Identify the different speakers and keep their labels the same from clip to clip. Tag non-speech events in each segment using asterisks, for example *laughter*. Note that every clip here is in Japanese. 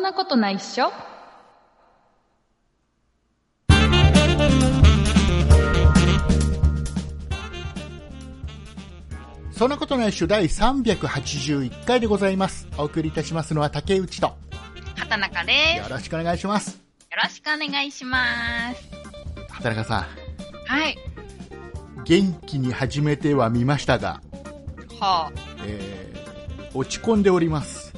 Speaker 1: なことないっしょ
Speaker 2: そんなことないっしょ第381回でございます。お送りいたしますのは竹内と。よ
Speaker 1: 畑中です
Speaker 2: ろしくお願いします。
Speaker 1: よろしくお願いします
Speaker 2: 畑中さ
Speaker 1: はい
Speaker 2: ん、元気に始めてはみましたが、
Speaker 1: は
Speaker 2: えー落ち込んでお
Speaker 1: *laughs*
Speaker 2: ります。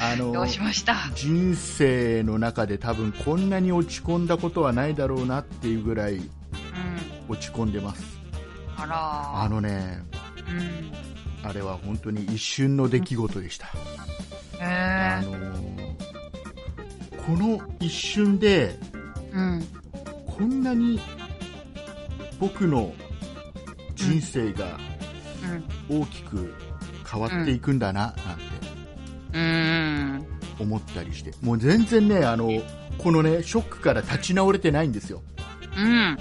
Speaker 2: あ
Speaker 1: あ
Speaker 2: の
Speaker 1: どうしました
Speaker 2: 人生の中で多分こんなに落ち込んだことはないだろうなっていうぐらい
Speaker 1: うん
Speaker 2: 落ち込んでます。
Speaker 1: あら
Speaker 2: あのね、
Speaker 1: うん
Speaker 2: あれは本当に一瞬の出来事でした。あ
Speaker 1: え
Speaker 2: のこの一瞬で、
Speaker 1: ー、うん
Speaker 2: こんなに僕の人生が
Speaker 1: うん
Speaker 2: 大きく変わっていくんだななんて
Speaker 1: うん
Speaker 2: 思ったりしてもう全然ねあのこのねショックから立ち直れてないんですよ
Speaker 1: うん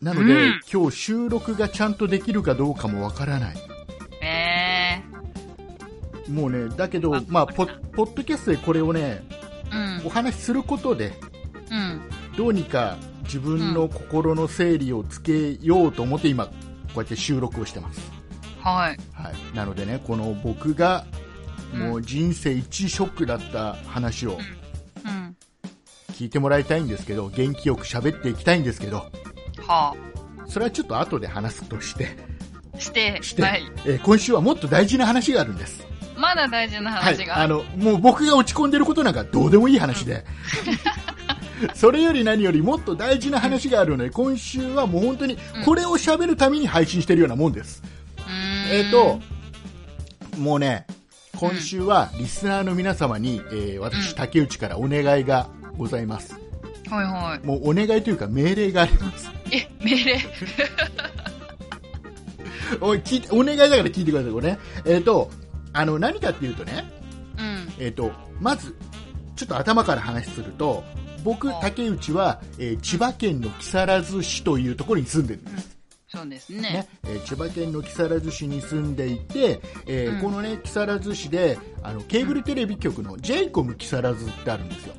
Speaker 2: なので、
Speaker 1: うん
Speaker 2: 今日収録がちゃんとできるかどうかもわからない
Speaker 1: え
Speaker 2: もうねだけど
Speaker 1: あ
Speaker 2: まあポポッドキャストでこれをね
Speaker 1: ー、うん
Speaker 2: お話しすることで
Speaker 1: うん
Speaker 2: どうにか自分の心の整理をつけようと思って今こうやって収録をしてます
Speaker 1: はい
Speaker 2: はい、なのでね、この僕が
Speaker 1: うん
Speaker 2: もう人生一ショックだった話を
Speaker 1: うん
Speaker 2: 聞いてもらいたいんですけど、元気よく喋っていきたいんですけど、
Speaker 1: は
Speaker 2: それはちょっと後で話すとして、
Speaker 1: あして
Speaker 2: して
Speaker 1: はい
Speaker 2: えー今週はもっと大事な話があるんです。
Speaker 1: まだ大事な話が、
Speaker 2: はい、あの、もう僕が落ち込んでることなんかどうでもいい話で。 *laughs* それより何よりもっと大事な話があるので、今週はもう本当に
Speaker 1: うん
Speaker 2: これを喋るために配信してるようなもんです。えっ、と、もうね、今週はリスナーの皆様に、え
Speaker 1: う
Speaker 2: ー
Speaker 1: ん
Speaker 2: 私、竹内からお願いがございます。
Speaker 1: うーんはいは
Speaker 2: もうお願いというか命令があります。 *laughs*
Speaker 1: いえ命令
Speaker 2: おい聞いてお願いだから聞いてください、これね。えっ、と、あの、何かっていうとね、
Speaker 1: うん
Speaker 2: えっ、と、まず、ちょっと頭から話すると、僕
Speaker 1: は、い
Speaker 2: 竹内は、えー千葉県の木更津市というところに住んでるんです。
Speaker 1: そうです
Speaker 2: ね
Speaker 1: ね
Speaker 2: えー千葉県の木更津市に住んでいて、えー
Speaker 1: うん
Speaker 2: この、ね、木更津市であのケーブルテレビ局の j イコム木更津ってあるんですよ、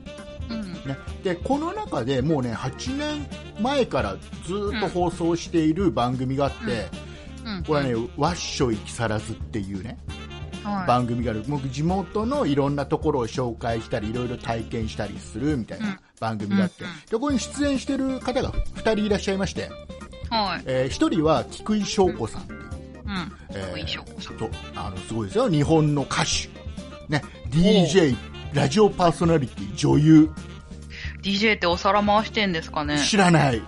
Speaker 1: うん
Speaker 2: ね、でこの中でもう、ね、8年前からずっと放送している番組があって、
Speaker 1: うん
Speaker 2: これは、ね「わっしょい木更津」っていう、ね
Speaker 1: はい、
Speaker 2: 番組がある僕地元のいろんなところを紹介したりいろいろ体験したりするみたい
Speaker 1: うん
Speaker 2: な番組があって、
Speaker 1: うんうん
Speaker 2: でここに出演してる方が2人いらっしゃいまして、
Speaker 1: はい。
Speaker 2: え1人は菊井翔子さんっていう。
Speaker 1: うん。
Speaker 2: えー
Speaker 1: ご一緒ご一緒
Speaker 2: そうあのすごいですよ日本の歌手、ね、DJ ラジオパーソナリティ女優
Speaker 1: DJ ってお皿回してんですかね
Speaker 2: 知らない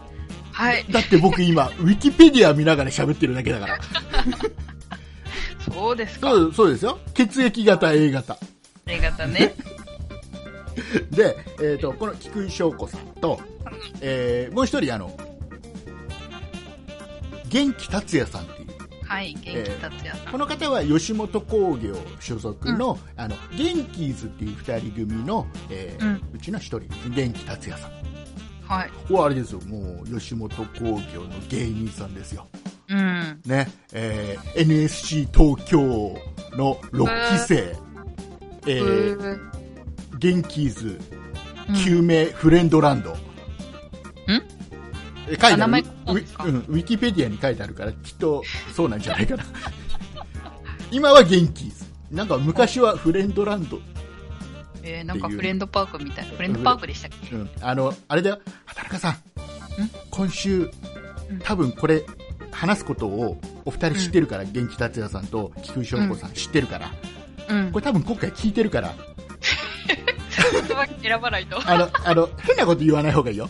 Speaker 1: はい。
Speaker 2: だって僕 *laughs* 今ウィキペディア見ながら喋ってるだけだから
Speaker 1: そうですか。
Speaker 2: そうそうですよ血液型 A 型
Speaker 1: A 型ね。
Speaker 2: で、えー、とこの菊井翔子さんと、えーもう一人あの元気達也さんっていう
Speaker 1: はい。元気達也さん。
Speaker 2: この方は吉本興業所属の,、あの元気ーズっていう2人組の、えー
Speaker 1: うん
Speaker 2: うちの1人です元気達也さん
Speaker 1: はい。
Speaker 2: ここはあれですよ、もう吉本興業の芸人さんですよ。
Speaker 1: うん。
Speaker 2: ね、えー NSC 東京の6期生、え
Speaker 1: え
Speaker 2: ー、ゲンキーズ救命フレンドランド。ん書いてあ
Speaker 1: あ
Speaker 2: る
Speaker 1: 名
Speaker 2: ウ
Speaker 1: 前
Speaker 2: ィ
Speaker 1: こうですか
Speaker 2: ウィうんウィキペディアに書いてあるから、きっとそうなんじゃない *laughs* かな。今はゲンキーズ。なんか昔はフレンドランド。
Speaker 1: えーなんかフレンドパークみたい。フレンドパークでしたっけ
Speaker 2: うん、あの、あれだよ、畑中さん。今週
Speaker 1: うん、
Speaker 2: 多分これ、話すことをお二人知ってるから、元気達也さんと菊井翔子さん知ってるから、
Speaker 1: うん
Speaker 2: こ。れ多分今回聞いてるから、
Speaker 1: *laughs* 言葉選ばないと。
Speaker 2: あ *laughs* の、あの、変なこと言わない方がいいよ。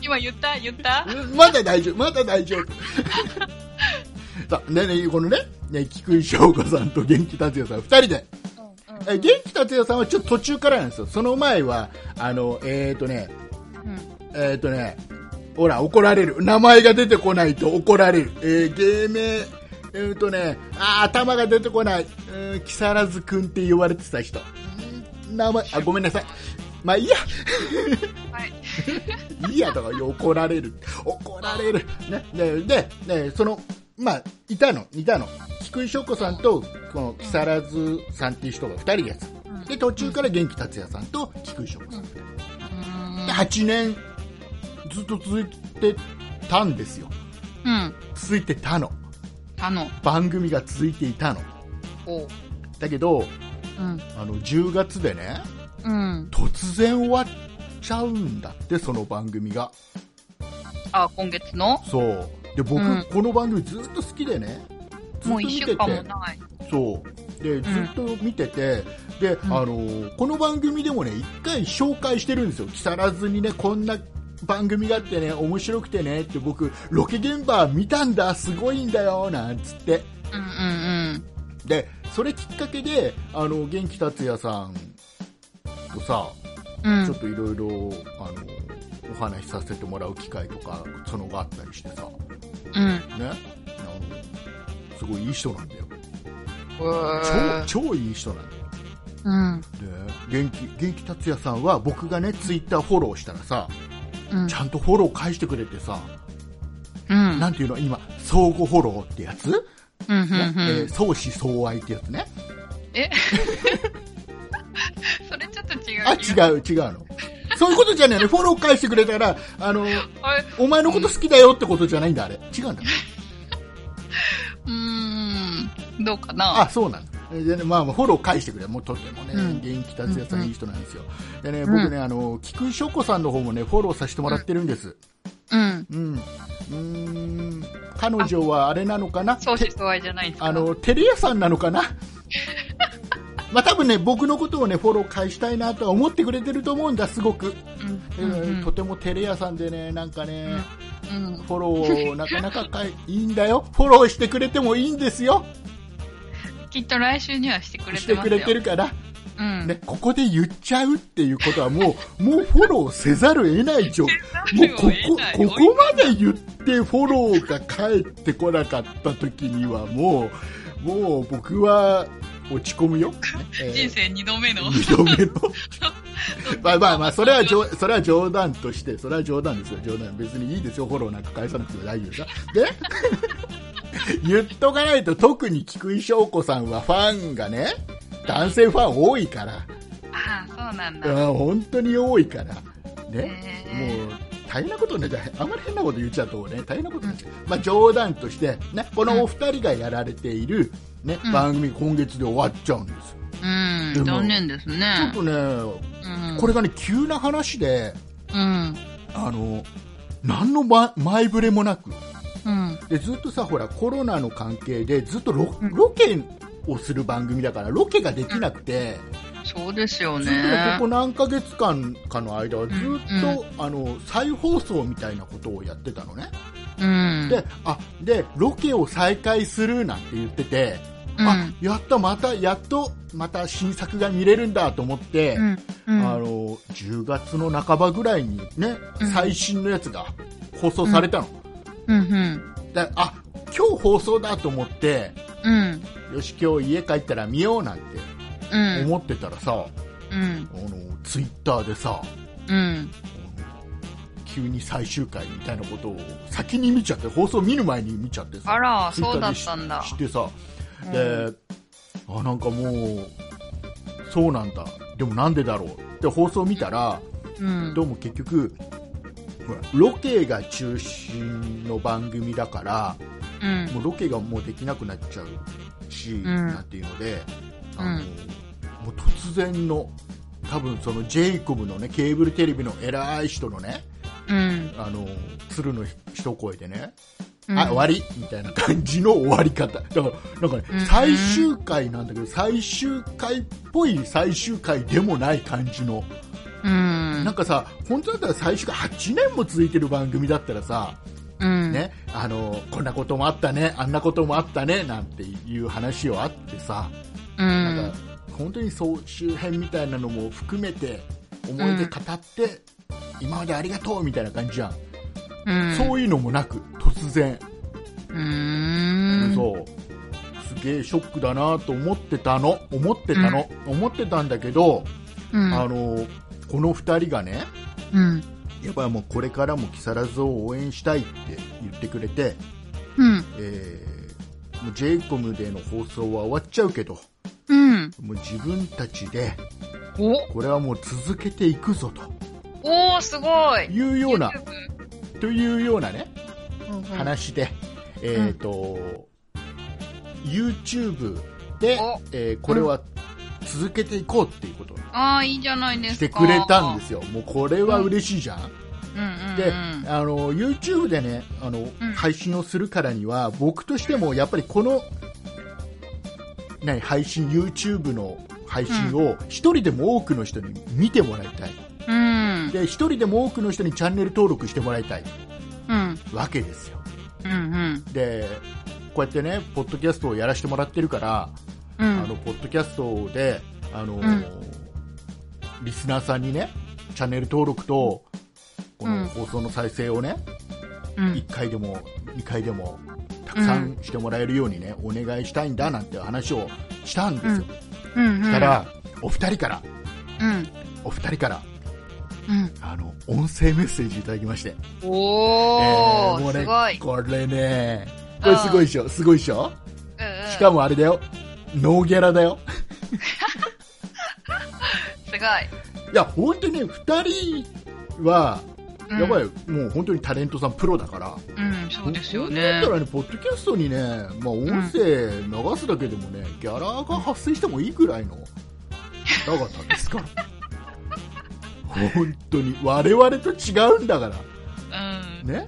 Speaker 1: 今言った言った
Speaker 2: うんまだ大丈夫、まだ大丈 *laughs* 夫。さあ、ねね、このね、ね、菊井翔子さんと元気達也さん二人で、え元気達也さんはちょっと途中からなんですよ。その前は、あの、えっ、ー、とね、
Speaker 1: うん。
Speaker 2: えっ、ー、とね、ほら、怒られる。名前が出てこないと怒られる。えー、芸名、えっ、ー、とね、あー頭が出てこない。うーん、木更津くんって言われてた人。うーん名前、あ、ごめんなさい。まあ、いいや、
Speaker 1: はい。
Speaker 2: いいやとか言う怒られる。怒られる。ね、で、で、ね、その、まあ、いたの、いたの。菊井翔子さんとこの木更津さんっていう人が2人でやってた
Speaker 1: うん
Speaker 2: で途中から元気達也さんと菊井翔子さんで
Speaker 1: うん
Speaker 2: 8年ずっと続いてたんですよ
Speaker 1: うん。
Speaker 2: 続いてたの
Speaker 1: あの、
Speaker 2: 番組が続いていたの
Speaker 1: おう。
Speaker 2: だけど
Speaker 1: うん。
Speaker 2: あの10月でね
Speaker 1: うん。
Speaker 2: 突然終わっちゃうんだってその番組が
Speaker 1: あ、今月の
Speaker 2: そうで僕、
Speaker 1: うん
Speaker 2: この番組ずっと好きでねずっ
Speaker 1: も
Speaker 2: と
Speaker 1: う
Speaker 2: 見
Speaker 1: 一週
Speaker 2: てて
Speaker 1: 間もない。
Speaker 2: そうでずっと見てて、で、
Speaker 1: ん
Speaker 2: あのこの番組でもね一回紹介してるんですよ木更津にねこんな番組があってね面白くてねって僕ロケ現場見たんだすごいんだよなんつって
Speaker 1: うんうん
Speaker 2: でそれきっかけであの元気達也さんとさ
Speaker 1: うん。う
Speaker 2: ちょ
Speaker 1: ん
Speaker 2: っ。といろいろあのお話しさせてもらう機会とかそのがあったりしてさね
Speaker 1: うん。
Speaker 2: あのすごいいい人なんだよ
Speaker 1: うわー
Speaker 2: 超超いい人なんだよ
Speaker 1: うん。
Speaker 2: で元気元気達也さんは僕がねツイッターフォローしたらさ
Speaker 1: うん
Speaker 2: ち。ゃんとフォロー返してくれてさ、
Speaker 1: うん。
Speaker 2: なんていうの今相互フォローってやつ、ね
Speaker 1: うんうん
Speaker 2: え
Speaker 1: う
Speaker 2: ー
Speaker 1: ん。
Speaker 2: 相思相愛ってやつね
Speaker 1: それちょっと違う。
Speaker 2: あ違う違うのそういうことじゃないねフォロー返してくれたらあの
Speaker 1: あれう
Speaker 2: お前のこと好きだよってことじゃないんだあれ違うんだ
Speaker 1: ーん。どうかな
Speaker 2: あそうなんだでねまあ、まあフォロー返してくれもうとてもね、
Speaker 1: うん
Speaker 2: 元気達也さ
Speaker 1: うん
Speaker 2: ん
Speaker 1: うん
Speaker 2: いい人なんですよ、でね僕ね、あの菊井翔子さんの方もねフォローさせてもらってるんです、
Speaker 1: うん。
Speaker 2: うん、うーん彼女はあれなのかな
Speaker 1: 相思相愛じゃないんですか
Speaker 2: あのテレ屋さんなのか *laughs* なまあ多分ね僕のことをねフォロー返したいなとは思ってくれてると思うんだすごく、
Speaker 1: う。
Speaker 2: うんん
Speaker 1: うん。
Speaker 2: とてもテレ屋さんでねなんかね、
Speaker 1: うん。
Speaker 2: フォローをなかなかかいいいんだよフォローしてくれてもいいんですよ
Speaker 1: きっと来週にはしてくれ
Speaker 2: してて
Speaker 1: ま
Speaker 2: く
Speaker 1: すよ。
Speaker 2: れてるから、
Speaker 1: うん。
Speaker 2: ね、ここで言っちゃうっていうことはもう *laughs* もうフォローせざるを得ない状況もうここここまで言ってフォローが返ってこなかった時にはもうもう僕は落ち込むよ、ねえー
Speaker 1: 人生二度目の。
Speaker 2: 二度目のまあまあまあそれは冗それは冗談としてそれは冗談ですよ冗談別にいいですよフォローなんか返さなくても大丈夫ですよで *laughs* 言っとかないと特に菊井翔子さんはファンがね男性ファン多いから、
Speaker 1: ああ、そうなんだ。
Speaker 2: うん、本当に多いからね、
Speaker 1: え
Speaker 2: もう大変なことになっちゃう、あまり変なこと言っちゃうとね、大変なことになっちゃう、まあ、冗談として、ね、このお二人がやられている、ね
Speaker 1: うん
Speaker 2: 番組、今月で終わっちゃうんですよ、
Speaker 1: ー
Speaker 2: で
Speaker 1: うん。
Speaker 2: も
Speaker 1: 残念ですね
Speaker 2: ちょ。っとね、
Speaker 1: うん
Speaker 2: これがね、急な話で、
Speaker 1: うん。
Speaker 2: あの何のま前触れもなく
Speaker 1: うん。
Speaker 2: で、ずっとさ、ほら、コロナの関係で、ずっとロ
Speaker 1: うん
Speaker 2: ロケをする番組だから、ロケができなくて。
Speaker 1: そうですよ
Speaker 2: ずっとね
Speaker 1: ね
Speaker 2: ここ。何ヶ月間かの間はずっと、あの再放送みたいなことをやってたのね、
Speaker 1: うん。
Speaker 2: であでロケを再開するなんて言ってて、
Speaker 1: うん、
Speaker 2: あやったまたやっとまた新作が見れるんだと思って、
Speaker 1: うん。うん
Speaker 2: あの10月の半ばぐらいにね、
Speaker 1: うん
Speaker 2: 最新のやつが放送されたの、
Speaker 1: うんうん。
Speaker 2: であ今日放送だと思って
Speaker 1: うん。
Speaker 2: よし今日家帰ったら見ようなんて
Speaker 1: うん。
Speaker 2: 思ってたらさ、
Speaker 1: うん。
Speaker 2: あのツイッターでさ
Speaker 1: うん。
Speaker 2: 急に最終回みたいなことを先に見ちゃって放送見る前に見ちゃってさ
Speaker 1: あら、
Speaker 2: ツイッ
Speaker 1: そう
Speaker 2: タ
Speaker 1: だ
Speaker 2: ーで
Speaker 1: ったんだ
Speaker 2: 知。ってさ
Speaker 1: うん
Speaker 2: で、あなんかもうそうなんだでもなんでだろうって放送見たら、
Speaker 1: うん。
Speaker 2: どうも結局ほらロケが中心の番組だから
Speaker 1: うん。
Speaker 2: もうロケがもうできなくなっちゃうし、
Speaker 1: ん
Speaker 2: なんていうのであの、
Speaker 1: うん
Speaker 2: もう突然の多分そのジェイコブのねケーブルテレビの偉い人のね
Speaker 1: うん。
Speaker 2: あの鶴の一声でね、
Speaker 1: うん
Speaker 2: あ終わりみたいな感じの終わり方だからなんかね、
Speaker 1: うん
Speaker 2: 最終回なんだけど最終回っぽい最終回でもない感じの、
Speaker 1: うん。
Speaker 2: なんかさ本当だったら最終回8年も続いてる番組だったらさ、
Speaker 1: うん。
Speaker 2: ね、あのこんなこともあったねあんなこともあったねなんていう話はあってさ、
Speaker 1: う
Speaker 2: なん
Speaker 1: ん
Speaker 2: か。本当に総集編みたいなのも含めて思い出語って、今までありがとうみたいな感じじゃん、
Speaker 1: うん。
Speaker 2: そういうのもなく突然。
Speaker 1: うーん。
Speaker 2: そうすげえショックだなと思ってたの思ってたの、思ってたんだけど、
Speaker 1: うん。
Speaker 2: あのこの2人がね
Speaker 1: うん。
Speaker 2: やっぱりもうこれからも木更津を応援したいって言ってくれて、
Speaker 1: うん。
Speaker 2: えーもう j コムでの放送は終わっちゃうけど
Speaker 1: うん。
Speaker 2: もう自分たちで
Speaker 1: お
Speaker 2: これはもう続けていくぞと
Speaker 1: おー、すごい。
Speaker 2: いうような
Speaker 1: YouTube
Speaker 2: というようなね
Speaker 1: うんうん
Speaker 2: 話で、えっ、と、YouTube で
Speaker 1: お、
Speaker 2: えーこれは続けていこうっていうことを
Speaker 1: ああ、いいじゃないで
Speaker 2: し
Speaker 1: す
Speaker 2: て
Speaker 1: か。
Speaker 2: くれたんですよ。もうこれは嬉しいじゃん。
Speaker 1: うんうんうん。
Speaker 2: で、あの、YouTube でね、あの、
Speaker 1: ん
Speaker 2: 配信をするからには、僕としてもやっぱりこの、何、配信、YouTube の配信を一人でも多くの人に見てもらいたい。
Speaker 1: うん。
Speaker 2: で、一人でも多くの人にチャンネル登録してもらいたい
Speaker 1: うん。
Speaker 2: わけですよ。
Speaker 1: うん。
Speaker 2: で、こうやってね、ポッドキャストをやらせてもらってるから、
Speaker 1: うん。う
Speaker 2: あの
Speaker 1: ん。
Speaker 2: ポッドキャストであの、
Speaker 1: ん
Speaker 2: リスナーさんにねチャンネル登録とこ
Speaker 1: う
Speaker 2: の
Speaker 1: ん
Speaker 2: 放送の再生をね、
Speaker 1: うん
Speaker 2: 1回でも2回でもたくさんしてもらえるようにね、お願いしたいんだなんて話をしたんですよ、
Speaker 1: うん。
Speaker 2: だからお二人から
Speaker 1: うん。
Speaker 2: お二人から
Speaker 1: うん。
Speaker 2: あの音声メッセージいただきまして、え
Speaker 1: お
Speaker 2: ー
Speaker 1: ー、
Speaker 2: もうね
Speaker 1: すごい。
Speaker 2: これねこれすごいでしょすごいでしょ
Speaker 1: うんうん
Speaker 2: しかもあれだよノーギャラだよ
Speaker 1: すごい。
Speaker 2: いや本当にね2人は
Speaker 1: うん
Speaker 2: やばい、もう本当にタレントさんプロだから。
Speaker 1: うん、そうですよ
Speaker 2: だ
Speaker 1: ね
Speaker 2: った。らね、ポッドキャストにね、まあ音声流すだけでもね、ギャラが発生してもいいぐらいの、なかったんですから。本当に、我々と違うんだから。
Speaker 1: うん。
Speaker 2: ね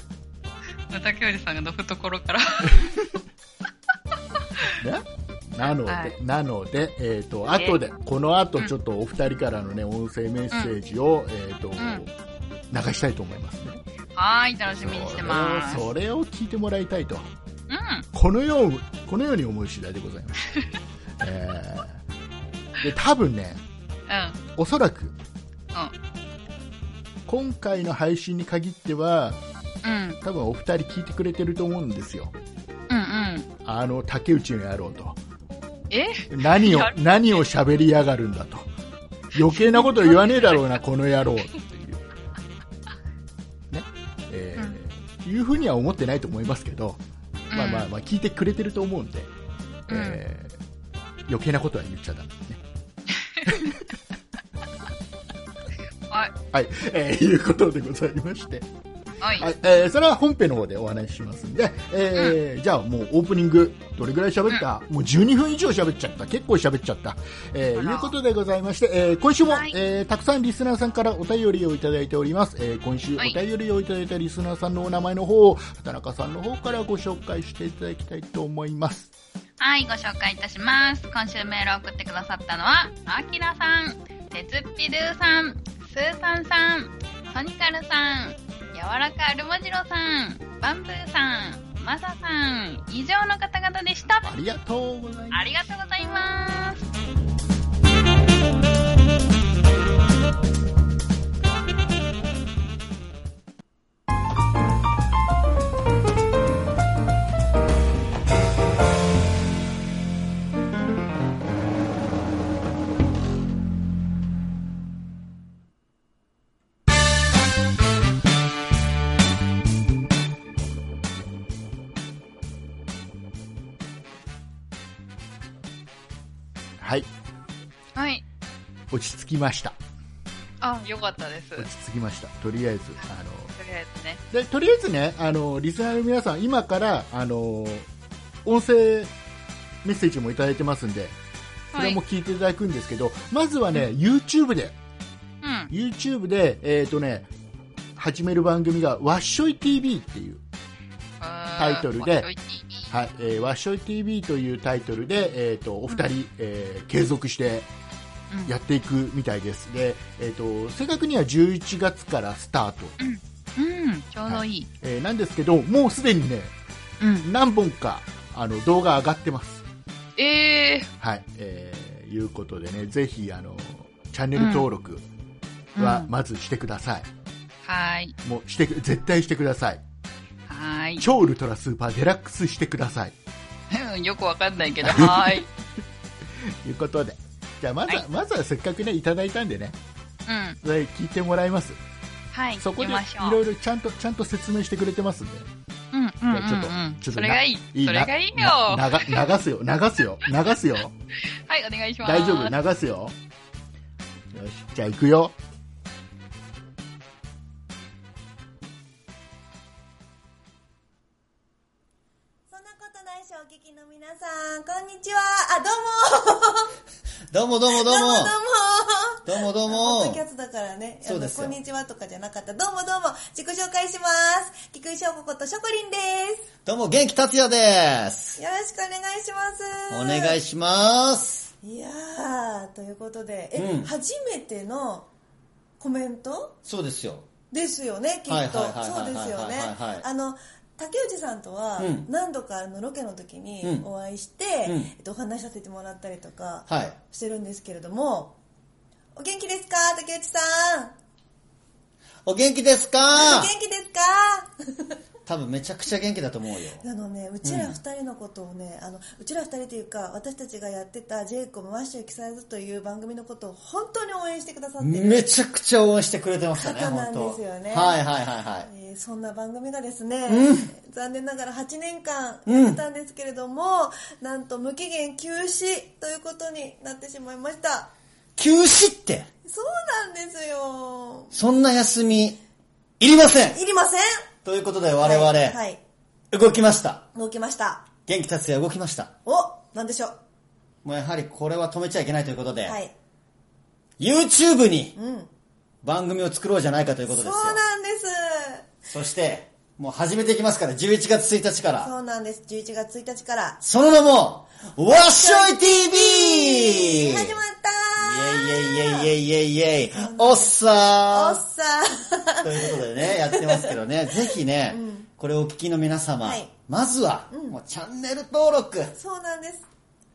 Speaker 1: 竹内さんがの懐から。 *laughs*
Speaker 2: ねなので、
Speaker 1: はい
Speaker 2: なので、えっ、と、後で、この後ちょっとお二人からのね、音声メッセージを、えっ、と、
Speaker 1: ん
Speaker 2: 流したいと思いますね。
Speaker 1: はーい、楽しみにしてます。
Speaker 2: それを聞いてもらいたいと。
Speaker 1: うん。
Speaker 2: このようこのように思う次第でございます、えーで多分ね
Speaker 1: う
Speaker 2: おそらく、
Speaker 1: ん
Speaker 2: 今回の配信に限っては
Speaker 1: ん。
Speaker 2: 多分お二人聞いてくれてると思うんですよ
Speaker 1: うん。うん。
Speaker 2: あの竹内の野郎と
Speaker 1: え
Speaker 2: 何を
Speaker 1: や
Speaker 2: 何を喋りやがるんだと余計なこと言わねえだろ
Speaker 1: *laughs*
Speaker 2: うなこの野郎っていうねえーいうふうには思ってないと思いますけど、
Speaker 1: うん
Speaker 2: まあまあまあ聞いてくれてると思うんで、
Speaker 1: うん
Speaker 2: えー余計なことは言っちゃダメですね。
Speaker 1: はい。
Speaker 2: はい、えーいうことでございまして、
Speaker 1: はい。
Speaker 2: はいえーそれは本編の方でお話ししますんで、えーじゃあもうオープニングどれぐらい喋った、もう12分以上喋っちゃった結構喋っちゃった、えー
Speaker 1: あら
Speaker 2: いうことでございまして、えー今週も、
Speaker 1: はい
Speaker 2: えーたくさんリスナーさんからお便りをいただいております、えー今週お
Speaker 1: はい
Speaker 2: 便りをいただいたリスナーさんのお名前の方を畑中さんの方からご紹介していただきたいと思います
Speaker 1: はい、ご紹介いたします。今週メールを送ってくださったのは、あきらさん、鉄っぴるーさん、スーさんさん、ソニカルさん、柔らかアルモジロさん、バンブーさん、マサさん、以上の方々でした。
Speaker 2: ありがとうございま
Speaker 1: ありがとうございます。
Speaker 2: す。はい、
Speaker 1: はい。
Speaker 2: 落ち着きました。
Speaker 1: あ、よかったです。と
Speaker 2: 落ち着きました。とりあえず、あの、
Speaker 1: りあえずね。
Speaker 2: でとりあえずね、あの、リスナーの皆さん、今から、あの、音声メッセージもいただいてますんで、そ
Speaker 1: は
Speaker 2: れ
Speaker 1: い。
Speaker 2: も聞いていただくんですけど、まずはね、YouTube で、
Speaker 1: うん。
Speaker 2: YouTube で、えっ、とね、始める番組が、わっしょい TV っていう、
Speaker 1: タ
Speaker 2: イトルで
Speaker 1: うん
Speaker 2: はい、えーわっしょい TV というタイトルで、えっ、と、お二人、えー継続してやっていくみたいです。で、えっ、と、正確には11月からスタート。
Speaker 1: うん、ちょうどいい。
Speaker 2: えーなんですけど、もうすでにね、
Speaker 1: うん。
Speaker 2: 何本かあの動画上がってます。
Speaker 1: え
Speaker 2: はい、えーいうことでね、ぜひあのチャンネル登録
Speaker 1: うん
Speaker 2: は
Speaker 1: うん
Speaker 2: まずしてください。
Speaker 1: ー、はい。
Speaker 2: もうしてく絶対してください。
Speaker 1: はい。
Speaker 2: 超ウルトラスーパーデラックスしてください。
Speaker 1: うんよくわかんないけ
Speaker 2: *laughs*
Speaker 1: ど、はい。
Speaker 2: ということで、じゃあまずは、
Speaker 1: はい
Speaker 2: まずはせっかくねいただいたんでね、
Speaker 1: うん。
Speaker 2: それ聞いてもらいます。
Speaker 1: はい、
Speaker 2: そこで
Speaker 1: 行きましょ
Speaker 2: いうろいろちゃんとちゃんと説明してくれてますんで、
Speaker 1: うん、うんうんうん
Speaker 2: じゃあちょっと、ちょっとな
Speaker 1: それがいいそれ
Speaker 2: な
Speaker 1: がいいよ
Speaker 2: なな流流すよ、流すよ、流す
Speaker 1: *laughs*
Speaker 2: よ。
Speaker 1: はい、お願いします。
Speaker 2: 大丈夫、流すよ。よし、じゃあ行くよ。
Speaker 3: そんなことないしょお聞きの皆さん、こんにちは。あ、どうも。
Speaker 4: どうもどうもどうも
Speaker 3: どうも
Speaker 4: どう
Speaker 3: *laughs*
Speaker 4: もどう
Speaker 3: どうも。ポッド
Speaker 4: も
Speaker 3: キャストだからね。
Speaker 4: そうです
Speaker 3: あ
Speaker 4: よ
Speaker 3: のこんにちはとかじゃなかった。どうもどうも。自己紹介します。菊井翔子ことショコリンで
Speaker 4: どうも元気達也です
Speaker 3: す。よろしくお願いします。
Speaker 4: お願いします
Speaker 3: い。いやー、ということで、え、
Speaker 4: うん
Speaker 3: 初めてのコメント
Speaker 4: そうですよ。
Speaker 3: ですよね、き
Speaker 4: はい
Speaker 3: っと
Speaker 4: はいはい。はい
Speaker 3: そうですよね
Speaker 4: はいはいはい。
Speaker 3: あの、竹内さんとは
Speaker 4: うん
Speaker 3: 何度かあのロケの時に
Speaker 4: うん
Speaker 3: お会いして、
Speaker 4: うん
Speaker 3: えっと、お話しさせてもらったりとか
Speaker 4: はい。
Speaker 3: してるんですけれども、お元気ですか竹内さん。
Speaker 4: お元気ですか
Speaker 3: お元気ですか *laughs*
Speaker 4: 多分めちゃくちゃ元気だと思うよ。
Speaker 3: あのね、うちら二人のことをね、あの、うちら二人というか、私たちがやってたジェイコムマッシュエキサイズという番組のことを本当に応援してくださってる。
Speaker 4: めちゃくちゃ応援してくれてましたね、
Speaker 3: そうな
Speaker 4: 本
Speaker 3: ん
Speaker 4: 当。
Speaker 3: ですよね
Speaker 4: はいはいはいはい。
Speaker 3: えーそんな番組がですね、残念ながら8年間
Speaker 4: うん
Speaker 3: やってたんですけれども、なんと無期限休止ということになってしまいました
Speaker 4: 休止って、
Speaker 3: そうなんですよ
Speaker 4: そんな休み、いりません
Speaker 3: いりません
Speaker 4: ということで我々、
Speaker 3: はい、はい、
Speaker 4: 動きました。
Speaker 3: 動きました
Speaker 4: 元気達也動きました。
Speaker 3: おなんでしょう
Speaker 4: もうやはりこれは止めちゃいけないということで、
Speaker 3: はい、
Speaker 4: YouTube に
Speaker 3: うん、
Speaker 4: 番組を作ろうじゃないかということ
Speaker 3: そう
Speaker 4: ですよ。
Speaker 3: なんです
Speaker 4: そして、もう始めていきますから、11月1日から。
Speaker 3: そうなんです11月1日から
Speaker 4: その名も、わっしょい
Speaker 3: 始
Speaker 4: TV! イ
Speaker 3: まった
Speaker 4: ェイイェイイェイイェイイェイおっ
Speaker 3: おっさ
Speaker 4: さーということでね、やってますけど
Speaker 3: *laughs*
Speaker 4: ね、ぜひね、これをお聞きの皆様、
Speaker 3: はい
Speaker 4: まずは、もうチャンネル登録、
Speaker 3: そうなんです。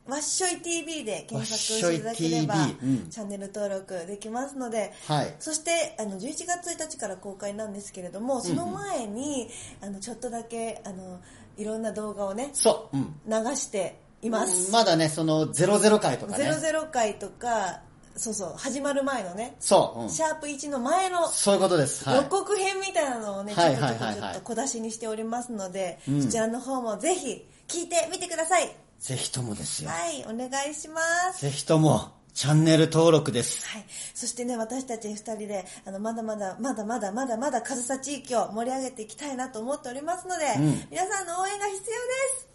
Speaker 3: わっしょい TV で検索し
Speaker 4: わっ
Speaker 3: い
Speaker 4: てしょい
Speaker 3: ただければ、
Speaker 4: TV うん
Speaker 3: チャンネル登録できますので、
Speaker 4: はい
Speaker 3: そしてあの11月1日から公開なんですけれども、その前に、あのちょっとだけあのいろんな動画をね、
Speaker 4: そう、うん。
Speaker 3: 流しています。
Speaker 4: まだね、その00回とかね。
Speaker 3: 00回とか、そうそう、始まる前のね、
Speaker 4: そう、うん。
Speaker 3: シャープ1の前の
Speaker 4: そういうことです。はい
Speaker 3: 予。告編みたいなのをね、
Speaker 4: はい
Speaker 3: ちょこちょこ
Speaker 4: はい
Speaker 3: ち
Speaker 4: はい
Speaker 3: ょっ
Speaker 4: はい
Speaker 3: と小出しにしておりますので、そちらの方もぜひ聞いてみてください。
Speaker 4: ぜひともですよ。
Speaker 3: はい、お願いします。
Speaker 4: ぜひとも、チャンネル登録です。
Speaker 3: はい、そしてね私たち2人であのまだまだまだまだまだまだ上総地域を盛り上げていきたいなと思っておりますので、皆さんの応援が必要です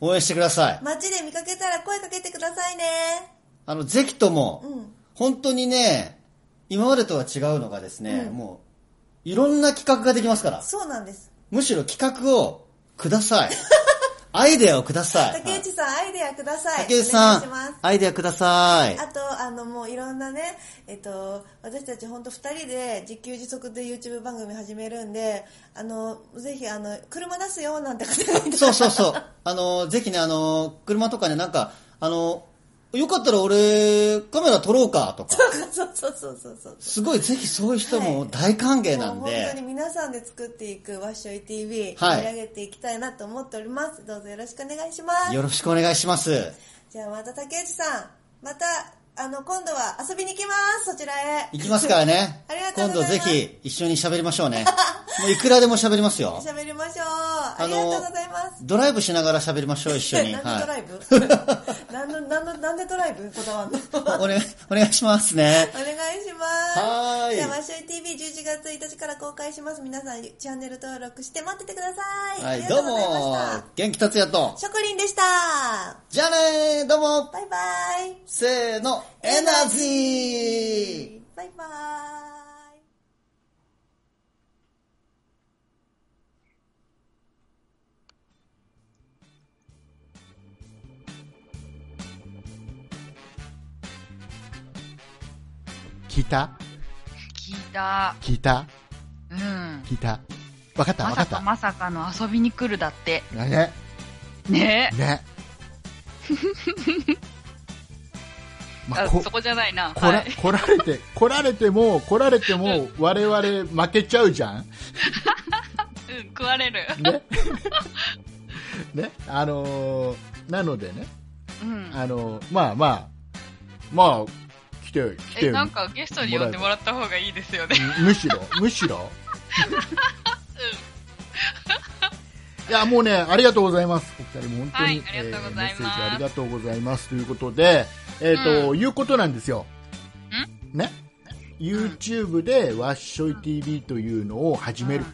Speaker 4: 応援してください。
Speaker 3: 街で見かけたら声かけてくださいね
Speaker 4: あの、ぜひとも、
Speaker 3: うん
Speaker 4: 本当にね、今までとは違うのがですね、もう、いろんな企画ができますから、
Speaker 3: そうなんです
Speaker 4: むしろ企画をくだ
Speaker 3: *laughs*
Speaker 4: さい。アイデアをください。
Speaker 3: 竹内さん、アイデアください
Speaker 4: 竹内さ
Speaker 3: お願いします
Speaker 4: ん、アイデアください。
Speaker 3: あとあのもういろんなね、えっと、私たち本当2人で自給自足で YouTube 番組始めるんであのぜひあの車出すよなんて方がいたら
Speaker 4: そうそうそう。あの、ぜひね、あの、車とかね、なんか、あの、よかったら俺、カメラ撮ろうかとか、
Speaker 3: *laughs* そうそうそうそうそう
Speaker 4: すごい、ぜひそういう人も大歓迎なん
Speaker 3: もう
Speaker 4: で、
Speaker 3: 本当に皆さんで作っていくわっしょい TV、
Speaker 4: はい
Speaker 3: 盛り上げていきたいなと思っておりますどうぞよろしくお願いします
Speaker 4: よろしくお願いします。
Speaker 3: じゃあまた竹内さんまたあの今度は遊びに行きますそちらへ
Speaker 4: 行きますからね
Speaker 3: ありが。とう
Speaker 4: 今
Speaker 3: ご
Speaker 4: 度
Speaker 3: ざい
Speaker 4: ぜ
Speaker 3: ます
Speaker 4: ひ一緒に喋りましょうね。もういくらでも喋ります
Speaker 3: *laughs*
Speaker 4: よ。
Speaker 3: 喋りましょうありがとうございます
Speaker 4: ドライブしながら喋りましょう、一
Speaker 3: *laughs*
Speaker 4: 緒に。
Speaker 3: 何でドラ
Speaker 4: は
Speaker 3: イ
Speaker 4: い。 *laughs*
Speaker 3: ブ、何の何の何でドライブこだわんの
Speaker 4: おお *laughs* 願い、お願いしますね
Speaker 3: *laughs* お。願いします
Speaker 4: はーい
Speaker 3: じゃあわっしょい TV11 月1日から公開します皆さんチャンネル登録して待っててください、
Speaker 4: は
Speaker 3: あ
Speaker 4: い、
Speaker 3: りがと
Speaker 4: どう
Speaker 3: うござい
Speaker 4: も
Speaker 3: ました、
Speaker 4: 元気達也と。
Speaker 3: ショコリンでした
Speaker 4: じゃあねー、どうも、
Speaker 3: バイバイ
Speaker 4: せーの、エナジー
Speaker 3: バイバイ。
Speaker 2: 聞いた
Speaker 1: 聞いた。
Speaker 2: 聞いた
Speaker 1: うん。
Speaker 2: 聞いたわかったわ
Speaker 1: ま
Speaker 2: か
Speaker 1: さ
Speaker 2: っ
Speaker 1: か
Speaker 2: た。
Speaker 1: まさかの遊びに来るだって。
Speaker 2: ね。
Speaker 1: ね *laughs*
Speaker 2: ね。ま
Speaker 1: あ
Speaker 2: あ、こ
Speaker 1: そこじゃないな。
Speaker 2: こら、
Speaker 1: はい。
Speaker 2: 来られて、来られても、来られて
Speaker 1: *laughs*
Speaker 2: も、我々負けちゃうじゃん。
Speaker 1: うん、食われる。
Speaker 2: ね。ね。あのーなのでね、
Speaker 1: うん。
Speaker 2: あのーまあまあ、まあ、来て、来
Speaker 1: え、
Speaker 2: て、
Speaker 1: なんかゲストに呼んでもらった方がいいですよね。
Speaker 2: むむしろ、むしろ。いや、もうね、ありがとうございます。お二人も本当に、
Speaker 1: はいありがとうございます
Speaker 2: えーメッセージありがとうございます。ということで、えっ、と、いうことなんですよ。ね ?YouTube で、わっしょい TV というのを始める。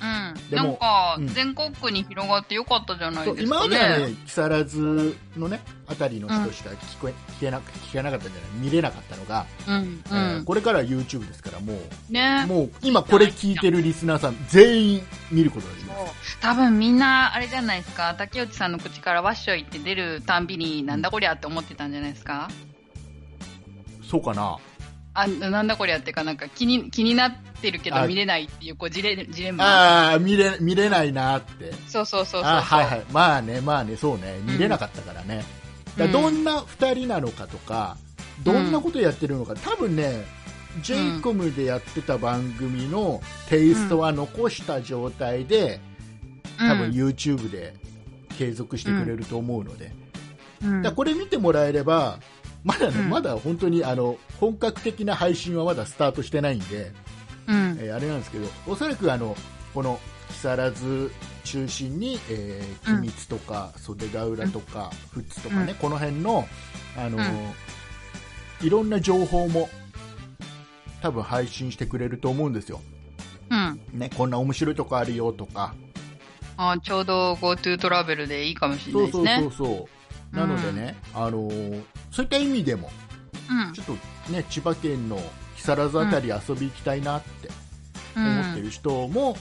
Speaker 1: うん、
Speaker 2: で
Speaker 1: な
Speaker 2: も
Speaker 1: んか、
Speaker 2: うん
Speaker 1: 全国区に広がってよかったじゃない
Speaker 2: そ
Speaker 1: で
Speaker 2: う
Speaker 1: すか、ね、
Speaker 2: 今まではね、木更津のね、あたりの人しか聞こえ、聞けなく聞けなかったんじゃない見れなかったのが、
Speaker 1: うんう
Speaker 2: えー
Speaker 1: ん、
Speaker 2: これからは YouTube ですから、もう、
Speaker 1: ね
Speaker 2: もう今これ聞いてるリスナーさん全員見ることができます。
Speaker 1: 多分みんなあれじゃないですか竹内さんの口からわっしょいって出るたんびになんだこりゃって思ってたんじゃないですか
Speaker 2: そうかな
Speaker 1: あなんだこりゃっていうかなんか気に気になってるけ
Speaker 2: あ
Speaker 1: ど見れないっていうこうジレジレンマ
Speaker 2: ああ、見れ、見れないなーって。
Speaker 1: そうそうそうそう
Speaker 2: あはいはい、まあね、まあね、そうね、見れなかったからね、
Speaker 1: うん
Speaker 2: だからどんな2人なのかとか、どんなことやってるのか、多分ね、j イコムでやってた番組のテイストは残した状態で、多分 YouTube で継続してくれると思うので、
Speaker 1: うんうん
Speaker 2: だからこれ見てもらえれば、まだね、
Speaker 1: うん
Speaker 2: まだ本当にあの本格的な配信はまだスタートしてないんで、
Speaker 1: うん
Speaker 2: えーあれなんですけど、おそらくあのこの木更津中心に、えー、
Speaker 1: うん
Speaker 2: 君津とか袖ヶ浦とか、富津とかね、この辺の、あのーいろんな情報も多分配信してくれると思うんですよ、
Speaker 1: うん
Speaker 2: ね、こんな面白いとこあるよとか、
Speaker 1: あちょうど GoTo トラベルでいいかもしれな
Speaker 2: そ
Speaker 1: いうです
Speaker 2: そう
Speaker 1: ね
Speaker 2: そうそう、なのでね、あのーそういった意味でも、
Speaker 1: うん
Speaker 2: ちょっとね、千葉県の木更津あたり遊び行きたいなって
Speaker 1: う
Speaker 2: 思って
Speaker 1: ん
Speaker 2: る人も、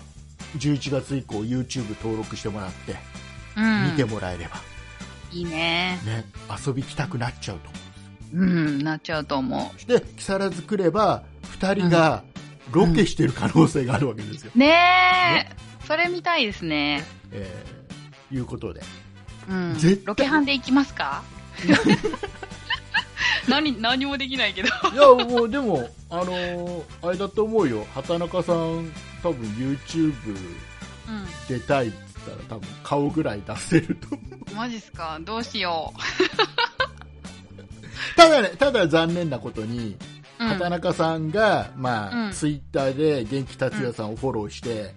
Speaker 2: 11月以降、YouTube 登録してもらって。
Speaker 1: うん
Speaker 2: 見てもらえれば、
Speaker 1: いいね
Speaker 2: ね、遊び来たくなっちゃうと思
Speaker 1: うんなっちゃうと思
Speaker 2: うで木更津来れば2人がロケしてる可能性があるわけですよ。
Speaker 1: うねえそれ見たいですね
Speaker 2: えーいうことで
Speaker 1: うん
Speaker 2: 絶対
Speaker 1: ロケハンで行きます
Speaker 2: *laughs*
Speaker 1: か *laughs* 何何もできないけど
Speaker 2: いやもうでも、あのーあれだと思うよ畑中さん多分 YouTube
Speaker 1: う
Speaker 2: 出たいっつったら多分顔ぐらい出せると思うん
Speaker 1: マジっすかどうしよ
Speaker 2: ただねただ残念なことに、
Speaker 1: う、うん
Speaker 2: 畑中さんが、まあ
Speaker 1: うん
Speaker 2: ツイッターで元気達也さんをフォローして、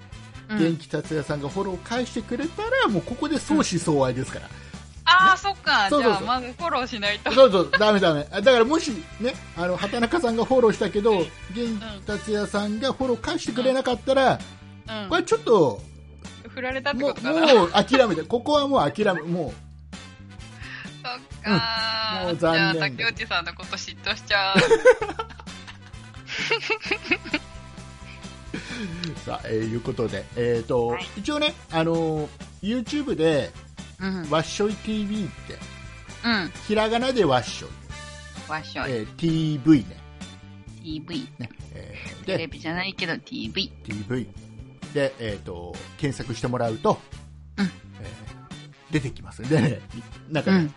Speaker 1: うん
Speaker 2: 元気達也さんがフォローを返してくれたらもうここで相思相愛ですから、
Speaker 1: ああ、そっか。
Speaker 2: そう
Speaker 1: じ
Speaker 2: そう
Speaker 1: ゃ
Speaker 2: そう
Speaker 1: あ、まずフォローしないと。
Speaker 2: そうそうダメダメ *laughs* あだからもしねあの畑中さんがフォローしたけど元気達也さんがフォロー返してくれなかったら
Speaker 1: うん
Speaker 2: こ。れちょっと
Speaker 1: 振られたって
Speaker 2: も
Speaker 1: こと
Speaker 2: う
Speaker 1: かな。そっ
Speaker 2: もう諦めてここはもう諦めも
Speaker 1: か
Speaker 2: うんもう
Speaker 1: じゃ
Speaker 2: 残
Speaker 1: あ、
Speaker 2: 念
Speaker 1: 竹内さんのこと嫉妬しち
Speaker 2: *laughs*
Speaker 1: ゃう。
Speaker 2: うさあ、えーいうことでえっ、と、
Speaker 1: はい
Speaker 2: 一応ねあのー YouTube で
Speaker 1: うん。う
Speaker 2: 「わっしょい TV」って
Speaker 1: ん。
Speaker 2: ひらがなで「わっしょい
Speaker 1: わっし」ょい。
Speaker 2: えー TV ね、
Speaker 1: TV。
Speaker 2: えー
Speaker 1: テレ
Speaker 2: で
Speaker 1: ビじゃないけど TV。
Speaker 2: TV で、えー、と検索してもらうと、
Speaker 1: うん
Speaker 2: えー出てきますんで、ね、なんかね、
Speaker 1: うん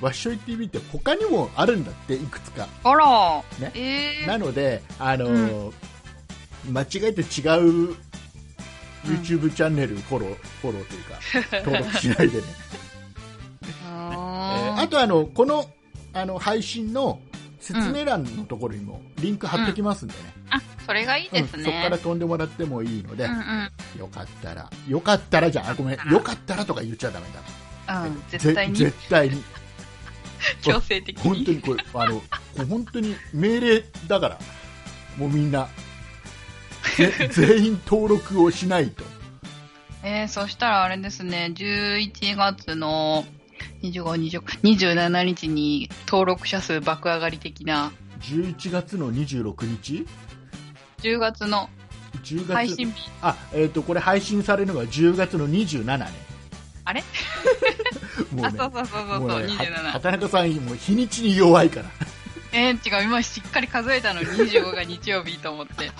Speaker 2: わっしょい TV って他にもあるんだっていくつか
Speaker 1: あら
Speaker 2: ね
Speaker 1: え
Speaker 2: な
Speaker 1: ー。
Speaker 2: ので、あのー間違えて違う YouTube チャンネルフォローフォローという
Speaker 1: *laughs*
Speaker 2: か登録しないでね、えーあ
Speaker 1: あ
Speaker 2: とあのこのあの配信の説明欄のところにもリンク貼ってきますんでね、
Speaker 1: あ、それがいい
Speaker 2: うん
Speaker 1: です
Speaker 2: そこから
Speaker 1: ね。
Speaker 2: 飛んでもらってもいいので、
Speaker 1: うんうん。
Speaker 2: よかったら、よかったらじゃんあ、ごめん、よかったらとか言っちゃダメだ。
Speaker 1: うん。絶対
Speaker 2: ぜ
Speaker 1: に
Speaker 2: 絶対に。
Speaker 1: 強制的
Speaker 2: 本当
Speaker 1: に。
Speaker 2: にこれ、あの、これ本当に命令だから、もうみんな、ぜ
Speaker 1: *laughs*
Speaker 2: 全員登録をしないと。
Speaker 1: えー、そしたらあれですね、11月の25、26、27日に登録者数爆上がり的な、
Speaker 2: 11月の26日
Speaker 1: 10月の
Speaker 2: ?10 月。
Speaker 1: 配信日。
Speaker 2: あ、えっ、と、これ配信されるのが10月の27ね。
Speaker 1: あれ
Speaker 2: *laughs* も
Speaker 1: あ、
Speaker 2: うね
Speaker 1: そう、そうそうそう、
Speaker 2: も
Speaker 1: そうう
Speaker 2: ねは
Speaker 1: 27。
Speaker 2: 畑中さん、もう日にちに弱いから。
Speaker 1: えー、違う、今しっかり数えたの25が日曜日と思
Speaker 2: *laughs*
Speaker 1: って。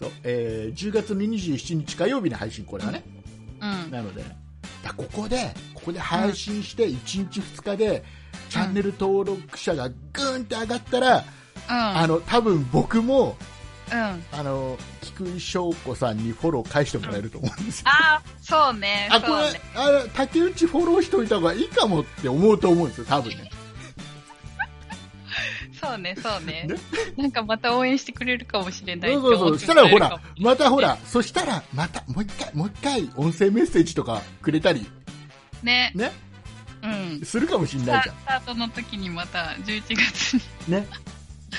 Speaker 2: そう、えー10月の27日火曜日の配信、これはね。
Speaker 1: うん。
Speaker 2: なので、だここで、ここで配信して、1日2日で、チャンネル登録者がぐーんって上がったら、あの、多分僕も、
Speaker 1: うん。うん。
Speaker 2: あの、菊井翔子さんにフォロー返してもらえると思うんですよ。
Speaker 1: あー、そうね。
Speaker 2: あ、こ
Speaker 1: そう
Speaker 2: れ
Speaker 1: ね。、
Speaker 2: あれ竹内フォローしといた方がいいかもって思うと思うんですよ、多分ね。
Speaker 1: そうね、そうね
Speaker 2: ね。
Speaker 1: なんかまた応援してくれるかもしれない
Speaker 2: そうそうそう。
Speaker 1: し
Speaker 2: したらほら、またほら、そしたら、また、もう一回、もう一回、音声メッセージとかくれたり、
Speaker 1: ね。
Speaker 2: ね、
Speaker 1: うん。
Speaker 2: するかもしれ
Speaker 1: ス
Speaker 2: ない
Speaker 1: タ
Speaker 2: じゃ
Speaker 1: スタートの時にまた11月に。
Speaker 2: ん。 *laughs* ね。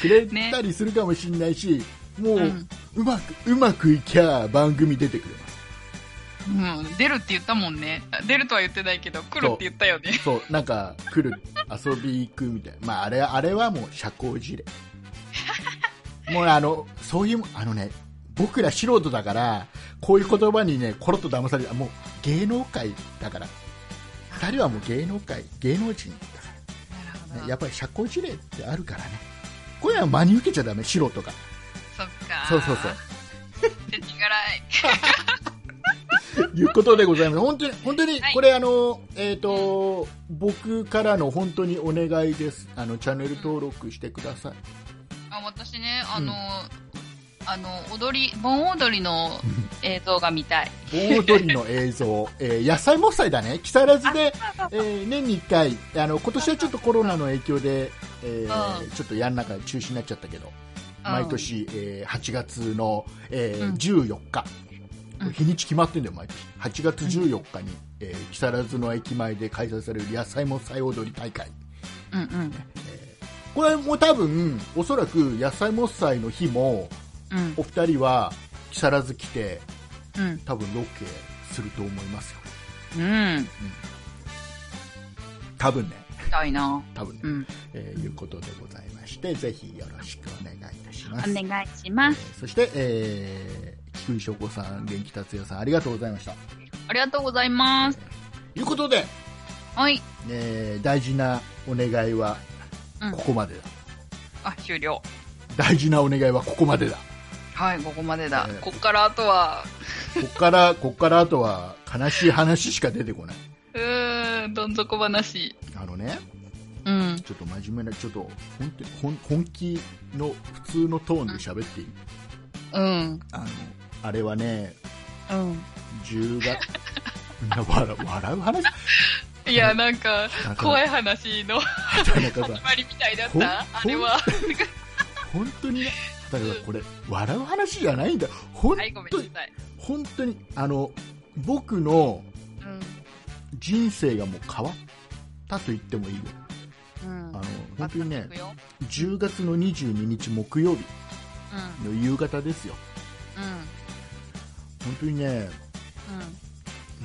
Speaker 2: くれたりするかもしれないし、もう、う
Speaker 1: うん
Speaker 2: まく、うまくいきゃ番組出てくれます。
Speaker 1: うん、出るって言ったもんね。あ出るとは言ってないけど、来るって言ったよね。
Speaker 2: そう、なんか、来る、遊び行くみたいな。まあ、あれ、あれはもう社交辞令。もうあの、そういう、あのね、僕ら素人だから、こういう言葉にね、コロッと騙されて、もう芸能界だから。二人はもう芸能界、芸能人だか
Speaker 1: な
Speaker 2: ら。
Speaker 1: るほ
Speaker 2: ね
Speaker 1: ど。
Speaker 2: やっぱり社交辞令ってあるからねこういうのは真に受けちゃダメ素人が
Speaker 1: *laughs* そっか。
Speaker 2: そうそうそう。
Speaker 1: 手ちがらい。
Speaker 2: いうことでございます本当に本当に
Speaker 1: はい
Speaker 2: これ、あのえっ、と僕からの本当にお願いですあのチャンネル登録してください
Speaker 1: あ私ね、あの、あの、踊り、盆踊りの映像が見たい。
Speaker 2: 盆踊りの
Speaker 1: *laughs*
Speaker 2: 映像、えー野菜もっさいだね木更津で、
Speaker 1: そう
Speaker 2: えー年に1回あの今年はちょっとコロナの影響で、えー
Speaker 1: うん
Speaker 2: ちょっとやんなか中止になっちゃったけど毎年、えー8月の、えー
Speaker 1: うん
Speaker 2: 14
Speaker 1: う
Speaker 2: 日、
Speaker 1: ん
Speaker 2: 日にち決まってんだよ毎年8月14日に、えー木更津の駅前で開催される野菜も祭踊り大会
Speaker 1: うんうん。
Speaker 2: これも多分おそらく野菜も祭の日も
Speaker 1: うん
Speaker 2: お二人は木更津来て
Speaker 1: うん。
Speaker 2: 多分ロケすると思いますよ
Speaker 1: うん。み
Speaker 2: 多分ね
Speaker 1: たいな。
Speaker 2: 多分ね、
Speaker 1: うん。
Speaker 2: えーいうことでございましてぜひよろしくお願いいたし
Speaker 1: お
Speaker 2: ます
Speaker 1: 願いします。
Speaker 2: えーそして、えー、菊井翔子さん元気達也さんありがとうございました
Speaker 1: ありがとうございます。
Speaker 2: ということで、
Speaker 1: はい。
Speaker 2: えー大事なお願いは
Speaker 1: うん
Speaker 2: ここまでだ、
Speaker 1: あ、終了。
Speaker 2: 大事なお願いはここまでだ
Speaker 1: はい、ここまでだ
Speaker 2: えー。
Speaker 1: こっからあとは、
Speaker 2: こっからこっからあとは悲しい話しか出てこないう
Speaker 1: ーん、どん底話。
Speaker 2: あのね
Speaker 1: うん。
Speaker 2: ちょっと真面目なちょっと本当に本本気の普通のトーンで喋っていい、
Speaker 1: うん。
Speaker 2: あのあれはね
Speaker 1: うん。
Speaker 2: 10月な笑う笑う話
Speaker 1: いや、なんか
Speaker 2: なん、か
Speaker 1: 怖い話の
Speaker 2: 畑中さん
Speaker 1: 始まりみたいだっ
Speaker 2: ほん
Speaker 1: たあれは。
Speaker 2: 本当にね畑中さんこれ笑う話じゃないんだ本
Speaker 1: はい、ごめん
Speaker 2: 当に
Speaker 1: なさい。
Speaker 2: 本当にあの僕の
Speaker 1: うん。
Speaker 2: 人生がもう変わったと言ってもいいよ
Speaker 1: うん
Speaker 2: あの本当にね
Speaker 1: 行くよ
Speaker 2: 10月の22日木曜日
Speaker 1: うん。
Speaker 2: の夕方ですよ
Speaker 1: う
Speaker 2: 本当にね
Speaker 1: ん。うん。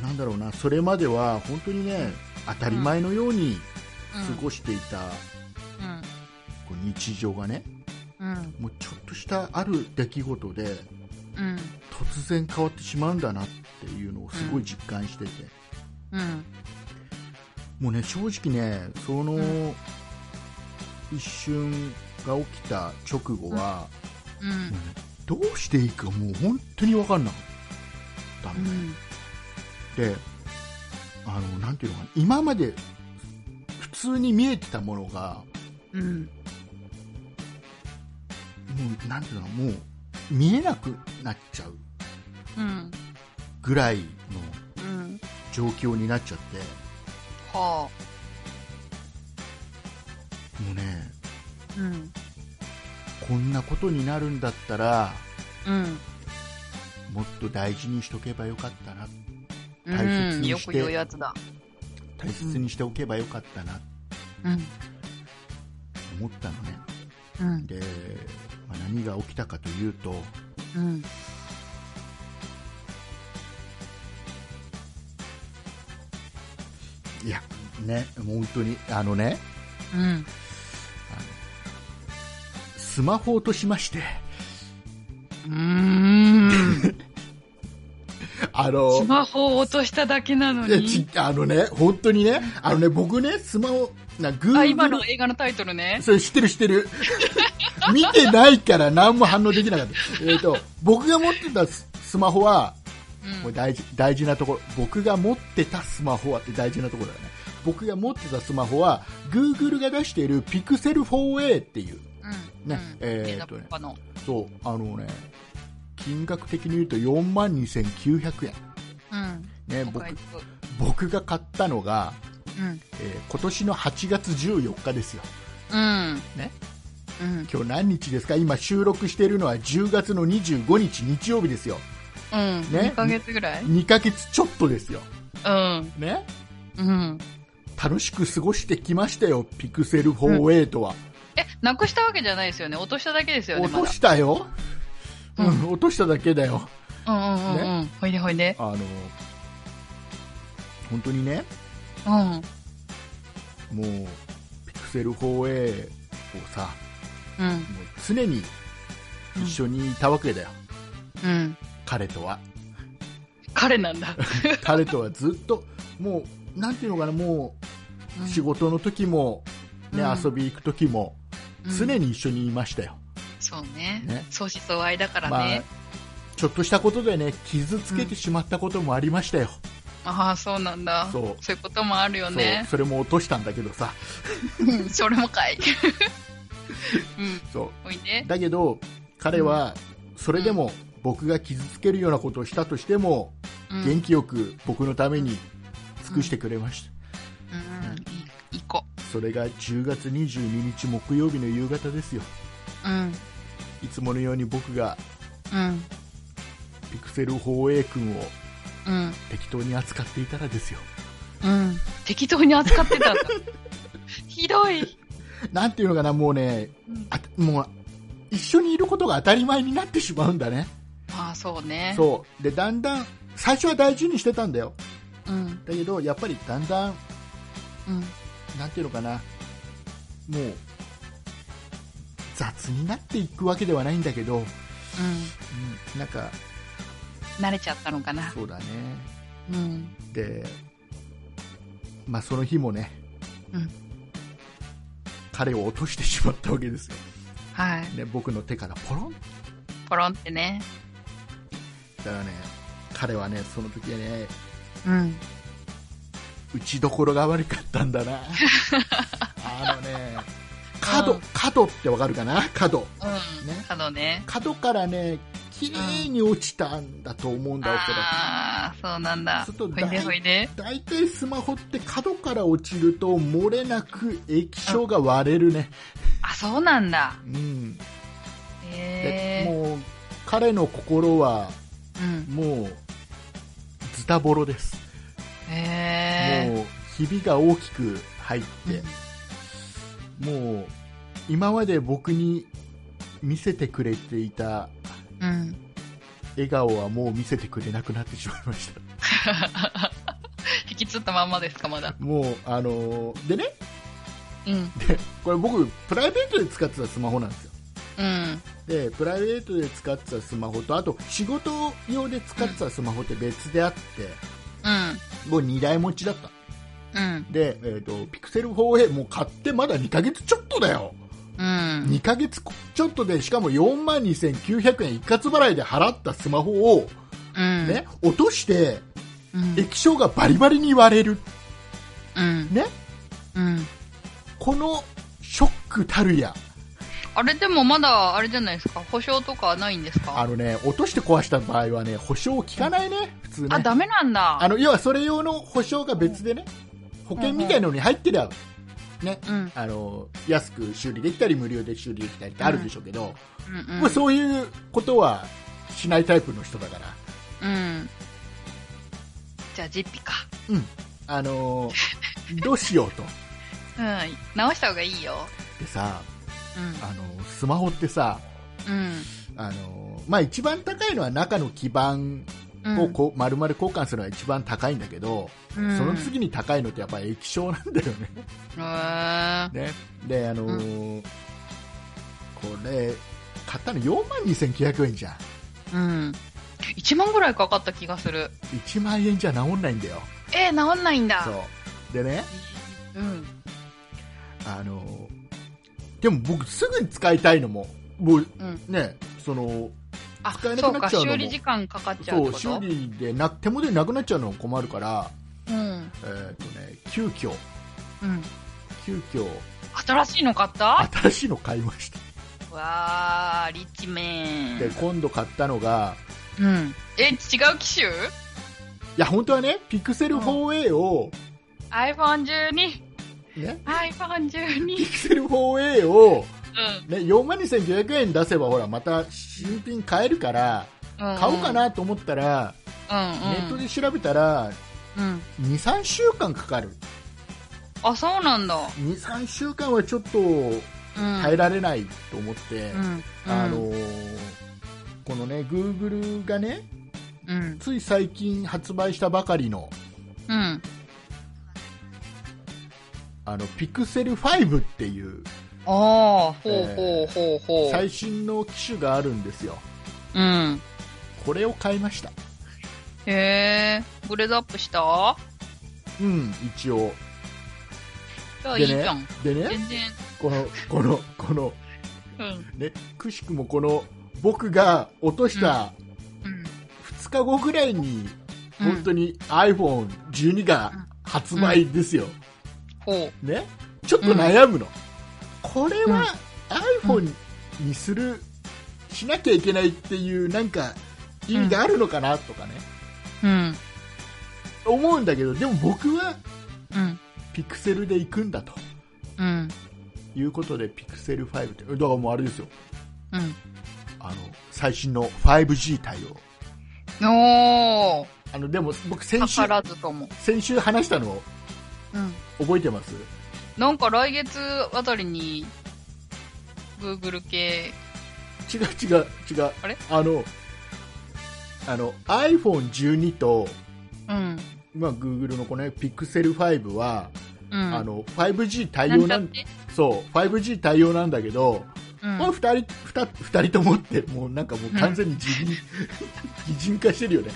Speaker 2: なんだろうなそれまでは本当にね当たり前のように過ごしていた、こう日常がね
Speaker 1: うん
Speaker 2: もうちょっとしたある出来事で
Speaker 1: うん
Speaker 2: 突然変わってしまうんだなっていうのをすごい実感してて、
Speaker 1: うん
Speaker 2: もうね正直ねその
Speaker 1: うん
Speaker 2: 一瞬が起きた直後は、
Speaker 1: うん
Speaker 2: もうねどうしていいかもう本当に分かんなかったのね、であのなんていうのかな今まで普通に見えてたものが
Speaker 1: うん
Speaker 2: もうなんていうのもう見えなくなっちゃう
Speaker 1: うん
Speaker 2: ぐらいの
Speaker 1: うん
Speaker 2: 状況になっちゃって
Speaker 1: は
Speaker 2: もうね
Speaker 1: あうん
Speaker 2: こんなことになるんだったら
Speaker 1: うん
Speaker 2: もっと大事にしとけばよかったな
Speaker 1: う
Speaker 2: 大切
Speaker 1: ん
Speaker 2: に
Speaker 1: よ
Speaker 2: して
Speaker 1: く言うやつだ
Speaker 2: 大切にしておけばよかったなって
Speaker 1: うん
Speaker 2: 思ったのね
Speaker 1: うん
Speaker 2: で、まあ何が起きたかというと
Speaker 1: うん
Speaker 2: いやねもう本当にあのね
Speaker 1: うん
Speaker 2: スマホを落としまして
Speaker 1: うん
Speaker 2: あの
Speaker 1: スマホを落としただけなの
Speaker 2: いや
Speaker 1: に
Speaker 2: ちあのね、本当にね、あのね、僕ね、スマホ、な、グ
Speaker 1: あ
Speaker 2: ー
Speaker 1: 今の映画のタイトルね
Speaker 2: それ知ってる知ってる。見てないから何も反応できなかった。えっ、と、僕が持ってたススマホは、
Speaker 1: うん
Speaker 2: これ大事、大事なところ、僕が持ってたスマホはって大事なところだよね。僕が持ってたスマホは、Google が出している Pixel 4a っていう、
Speaker 1: うんう
Speaker 2: ね
Speaker 1: ん
Speaker 2: えー
Speaker 1: レ
Speaker 2: っとね
Speaker 1: ナポカの
Speaker 2: そう、あのね、金額的に言うと42,900円。
Speaker 1: うん
Speaker 2: ね、
Speaker 1: お
Speaker 2: 僕
Speaker 1: 買い、得
Speaker 2: 僕が買ったのが、
Speaker 1: うん
Speaker 2: えー今年の8月14日ですよ。
Speaker 1: うん
Speaker 2: ね
Speaker 1: うん
Speaker 2: 今日何日ですか今収録しているのは10月の25日日曜日ですよ
Speaker 1: うん、
Speaker 2: ね
Speaker 1: 2ヶ月ぐらい
Speaker 2: 2ヶ月ちょっとですよ
Speaker 1: うん
Speaker 2: ね
Speaker 1: うん
Speaker 2: 楽しく過ごしてきましたよピクセル48は、
Speaker 1: えなくしたわけじゃないですよね落としただけですよね
Speaker 2: 落
Speaker 1: ま
Speaker 2: と
Speaker 1: だ
Speaker 2: したよ、う
Speaker 1: うんん
Speaker 2: 落としただけだよ
Speaker 1: うんうんうんうん、ほいでほいで
Speaker 2: あの本当にね
Speaker 1: うん
Speaker 2: もうピクセル 4A をさ
Speaker 1: うん
Speaker 2: もう常に一緒にいたわけだよ、
Speaker 1: うん
Speaker 2: 彼とは
Speaker 1: 彼なんだ
Speaker 2: 彼とはずっともうなんていうのかなもう *laughs* 仕事の時も、ね
Speaker 1: うん
Speaker 2: 遊び行く時も
Speaker 1: うん
Speaker 2: 常に一緒にいましたよ、
Speaker 1: そうね
Speaker 2: ね
Speaker 1: 相思相愛だから
Speaker 2: まあ
Speaker 1: ね、
Speaker 2: ちょっとしたことでね傷つけてしまったこともありましたよ、
Speaker 1: ああそうなんだ
Speaker 2: そう
Speaker 1: いうこともあるよ
Speaker 2: そう
Speaker 1: ね
Speaker 2: それも落としたんだけどさ
Speaker 1: うん *laughs* それもか
Speaker 2: *laughs*
Speaker 1: いうん
Speaker 2: そ
Speaker 1: ほいで
Speaker 2: うだけど彼はそれでも僕が傷つけるようなことをしたとしても、
Speaker 1: うん
Speaker 2: 元気よく僕のために尽くしてくれました、
Speaker 1: うんいいいい子
Speaker 2: それが10月22日木曜日の夕方ですよ
Speaker 1: うん
Speaker 2: いつものように僕が
Speaker 1: うん
Speaker 2: ピクセル放映君を
Speaker 1: うん
Speaker 2: 適当に扱っていたらですよ
Speaker 1: うん適当に扱って *laughs* たんだひどい、
Speaker 2: なんていうのかなもうね
Speaker 1: うん
Speaker 2: あもう一緒にいることが当たり前になってしまうんだね
Speaker 1: まあそうね
Speaker 2: そうでだんだん最初は大事にしてたんだよ
Speaker 1: うん
Speaker 2: だけどやっぱりだんだん
Speaker 1: うん
Speaker 2: なんていうのかなもう雑になっていくわけではないんだけ
Speaker 1: う
Speaker 2: ど、うん、なんか
Speaker 1: ん慣れちゃったのかな
Speaker 2: そうだね
Speaker 1: うん
Speaker 2: でまあその日もね、
Speaker 1: うん
Speaker 2: 彼を落としてしまったわけですよ、
Speaker 1: はい
Speaker 2: ね、僕の手からポロン
Speaker 1: ポロンってね
Speaker 2: だからね彼はねその時はね
Speaker 1: うん
Speaker 2: 打ちどころが悪かったんだなあのね角、
Speaker 1: うん
Speaker 2: 角ってわかるかな角
Speaker 1: うん、
Speaker 2: ね
Speaker 1: 角ね。
Speaker 2: 角からね綺麗に落ちたんだと思うんだ、おそら
Speaker 1: ああ、そうなんだ。
Speaker 2: ちょっと
Speaker 1: ほい
Speaker 2: 大
Speaker 1: でほいで。
Speaker 2: く大体スマホって角から落ちると漏れなく液晶が割れるね、
Speaker 1: あ、そうなんだ。
Speaker 2: うん、で
Speaker 1: へえ。
Speaker 2: もう彼の心は
Speaker 1: うん。
Speaker 2: もうズタボロです、
Speaker 1: へえ。
Speaker 2: もうひびが大きく入っ
Speaker 1: うん
Speaker 2: て、もう今まで僕に見せてくれていた
Speaker 1: うん。
Speaker 2: 笑顔はもう見せてくれなくなってしまいました
Speaker 1: 引きつったまんまですか、まだ。
Speaker 2: もうあのーでね
Speaker 1: うん。
Speaker 2: これ僕プライベートで使ってたスマホなんですよ
Speaker 1: うん。
Speaker 2: でプライベートで使ってたスマホとあと仕事用で使ってたスマホって別であって、
Speaker 1: うん。
Speaker 2: もう2台持ちだった
Speaker 1: うん。
Speaker 2: で、えー、とピクセル 4A もう買ってまだ2ヶ月ちょっとだよ、
Speaker 1: うん。
Speaker 2: 2ヶ月ちょっとでしかも4万2900円一括払いで払ったスマホを、
Speaker 1: うん。
Speaker 2: ね落として
Speaker 1: うん。
Speaker 2: 液晶がバリバリに割れる
Speaker 1: うん。
Speaker 2: ね
Speaker 1: うん。
Speaker 2: このショックたるや
Speaker 1: あれでもまだ、あれじゃないですか。保証とかないんです
Speaker 2: あ
Speaker 1: か
Speaker 2: のね落として壊した場合はね保証効かないね普通ね
Speaker 1: あ、ダメなん
Speaker 2: あ
Speaker 1: だ。
Speaker 2: の要はそれ用の保証が別でね保険みたいなのに入ってりゃ、ね
Speaker 1: うん。
Speaker 2: あの安く修理できたり無料で修理できたりってあるでしょうけど、
Speaker 1: うん。う。
Speaker 2: もうんそういうことはしないタイプの人だから、
Speaker 1: うん。じゃあ、実費か。
Speaker 2: あのどうしようと
Speaker 1: うん。直した方がいいよ。
Speaker 2: でさ
Speaker 1: う
Speaker 2: あのスマホってさ
Speaker 1: ん。うん。
Speaker 2: あの、まあ、一番高いのは中の基板
Speaker 1: うん
Speaker 2: をこう丸々交換するのが一番高いんだけど、
Speaker 1: うん
Speaker 2: その次に高いのってやっぱり液晶なんだよね。
Speaker 1: *laughs* へー
Speaker 2: ねで、あのーこれ、買ったの4万2900円じゃん。
Speaker 1: うん。1万ぐらいかかった気がする。
Speaker 2: 1万円じゃ治んないんだよ。
Speaker 1: えー、治んないんだ。
Speaker 2: そう。でね、
Speaker 1: うん。
Speaker 2: あのーでも僕すぐに使いたいのも、もう
Speaker 1: うん。
Speaker 2: ね、その、
Speaker 1: あ、
Speaker 2: 使えな
Speaker 1: そ
Speaker 2: く
Speaker 1: う
Speaker 2: なっ
Speaker 1: か、
Speaker 2: ちゃうのも
Speaker 1: 修理時間かかっちゃうっ
Speaker 2: そ
Speaker 1: てこ
Speaker 2: う、
Speaker 1: と
Speaker 2: 修理でな、手元でなくなっちゃうのも困るから、
Speaker 1: うん。
Speaker 2: えっ、とね、急遽、
Speaker 1: うん。
Speaker 2: 急遽、
Speaker 1: 新しいの買った
Speaker 2: 新しいの買いました。
Speaker 1: わー、リッチメ
Speaker 2: で
Speaker 1: ン。
Speaker 2: 今度買ったのが
Speaker 1: うん。え、違う機種
Speaker 2: いや本当はねピクセル 4A を、
Speaker 1: ?iPhone12。
Speaker 2: ね
Speaker 1: iPhone12。
Speaker 2: ピクセル 4A を
Speaker 1: う
Speaker 2: ね、4万2900円出せばほらまた新品買えるから
Speaker 1: ん。
Speaker 2: 買おうかなと思ったら、
Speaker 1: うんうん。
Speaker 2: ネットで調べたら
Speaker 1: うん。
Speaker 2: 23週間かかる
Speaker 1: あ、そうなんだ。
Speaker 2: 23週間はちょっと
Speaker 1: うん。
Speaker 2: 耐えられないと思って、
Speaker 1: うん。
Speaker 2: あのーこのね Google がね
Speaker 1: うん。
Speaker 2: つい最近発売したばかりの
Speaker 1: うん。
Speaker 2: あの Pixel5 っていう
Speaker 1: ああ、ほうほうほうほう。
Speaker 2: 最新の機種があるんですよ
Speaker 1: うん。
Speaker 2: これを買いました
Speaker 1: へえ、グレードアップした
Speaker 2: うん一応
Speaker 1: じゃあい
Speaker 2: で
Speaker 1: いじ
Speaker 2: ね
Speaker 1: ゃん。
Speaker 2: でね
Speaker 1: 全然。
Speaker 2: このこのこの
Speaker 1: うん。
Speaker 2: ね、くしくもこの僕が落とした
Speaker 1: うん。
Speaker 2: 2日後ぐらいに、
Speaker 1: うん
Speaker 2: 本当に iPhone12 が発売ですよ、
Speaker 1: ほう。
Speaker 2: ね、ちょっと悩むの、これは iPhone にする、しなきゃいけないっていうなんか意味があるのかなとかね、
Speaker 1: うん。
Speaker 2: 思うんだけどでも僕は
Speaker 1: うん。
Speaker 2: ピクセルで行くんだと
Speaker 1: うん。
Speaker 2: いうことでピクセル5ってだからもうあれですよ
Speaker 1: うん。
Speaker 2: あの最新の 5G 対応
Speaker 1: おー。
Speaker 2: あのでも僕先週
Speaker 1: 宝ずとも。
Speaker 2: 先週話したのを
Speaker 1: うん。
Speaker 2: 覚えてます
Speaker 1: なんか来月あたりに、Google 系。
Speaker 2: 違う違う違う
Speaker 1: あれ
Speaker 2: のあの iPhone12 と、
Speaker 1: うん。
Speaker 2: まあ、Google のこの、ね、Pixel5 は、
Speaker 1: うん。
Speaker 2: あ、の 5G 対
Speaker 1: な
Speaker 2: 応
Speaker 1: んちゃ
Speaker 2: な
Speaker 1: っ
Speaker 2: ん
Speaker 1: て。
Speaker 2: そう 5G 対応なんだけど、
Speaker 1: うん
Speaker 2: まあ、。2, 人 2, 人ともってもうなんかもう完全に擬
Speaker 1: *laughs*
Speaker 2: 人擬人化してるよね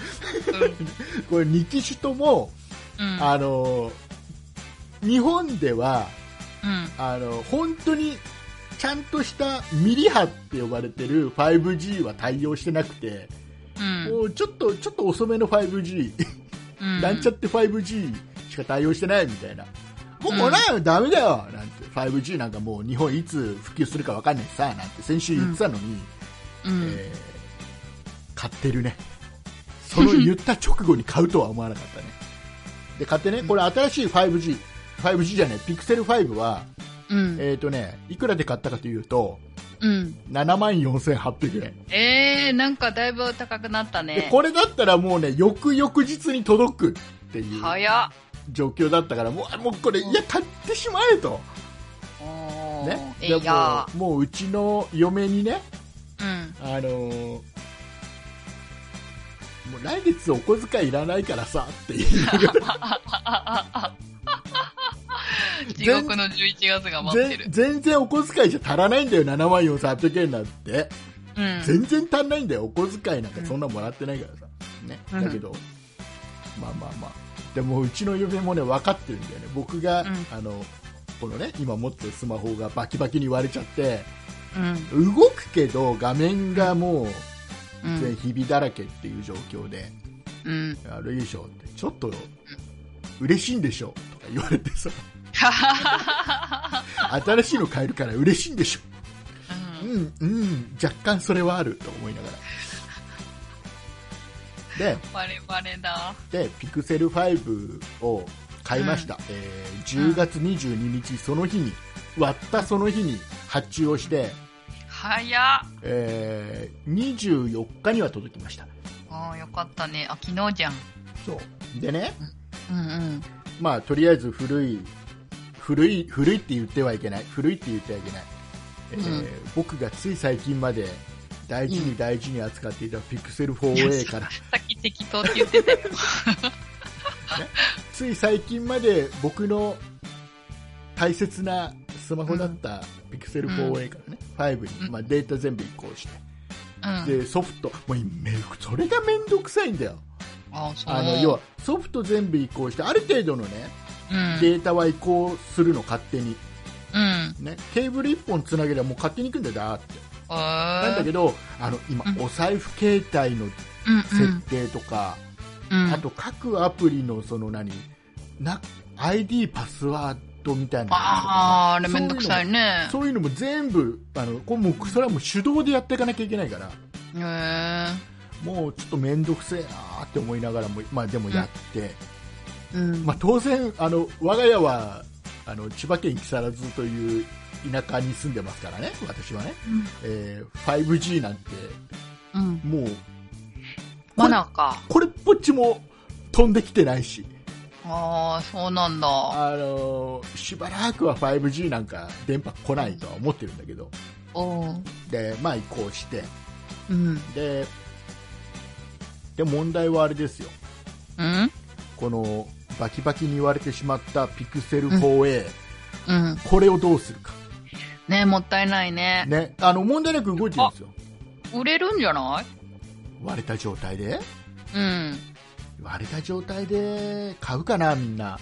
Speaker 2: これ2機種とも、
Speaker 1: うん。
Speaker 2: あの日本では
Speaker 1: うん。
Speaker 2: あの本当にちゃんとしたミリ波って呼ばれてる 5G は対応してなくて、
Speaker 1: うん
Speaker 2: もうちょっとちょっと遅めの 5G、
Speaker 1: うん。
Speaker 2: なんちゃって 5G しか対応してないみたいな、もうこ
Speaker 1: うん
Speaker 2: ないのダメだよなんて 5G なんかもう日本いつ普及するかわかんないしさなんて先週言ってたのに、
Speaker 1: うん。
Speaker 2: えー買ってるねその言った直後に買うとは思わなかった
Speaker 1: *laughs*
Speaker 2: ねで買ってねこれ新しい 5G5G じゃないピクセル5は
Speaker 1: うん。
Speaker 2: えーとね、いくらで買ったかというと、
Speaker 1: うん。
Speaker 2: 7万4800円。
Speaker 1: えー、なんかだいぶ高くなった
Speaker 2: で
Speaker 1: ね。
Speaker 2: これだったらもうね、翌々日に届くっていう
Speaker 1: 早っ。
Speaker 2: 状況だったから、もうあもうこれ、
Speaker 1: うん
Speaker 2: いや、買ってしまえと、
Speaker 1: おー
Speaker 2: ね、
Speaker 1: え
Speaker 2: で
Speaker 1: いや
Speaker 2: もうもううちの嫁にね、
Speaker 1: うん。
Speaker 2: あのーもう来月お小遣いいらないからさっていう
Speaker 1: 地獄の11月が待って
Speaker 2: 全
Speaker 1: る。
Speaker 2: 全然お小遣いじゃ足らないんだよ、7万4800円なんて。
Speaker 1: うん。
Speaker 2: 全然足んないんだよお小遣いなんかそんなもらってないからさ、ね、
Speaker 1: うん
Speaker 2: だけど、まあまあまあでもうちの嫁もね分かってるんだよね僕が、
Speaker 1: うん
Speaker 2: あのこのね今持ってるスマホがバキバキに割れちゃって
Speaker 1: うん。
Speaker 2: 動くけど画面がもう
Speaker 1: う
Speaker 2: 全
Speaker 1: ん。
Speaker 2: ひびだらけっていう状況で、
Speaker 1: うん。
Speaker 2: あれでしょってちょっと嬉しいんでしょとか言われてさ新しいの買えるから嬉しいんでしょうんうん若干それはあると思いながら *laughs* で
Speaker 1: バレバレだ。
Speaker 2: でピクセル5を買いました、えー10月22日その日に割ったその日に発注をして、
Speaker 1: 早っ。
Speaker 2: えー24日には届きました
Speaker 1: ああ、よかったね。あ、昨日じゃん。
Speaker 2: そうでね、
Speaker 1: うんうん。
Speaker 2: まあ、とりあえず古い古い古いって言ってはいけない古いって言ってはいけない、えー
Speaker 1: うん
Speaker 2: 僕がつい最近まで大事に大事に扱っていたピクセル 4A から
Speaker 1: さっき適当って言ってたよ。
Speaker 2: つい最近まで僕の大切なスマホだったピクセル 4A からね、5
Speaker 1: う
Speaker 2: に、
Speaker 1: ん
Speaker 2: まあ、データ全部移行して、
Speaker 1: うん。
Speaker 2: でソフトもうめそれが面倒くさいんだよ、
Speaker 1: ああ、そう。
Speaker 2: あの要はソフト全部移行してある程度の、ね、
Speaker 1: うん。
Speaker 2: データは移行するの勝手に、
Speaker 1: うん。
Speaker 2: ね、ケーブル1本つなげればもう勝手に行くんだよだーって、なんだ
Speaker 1: あ
Speaker 2: けどあの今、
Speaker 1: うん
Speaker 2: お財布携帯の
Speaker 1: うん
Speaker 2: 設定とか、
Speaker 1: うん。
Speaker 2: あと各アプリのその何な ID パスワードみたいなのと
Speaker 1: ああ、あ
Speaker 2: か
Speaker 1: れめんどくさいね。
Speaker 2: そういうのもそういうのも全部あのこれもうそれはもう手動でやっていかなきゃいけないから
Speaker 1: へえ。
Speaker 2: もうちょっと面倒くせえなーって思いながらも、まあ、でもやって、
Speaker 1: うん。
Speaker 2: まあ、当然あの我が家はあの千葉県木更津という田舎に住んでますからね、私はね、えー 5G なんて、
Speaker 1: うん。
Speaker 2: もう、
Speaker 1: まだか。
Speaker 2: これっぽっちも飛んできてないし、
Speaker 1: ああ、そうなんだ。
Speaker 2: あのーしばらくは 5G なんか電波来ないとは思ってるんだけど、
Speaker 1: おう。
Speaker 2: で、まあ移行して、
Speaker 1: うん。
Speaker 2: で、で、問題はあれですよ、
Speaker 1: うん
Speaker 2: この、バキバキに言われてしまったピクセル 4A、
Speaker 1: うん。
Speaker 2: これをどうするか。
Speaker 1: ねもったいないね。
Speaker 2: ね、あの、問題なく動いてるんですよ。
Speaker 1: 売れるんじゃない
Speaker 2: 割れた状態で
Speaker 1: うん。
Speaker 2: 割れた状態で買うかな、みんな。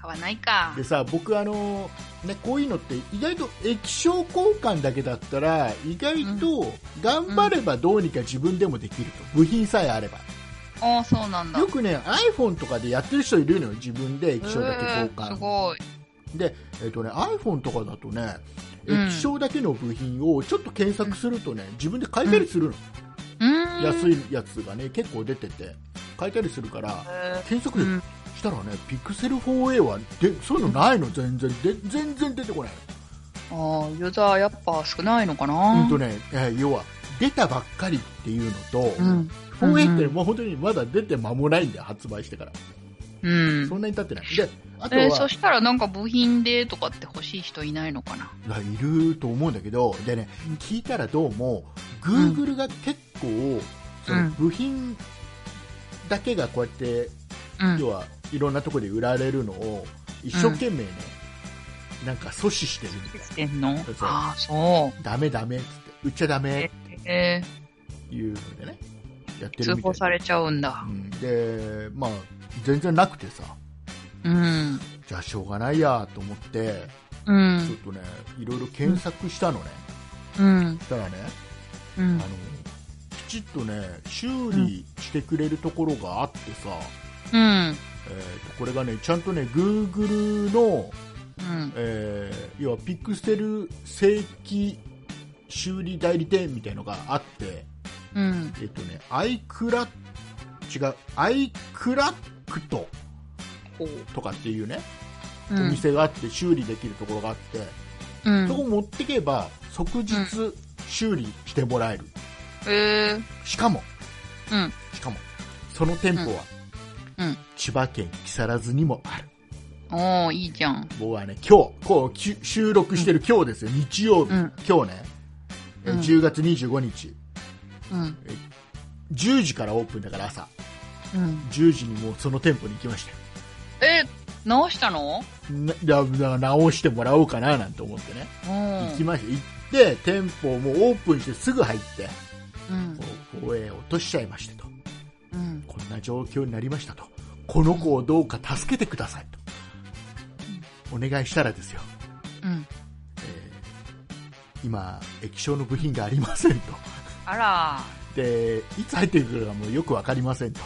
Speaker 1: 買わないか。
Speaker 2: でさ、僕、あの、ね、こういうのって意外と液晶交換だけだったら、意外と頑張ればどうにか自分でもできると。部品さえあれば。
Speaker 1: ああ、そうなんだ。
Speaker 2: よくね、iPhone とかでやってる人いるのよ、自分で液晶だけ交
Speaker 1: えーす
Speaker 2: 換。
Speaker 1: ごい。
Speaker 2: で、えっとね、iPhone とかだと
Speaker 1: う
Speaker 2: ね、
Speaker 1: ん
Speaker 2: 液晶だけの部品をちょっと検索するとね、自分で買えたりするの。
Speaker 1: うーん。
Speaker 2: 安いやつがね、結構出てて、買えたりするから、
Speaker 1: え
Speaker 2: 検索
Speaker 1: ーう
Speaker 2: で
Speaker 1: ん。
Speaker 2: したらね、ピクセル 4A はでそういうのないの全然で全然出てこない
Speaker 1: ああ、ユーザーやっぱ少ないのか
Speaker 2: の、う
Speaker 1: なん
Speaker 2: とねえー要は出たばっかりっていうのと、
Speaker 1: うん。
Speaker 2: 4A って
Speaker 1: うん
Speaker 2: もう本当にまだ出て間もないんで発売してから、
Speaker 1: うん。
Speaker 2: そんなに経ってないであとは、
Speaker 1: えーそしたらなんか部品でとかって欲しい人いないのかない
Speaker 2: ると思うんだけどでね聞いたらどうも Google が結構、その部品だけがこうやって、
Speaker 1: うん。
Speaker 2: 要はいろんなとこで売られるのを一生懸命ね、なんか阻止してるみたいな
Speaker 1: してんの
Speaker 2: そう
Speaker 1: ああ、そ
Speaker 2: ダメダメっつって売っちゃダメ
Speaker 1: う。え
Speaker 2: いうのでね、やっ
Speaker 1: ー、
Speaker 2: てる
Speaker 1: 通
Speaker 2: みたい
Speaker 1: 報されちゃうんだ
Speaker 2: う。ん、で、まあ、全然なくてさ、
Speaker 1: うん。
Speaker 2: じゃあしょうがないやと思って、
Speaker 1: う
Speaker 2: ちょっ
Speaker 1: ん。
Speaker 2: とね、いろいろ検索したのね。
Speaker 1: うん。
Speaker 2: したらね、
Speaker 1: う
Speaker 2: あ
Speaker 1: ん
Speaker 2: の。、きちっとね、修理してくれるところがあってさ、
Speaker 1: うん。
Speaker 2: えーとこれがね、ちゃんとね、Google の、
Speaker 1: うん。
Speaker 2: えー要はピクセル正規修理代理店みたいのがあって、
Speaker 1: うん。
Speaker 2: えっとね、アイクラ、違う、アイクラクト
Speaker 1: こう。
Speaker 2: とかっていうね、
Speaker 1: う
Speaker 2: お
Speaker 1: ん。
Speaker 2: 店があって修理できるところがあって、
Speaker 1: うん
Speaker 2: そこ持ってけば即日修理してもらえる。
Speaker 1: えー、
Speaker 2: しかも、
Speaker 1: うん。
Speaker 2: しかも、その店舗は、
Speaker 1: うんうん
Speaker 2: 千葉県木更津にもある。
Speaker 1: おー、いいじゃん。
Speaker 2: 僕はね、今日、こうきゅ、収録してる今日ですよ、日曜日、
Speaker 1: うん
Speaker 2: 今日ね、え
Speaker 1: うん
Speaker 2: 10月25日、
Speaker 1: うん。
Speaker 2: 10時からオープンだから朝、
Speaker 1: うん。
Speaker 2: 10時にもうその店舗に行きましたよ
Speaker 1: え直したの
Speaker 2: なだだ直してもらおうかななんて思ってね、
Speaker 1: う
Speaker 2: 行き
Speaker 1: ん。
Speaker 2: ました行って店舗もオープンしてすぐ入って
Speaker 1: うん。
Speaker 2: こう 4A 落としちゃいましたと
Speaker 1: うん。
Speaker 2: こんな状況になりましたとこの子をどうか助けてくださいとお願いしたらですよ、
Speaker 1: うん。
Speaker 2: えー今液晶の部品がありませんと
Speaker 1: あら
Speaker 2: でいつ入ってくるかもよく分かりませんと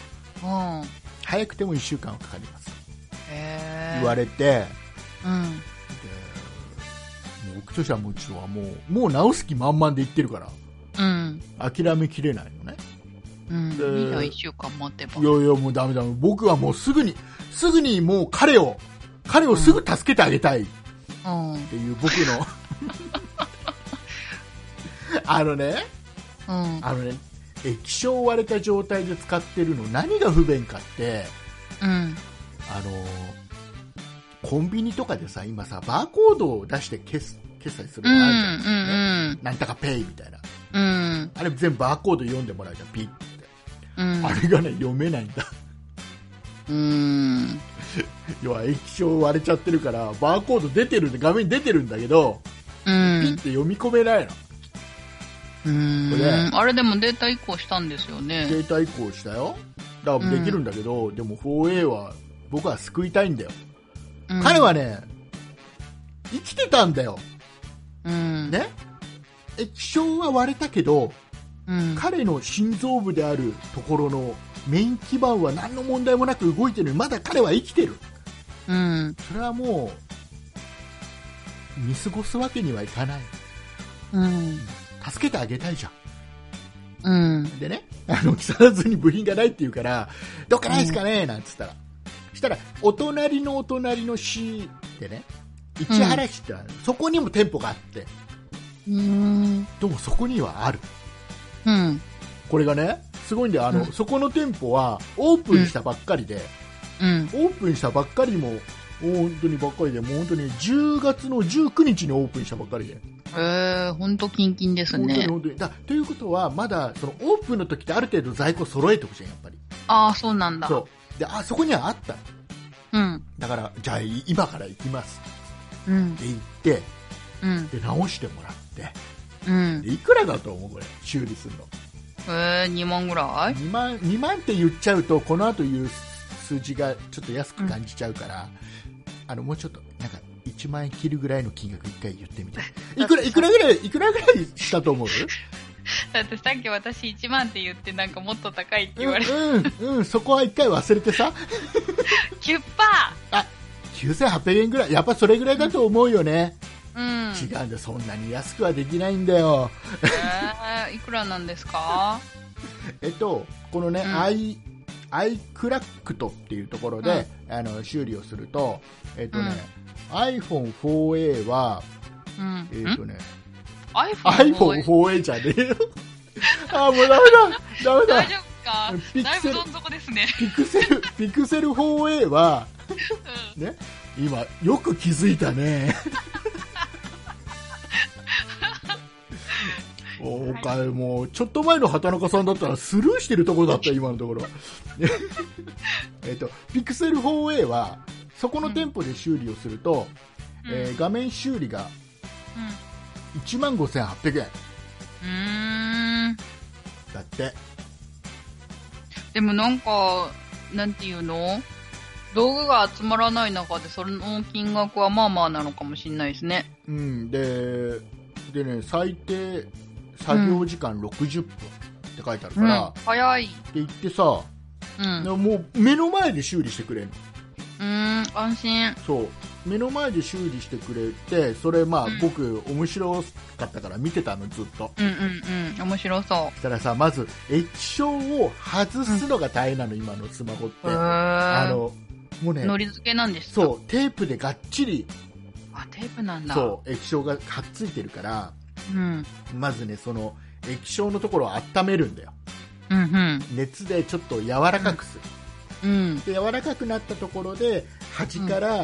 Speaker 1: うん。
Speaker 2: 早くても1週間はかかります
Speaker 1: えー。
Speaker 2: 言われて
Speaker 1: うん。
Speaker 2: もう僕としてはもうちょっとはもうもう直す気満々で言ってるから
Speaker 1: うん。
Speaker 2: 諦めきれないのね
Speaker 1: うん。
Speaker 2: で
Speaker 1: いいじゃん、一週間待てば
Speaker 2: い。やいや、もうダメダメ。僕はもうすぐに、すぐにもう彼を、彼をすぐ助けてあげたいっ
Speaker 1: うん。うん。
Speaker 2: ていう僕
Speaker 1: *laughs*
Speaker 2: の、あのね、あのね、液晶割れた状態で使ってるの何が不便かって、
Speaker 1: うん。
Speaker 2: あのー、コンビニとかでさ、今さ、バーコードを出して決す決済する
Speaker 1: う
Speaker 2: の
Speaker 1: ん。
Speaker 2: あるじゃんですか、ね
Speaker 1: うん。
Speaker 2: なんとかペイみたいな。
Speaker 1: うん。
Speaker 2: あれ全部バーコード読んでもらうじゃん、ピッて。
Speaker 1: うん。
Speaker 2: あれがね、読めないんだ。
Speaker 1: うん。
Speaker 2: 要は液晶割れちゃってるからバーコード出てるんで画面に出てるんだけど、
Speaker 1: う
Speaker 2: ピッ
Speaker 1: ん
Speaker 2: て。読み込めないの
Speaker 1: うん
Speaker 2: これ
Speaker 1: あれでもデータ移行したんですよね。
Speaker 2: 携帯移行したよだからできるんだけど、でも 4A は僕は救いたいんだよ、
Speaker 1: うん
Speaker 2: 彼、はね生きてたんだよ
Speaker 1: うん。
Speaker 2: ね液晶は割れたけど
Speaker 1: うん。
Speaker 2: 彼の心臓部であるところのメイン基盤は何の問題もなく動いてるのにまだ彼は生きてる
Speaker 1: うん。
Speaker 2: それはもう見過ごすわけにはいかない
Speaker 1: うん。
Speaker 2: 助けてあげたいじゃん
Speaker 1: うん。
Speaker 2: でね、あの、木 *laughs* 更津に部品がないって言うから、どっかないですかねなんつったら。したら、お隣のお隣の市でね、市原市ってある、そこにも店舗があって
Speaker 1: うん。
Speaker 2: でもそこにはある
Speaker 1: うん。
Speaker 2: これがねすごいんだよあ
Speaker 1: う
Speaker 2: の、
Speaker 1: ん
Speaker 2: そこの店舗はオープンしたばっかりで、
Speaker 1: うん。
Speaker 2: オープンしたばっかりも本当にばっかりでもう本当に10月の19日にオープンしたばっかりで
Speaker 1: えー、ほんとキンキンです
Speaker 2: 本当に
Speaker 1: ね。
Speaker 2: 本当にだということはまだそのオープンの時ってある程度在庫揃えてほしいやっぱり
Speaker 1: ああ、そうなんだ。
Speaker 2: そうであそこにはあった
Speaker 1: うん。
Speaker 2: だからじゃあい今から行きます
Speaker 1: うん
Speaker 2: っ。て言って
Speaker 1: うん。
Speaker 2: で直してもらって
Speaker 1: うん。
Speaker 2: でいくらだと思うこれ修理するの
Speaker 1: えー、2万ぐらい
Speaker 2: 2万 ,2 万って言っちゃうとこの後言う数字がちょっと安く感じちゃうから、あのもうちょっとなんか1万円切るぐらいの金額一回言っ
Speaker 1: *laughs*
Speaker 2: てみていくらいくらぐらいいくらぐらいしたと思う
Speaker 1: だってさっき私1万って言ってなんかもっと高いって言われて、
Speaker 2: うん、うん、うん、そこは一回忘れてさ
Speaker 1: 10%!
Speaker 2: 9800円ぐらいやっぱそれぐらいだと思うよね、
Speaker 1: うん。
Speaker 2: 違うんだよそんなに安くはできないんだよ
Speaker 1: えー、いくらなんですか
Speaker 2: えっと、このね、
Speaker 1: うん
Speaker 2: アイアイクラクトっていうところで、あの修理をすると、えっとね、iPhone4A は、
Speaker 1: うん。
Speaker 2: えっ
Speaker 1: ん
Speaker 2: とね、
Speaker 1: iPhone を
Speaker 2: iPhone4A じゃねえ
Speaker 1: *laughs*
Speaker 2: よ。あー、もうダメだ、ダメだ
Speaker 1: 大。丈夫
Speaker 2: ピ
Speaker 1: かだ
Speaker 2: クセル
Speaker 1: いぶどん底ですね。
Speaker 2: ピクセル、ピクセル 4A は、
Speaker 1: うん
Speaker 2: ね、今、よく気づい
Speaker 1: *laughs*
Speaker 2: たね。おかい、もう、ちょっと前の畑中さんだったらスルーしてるところだった、今のところは。 *laughs* えっと、ピクセル 4A は、そこの店舗で修理をすると、
Speaker 1: うん
Speaker 2: えー画面修理が
Speaker 1: うん
Speaker 2: 1万5800円
Speaker 1: うーん。
Speaker 2: だって。
Speaker 1: でもなんか、なんていうの道具が集まらない中で、その金額はまあまあなのかもしれないですね。
Speaker 2: うん、で、でね、最低作業時間60分って書いてあ
Speaker 1: う
Speaker 2: るか
Speaker 1: ん
Speaker 2: ら、っ。
Speaker 1: 早い。
Speaker 2: て言ってさ、
Speaker 1: うん。う
Speaker 2: もう目の前で修理してくれる
Speaker 1: ーん、安心。
Speaker 2: そう目の前で修理してくれてそれまあ、
Speaker 1: うん
Speaker 2: 僕面白かったから見てたのずっと
Speaker 1: うんうんうん。面白そ
Speaker 2: そしたらさまず液晶を外すのが大変なの、今のスマホって、
Speaker 1: う。へ
Speaker 2: あ
Speaker 1: ー。
Speaker 2: のもうね
Speaker 1: のり付けなんですか
Speaker 2: そうテープでがっちり
Speaker 1: あ、テープなんだ。
Speaker 2: そう液晶がかっついてるから
Speaker 1: う。うん。
Speaker 2: まずねその液晶のところを温めるんだよ
Speaker 1: うん
Speaker 2: 熱でちょっと柔らかくす
Speaker 1: う
Speaker 2: る、
Speaker 1: ん。うん。
Speaker 2: で柔らかくなったところで端から、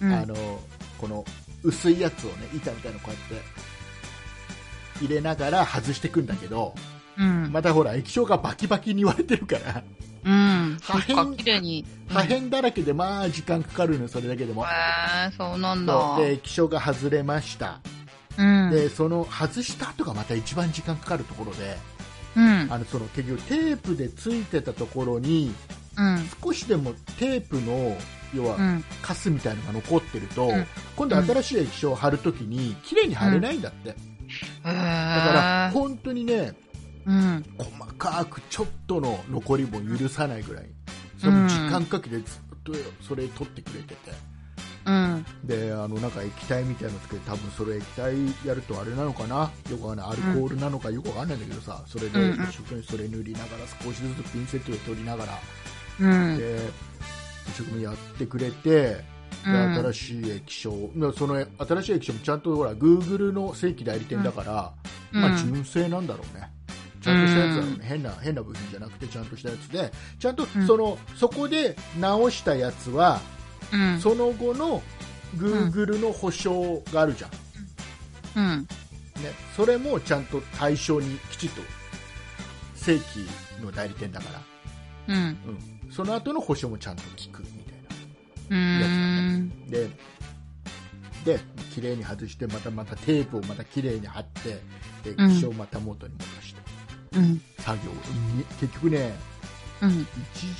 Speaker 1: うん。
Speaker 2: あのこの薄いやつをね板みたいなのこうやって入れながら外していくんだけど
Speaker 1: うん。
Speaker 2: またほら液晶がバキバキに割れてるから
Speaker 1: うん。そ
Speaker 2: 破
Speaker 1: っ
Speaker 2: 片
Speaker 1: か、綺麗に。
Speaker 2: 破片だらけでまあ時間かかるのよそれだけでも
Speaker 1: へー、そうなんだ
Speaker 2: そう。で液晶が外れました
Speaker 1: うん。
Speaker 2: でその外した後がまた一番時間かかるところで
Speaker 1: うん。
Speaker 2: あのその結局テープでついてたところに
Speaker 1: うん。
Speaker 2: 少しでもテープの要は
Speaker 1: うん。
Speaker 2: カスみたいのが残ってると、
Speaker 1: うん
Speaker 2: 今度新しい液晶を貼るときに綺麗に貼れないんだって、
Speaker 1: だ
Speaker 2: だから
Speaker 1: か、
Speaker 2: 本当にね、
Speaker 1: うん。
Speaker 2: 細かくちょっとの残りも許さないぐらい、その時間かけてずっとそれ取ってくれてて、
Speaker 1: うん。
Speaker 2: であのなんか液体みたいのつけて、多分それ液体やるとあれなのかな、よくわかんない、アルコールなのかよくわかんないんだけどさ、それで
Speaker 1: うんうん
Speaker 2: 一生懸命それ塗りながら、少しずつピンセットで取りながら、
Speaker 1: うん。
Speaker 2: で一生懸命やってくれて、で新しい液晶、まあその新しい液晶もちゃんとほら、グーグルの正規代理店だから、
Speaker 1: うん
Speaker 2: まあ、純正なんだろうね。ちゃんとしたやつだろうね、変な変な部品じゃなくてちゃんとしたやつでちゃんと
Speaker 1: うん
Speaker 2: その、そこで直したやつは、
Speaker 1: うん。
Speaker 2: その後の Google の保証があるじゃん、
Speaker 1: うん。
Speaker 2: ね、それもちゃんと対象にきちっと正規の代理店だから、
Speaker 1: うん。
Speaker 2: うん、その後の保証もちゃんと聞くみたいな
Speaker 1: うん。
Speaker 2: でで綺麗に外してまたまたテープをまた綺麗に貼ってで
Speaker 1: うん
Speaker 2: 液晶をまた元に戻して、
Speaker 1: うん。
Speaker 2: 作業をに結局ね
Speaker 1: うん。
Speaker 2: 1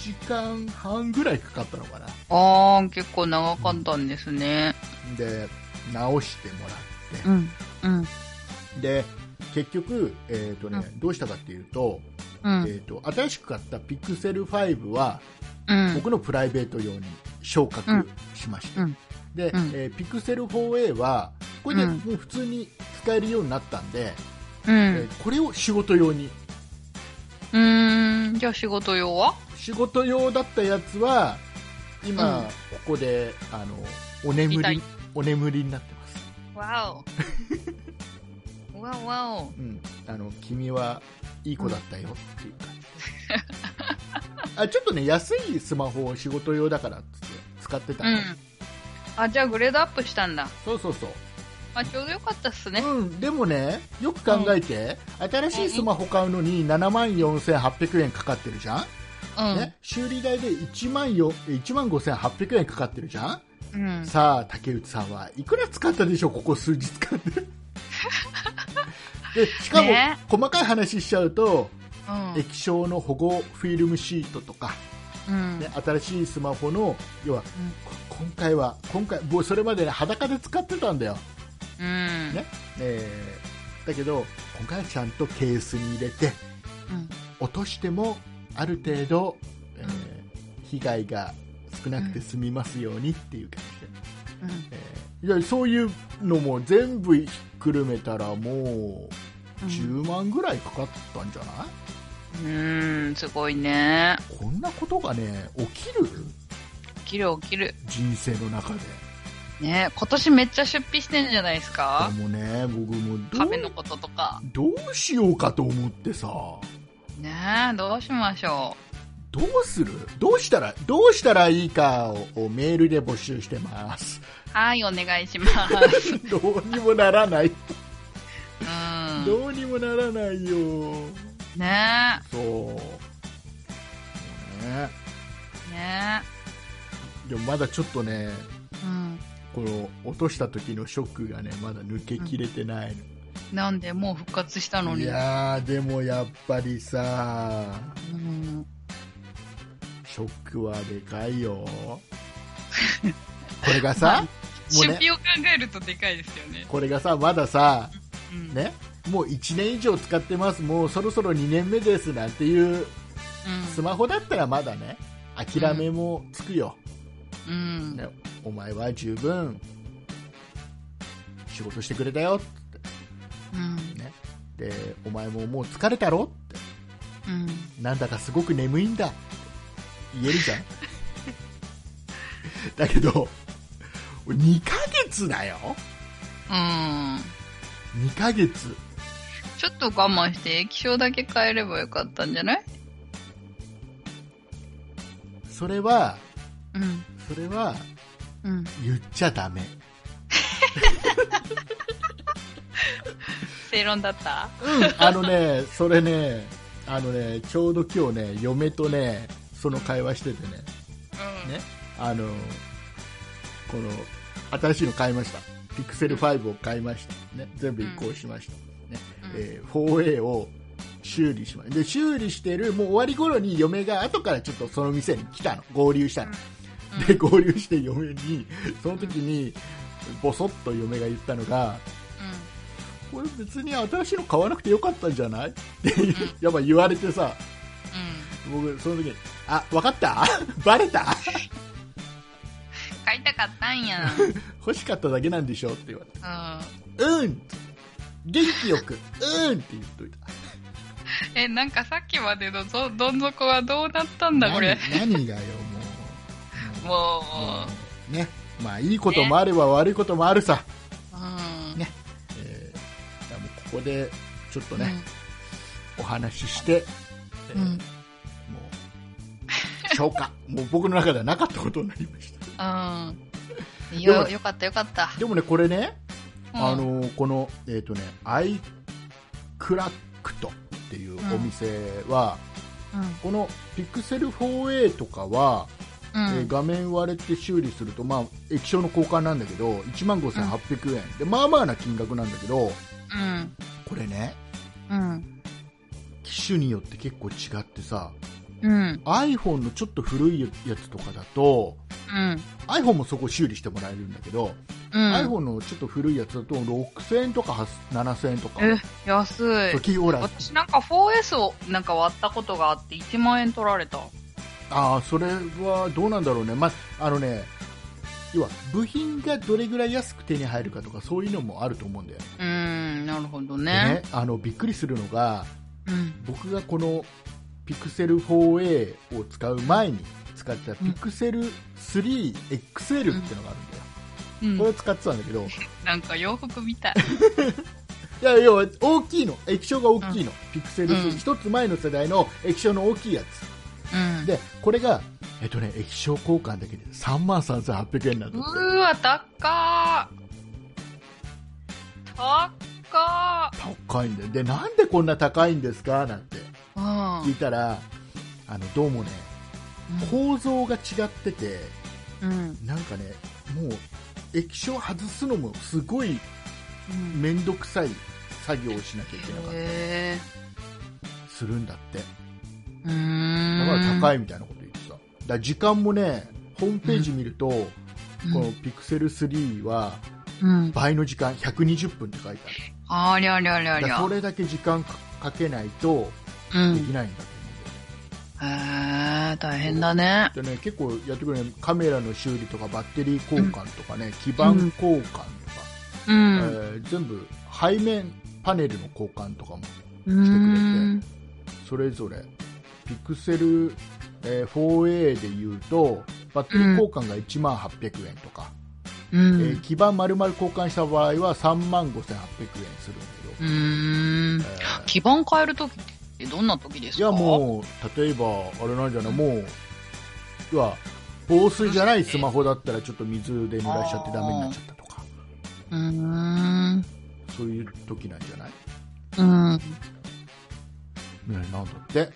Speaker 2: 時間半ぐらいかかったのかな
Speaker 1: ああ、結構長かったんですね。
Speaker 2: で直してもらって、
Speaker 1: ん。うん。
Speaker 2: で結局、えーとねどうしたかっていうと,、
Speaker 1: うん。
Speaker 2: えー、と新しく買ったピクセル5は、
Speaker 1: うん。
Speaker 2: 僕のプライベート用に昇格しました、
Speaker 1: うん
Speaker 2: で、
Speaker 1: うん
Speaker 2: えーピクセル 4A はこれで
Speaker 1: うん
Speaker 2: もう普通に使えるようになったんで、
Speaker 1: う
Speaker 2: え
Speaker 1: ん。
Speaker 2: ーこれを仕事用に
Speaker 1: うん。じゃあ仕事用は
Speaker 2: 仕事用だったやつは今、
Speaker 1: うん
Speaker 2: ここであのお眠
Speaker 1: 痛
Speaker 2: り
Speaker 1: い
Speaker 2: おお眠りになってます。
Speaker 1: わ *laughs* お。わおわお。
Speaker 2: うん。あの、君はいい子だったよっていう
Speaker 1: *laughs*
Speaker 2: 感じで。あ、ちょっとね、安いスマホを仕事用だからっつって使ってた
Speaker 1: う
Speaker 2: の、
Speaker 1: ん。あ、じゃあグレードアップしたんだ。
Speaker 2: そうそうそう。
Speaker 1: あ、ちょうどよかったっすね。
Speaker 2: うん、でもね、よく考えて、新しいスマホ買うのに7万4800円かかってるじゃん、
Speaker 1: うん
Speaker 2: ね、修理代で1万よ1万5800円かかってるじゃん、
Speaker 1: うん。
Speaker 2: さあ、竹内さんはいくら使ったでしょう、ここ数日間
Speaker 1: *laughs*
Speaker 2: で。でしかも、
Speaker 1: ね
Speaker 2: 細かい話しちゃうと、
Speaker 1: うん。
Speaker 2: 液晶の保護フィルムシートとか、
Speaker 1: うん
Speaker 2: ね、新しいスマホの、要は、こ今回は、今回、もうそれまで、ね、裸で使ってたんだよ。
Speaker 1: うん。
Speaker 2: ねえーだけど今回はちゃんとケースに入れて
Speaker 1: うん
Speaker 2: 落としてもある程度、えー被害が少なくて済みますようにっていう感
Speaker 1: うん
Speaker 2: じで、いやそういうのも全部ひっくるめたらもう10万ぐらいかかったんじゃない、
Speaker 1: うん、すごいね。
Speaker 2: こんなことがね起きる
Speaker 1: 起きる起きる。
Speaker 2: 人生の中で
Speaker 1: ね今年めっちゃ出費してんじゃないですか
Speaker 2: でもね僕もど
Speaker 1: カ
Speaker 2: う
Speaker 1: フェのこととか。
Speaker 2: どうしようかと思ってさ
Speaker 1: ねどうしましょ
Speaker 2: どうするどうしたらどうしたらいいかををメールで募集し
Speaker 1: *laughs*
Speaker 2: てます。
Speaker 1: う。はい、お願いし *laughs* ます。
Speaker 2: どうにもならない。
Speaker 1: うん。
Speaker 2: どうにもならないよ。
Speaker 1: ね
Speaker 2: そう。ね。
Speaker 1: ね
Speaker 2: でもまだちょっとね、
Speaker 1: うん。
Speaker 2: この落とした時のショックがね、まだ抜けきれてない
Speaker 1: なんでもう復活した
Speaker 2: の。
Speaker 1: の
Speaker 2: い
Speaker 1: に。
Speaker 2: やー、でもやっぱりさ、
Speaker 1: うん。
Speaker 2: ショックはでかい
Speaker 1: *laughs*
Speaker 2: よ。これがさ、もう
Speaker 1: 出
Speaker 2: ね、
Speaker 1: 費を考えるとでかいですよね。
Speaker 2: これがさ、まださ、
Speaker 1: うん。
Speaker 2: ね、もう1年以上使ってます、もうそろそろ2年目ですなんていうスマホだったらまだね、諦めもつくよ、
Speaker 1: うん。うん。
Speaker 2: ね、お前は十分仕事してくれたよ
Speaker 1: うん。
Speaker 2: って、でお前ももう疲れたろっ
Speaker 1: うん。
Speaker 2: て、なんだかすごく眠いんだって言えるじゃん。 *laughs* だけど、2ヶ月だよ、
Speaker 1: うん。
Speaker 2: 2ヶ月。
Speaker 1: ちょっと我慢して液晶だけ変えればよかったんじゃない
Speaker 2: それは、
Speaker 1: うん。
Speaker 2: それは
Speaker 1: うん。
Speaker 2: 言っちゃダメ。
Speaker 1: 正論だった
Speaker 2: *laughs* あのね、それね、あのね、ちょうど今日ね、嫁とね、その会話しててね、
Speaker 1: うん。
Speaker 2: ね、あの、この、新しいの買いました。ピクセル5を買いました。ね、全部移行しました。ね、えー 4A を修理しました。で、修理してる、もう終わり頃に嫁が後からちょっとその店に来たの。合流したの。で、合流して嫁に、その時に、ボソッと嫁が言ったのが、これ別に新しいの買わなくてよかったんじゃないっていうやっぱ言われてさ
Speaker 1: う
Speaker 2: 僕その時にあ分かった *laughs* バレた
Speaker 1: ん。買いたかったん *laughs* や。
Speaker 2: 欲しかっただけなんでしょって言わ
Speaker 1: う
Speaker 2: れてうん元気よくうんって言っとい
Speaker 1: ん。
Speaker 2: た
Speaker 1: え、なんかさっきまでのどどん底はどうなったんだこれ。
Speaker 2: 何何がよも
Speaker 1: も
Speaker 2: うもうねまあいいこともあれば悪いこともあるさ、
Speaker 1: う、うん。
Speaker 2: ねえー、だからもうここでちょっとね、お話しして、えー
Speaker 1: うん
Speaker 2: もう消化 *laughs* もう僕の中ではなかったことになりました
Speaker 1: うん。うん。
Speaker 2: で
Speaker 1: よ、
Speaker 2: も
Speaker 1: よかったよかった。
Speaker 2: でもねこれね
Speaker 1: うん
Speaker 2: あ、のこの、えっ、とね、アイクラクトっていうお店は、
Speaker 1: うん。
Speaker 2: このピクセル 4A とかは、
Speaker 1: うん
Speaker 2: えー画面割れて修理すると、まあ、液晶の交換なんだけど、1万5800円、で、まあまあな金額なんだけど、
Speaker 1: うん。
Speaker 2: これね、
Speaker 1: うん。
Speaker 2: 機種によって結構違ってさ、
Speaker 1: うん。
Speaker 2: iPhone のちょっと古いやつとかだと、
Speaker 1: うん。
Speaker 2: iPhone もそこ修理してもらえるんだけど、
Speaker 1: うん。
Speaker 2: iPhone のちょっと古いやつだと6000円とか7000円とか、
Speaker 1: え、安い
Speaker 2: そう。きほら、
Speaker 1: 私なんか 4S をなんか割ったことがあって1万円取られた。
Speaker 2: ああそれはどうなんだろうね、まあ、あのね要は部品がどれぐらい安く手に入るかとかそういうのもあると思うんだよね
Speaker 1: うーん、なるほど
Speaker 2: で
Speaker 1: ね
Speaker 2: ね。あのびっくりするのが
Speaker 1: うん。
Speaker 2: 僕がこのピクセル 4A を使う前に使ってたピクセル 3XL っていうのがあるんだよ、
Speaker 1: うん
Speaker 2: これを使ってたんだけど、い
Speaker 1: なんか洋服みたい。
Speaker 2: や要は大きいの液晶が大きいの、ピクセル
Speaker 1: うん
Speaker 2: 一、つ前の世代の液晶の大きいや
Speaker 1: うん
Speaker 2: つ。でこれがえっとね液晶交換だけで3万3800円なんだ
Speaker 1: う
Speaker 2: って
Speaker 1: ーわ、高ー高
Speaker 2: 高いんだよでなんでこんな高いんですかなんて
Speaker 1: ー
Speaker 2: 聞いたらあのどうもね構造が違ってて
Speaker 1: うん。うん。
Speaker 2: なんかねもう液晶外すのもすごい
Speaker 1: うん。
Speaker 2: 面倒くさい作業をしなきゃいけなかっ
Speaker 1: へ
Speaker 2: たりするんだって
Speaker 1: ー。うー
Speaker 2: だ
Speaker 1: ん。
Speaker 2: から高
Speaker 1: い。
Speaker 2: いみたいなこと言ってただから時間もねホームページ見ると、このピクセル3は
Speaker 1: うん。
Speaker 2: 倍の時間120分って書いてあ
Speaker 1: ありゃりゃりゃ
Speaker 2: るだ
Speaker 1: り
Speaker 2: から
Speaker 1: ゃ。
Speaker 2: それだけ時間かかけないと
Speaker 1: う
Speaker 2: でき
Speaker 1: ん。
Speaker 2: ないんだと思うんだよね
Speaker 1: へー、大変だね。
Speaker 2: でね、結構やってくれるカメラの修理とかバッテリー交換とかね、基板交換とか、
Speaker 1: う
Speaker 2: え
Speaker 1: ん。
Speaker 2: ー全部背面パネルの交換とかも
Speaker 1: う
Speaker 2: れて
Speaker 1: ん。
Speaker 2: それぞれピクセル、えー 4A でいうとバッテリー交換が1万800円とか、
Speaker 1: う
Speaker 2: えー
Speaker 1: ん。
Speaker 2: 基板丸々交換した場合は3万5800円するんだけど、
Speaker 1: うーん。基盤変えるときってどんなときです
Speaker 2: い
Speaker 1: か
Speaker 2: やもう例えばあれなんじゃない、もう要は防水じゃないスマホだったらちょっと水で濡らしちゃってダメになっちゃったとか
Speaker 1: う。うーん。
Speaker 2: そういう時なんじゃない
Speaker 1: うん。
Speaker 2: ね、なんだって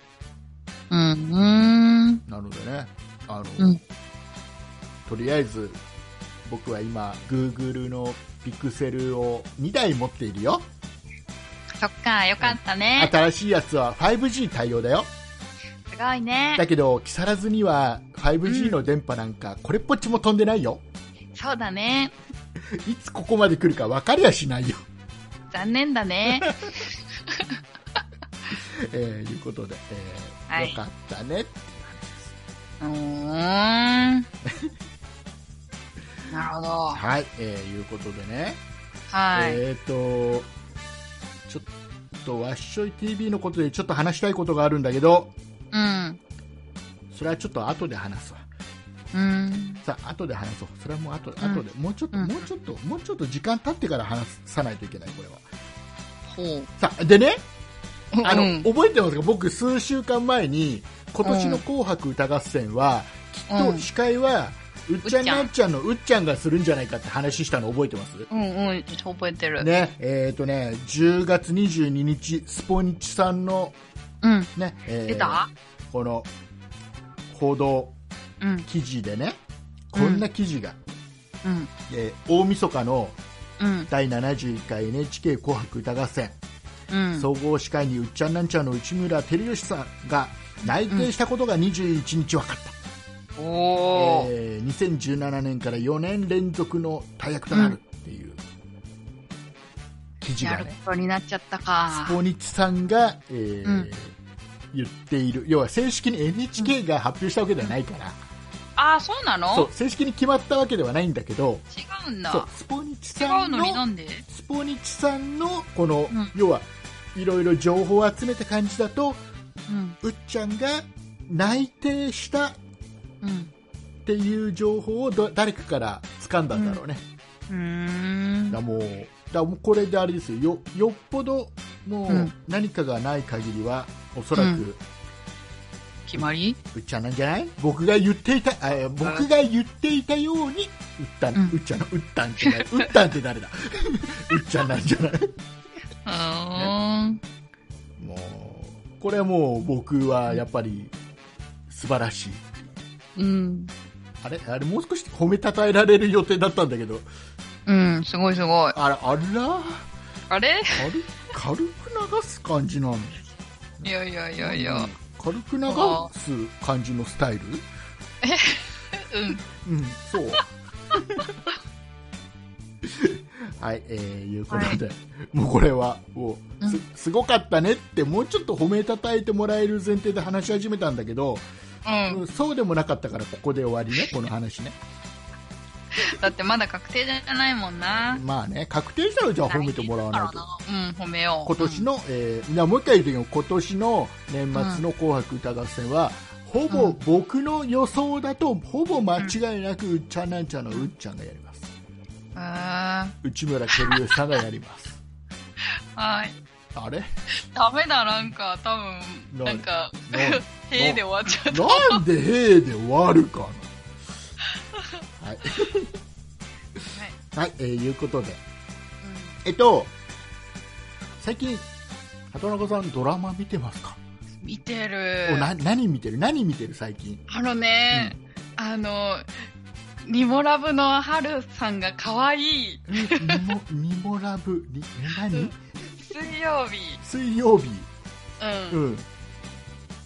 Speaker 1: うん。
Speaker 2: なのでねあ
Speaker 1: う
Speaker 2: の、
Speaker 1: ん
Speaker 2: とりあえず僕は今 Google のピクセルを2台持っているよ
Speaker 1: そっか、よかったね。
Speaker 2: 新しいやつは 5G 対応だよ
Speaker 1: すごいね。
Speaker 2: だけど木更津には 5G の電波なんかこれっぽっちも飛んでないよ
Speaker 1: そうだね。
Speaker 2: いつここまで来るか分かりゃしないよ、 *laughs*
Speaker 1: 残念だね。
Speaker 2: えーいうことで、えー
Speaker 1: はい
Speaker 2: よかったねって
Speaker 1: うーん。なるほど。
Speaker 2: はい、えーいうことでね
Speaker 1: はい。
Speaker 2: えっ、ー、と、ちょっとわっしょい TV のことでちょっと話したいことがあるんだけど、
Speaker 1: うん。
Speaker 2: それはちょっと後で話すわ。
Speaker 1: うん。
Speaker 2: さあ、後で話そう。それはもう後で、
Speaker 1: うん
Speaker 2: 後で、もうちょっと、
Speaker 1: うん
Speaker 2: もうちょっと、もうちょっと時間経ってから話さないといけない、これは。
Speaker 1: ほう。
Speaker 2: さあ、でね、あの、
Speaker 1: うん
Speaker 2: 覚えてますか僕、数週間前に、今年の紅白歌合戦は、きっ
Speaker 1: う
Speaker 2: と
Speaker 1: ん
Speaker 2: 司会は、うっちゃんなんちゃんのうっちゃんがするんじゃないかって話したの覚えてます
Speaker 1: うんうん。覚えてる。
Speaker 2: ね、えっ、ー、とね、10月22日、スポニチさんの
Speaker 1: うん。
Speaker 2: ね、えー
Speaker 1: 出た
Speaker 2: この報道
Speaker 1: うん。
Speaker 2: 記事でね、
Speaker 1: うん
Speaker 2: こんな記事が、
Speaker 1: うん。
Speaker 2: えー大晦日の
Speaker 1: うん。
Speaker 2: 第71回 NHK 紅白歌合戦、
Speaker 1: うん。
Speaker 2: 総合司会にうっちゃんなんちゃんの内村光良さんが内定したことが21日分かった、
Speaker 1: おー。
Speaker 2: えー2017年から4年連続の大役となるっていう記事
Speaker 1: や
Speaker 2: が
Speaker 1: る
Speaker 2: ね、
Speaker 1: ことになっちゃったか
Speaker 2: ス。ポニチさんが、えー
Speaker 1: うん
Speaker 2: 言っている要は正式に NHK が発表したわけではないから、
Speaker 1: あー、そうなの
Speaker 2: そう正式に決まったわけではないんだけど
Speaker 1: 違うん
Speaker 2: そう
Speaker 1: だ。
Speaker 2: スポニチ
Speaker 1: 違
Speaker 2: さ
Speaker 1: うんの
Speaker 2: の
Speaker 1: になんで
Speaker 2: スポニチさんのこの、
Speaker 1: うん
Speaker 2: 要はいろいろ情報を集めた感じだと
Speaker 1: うん。
Speaker 2: うっちゃんが内定したっ
Speaker 1: うん。
Speaker 2: ていう情報をど誰かから掴んだんだろうね、
Speaker 1: うーん
Speaker 2: だから。もうだからもうこれであれですよよよっぽども
Speaker 1: う
Speaker 2: うん何かがない限りはおそらく
Speaker 1: 決まり
Speaker 2: うっちゃんなんじゃない僕が言っていたあえー僕が言っていたようにうったん、
Speaker 1: うん
Speaker 2: うっちゃんのうったんって誰うったんって誰だ *laughs* うっちゃんなんじゃないう
Speaker 1: ーん。
Speaker 2: もうこれはもう僕はやっぱり素晴らしい
Speaker 1: うん。
Speaker 2: あれあれもう少し褒めたたえられる予定だったんだけど
Speaker 1: うん、すごいすごい。
Speaker 2: あらあら
Speaker 1: あれ
Speaker 2: 軽軽く流す感じなの
Speaker 1: いやいやいやいや。
Speaker 2: 軽く流す感じのスタイル
Speaker 1: うん。
Speaker 2: うんそうはいえー、いうことで、もうこれはもうすすごかったねってもうちょっと褒めたたえてもらえる前提で話し始めたんだけど、
Speaker 1: うん。
Speaker 2: そうでもなかったからここで終わりねこの話ね
Speaker 1: だってまだ確定じゃないもんな。
Speaker 2: まあね、確定したらじゃあ褒めてもらわないと。
Speaker 1: うん、褒めよう。
Speaker 2: 今年の、えー、いやもう一回言うときに今年の年末の紅白歌合戦は、ほ
Speaker 1: う
Speaker 2: ぼ
Speaker 1: ん
Speaker 2: 僕の予想だと、ほぼ間違いなく、うっちゃんなんちゃんのうっちゃんがやります。
Speaker 1: は
Speaker 2: 内村照代さんがや
Speaker 1: *laughs*
Speaker 2: ります。
Speaker 1: い。
Speaker 2: あれ
Speaker 1: ダメだ、なんか、多分なんか *laughs*
Speaker 2: なな、
Speaker 1: へえで終わっちゃった。
Speaker 2: なんで「へ」で終わるかな
Speaker 1: *laughs*
Speaker 2: はい、
Speaker 1: はい
Speaker 2: はいえーいうことで
Speaker 1: うん
Speaker 2: えっと最近畑中さんドラマ見てますか、
Speaker 1: 見て
Speaker 2: お
Speaker 1: る。
Speaker 2: な何見てる何見てる最近
Speaker 1: あのね、あの、ニモラブのハルさんが可愛い。
Speaker 2: えニモニモラブにえ何
Speaker 1: 水曜日。
Speaker 2: 水曜日
Speaker 1: う。
Speaker 2: うんん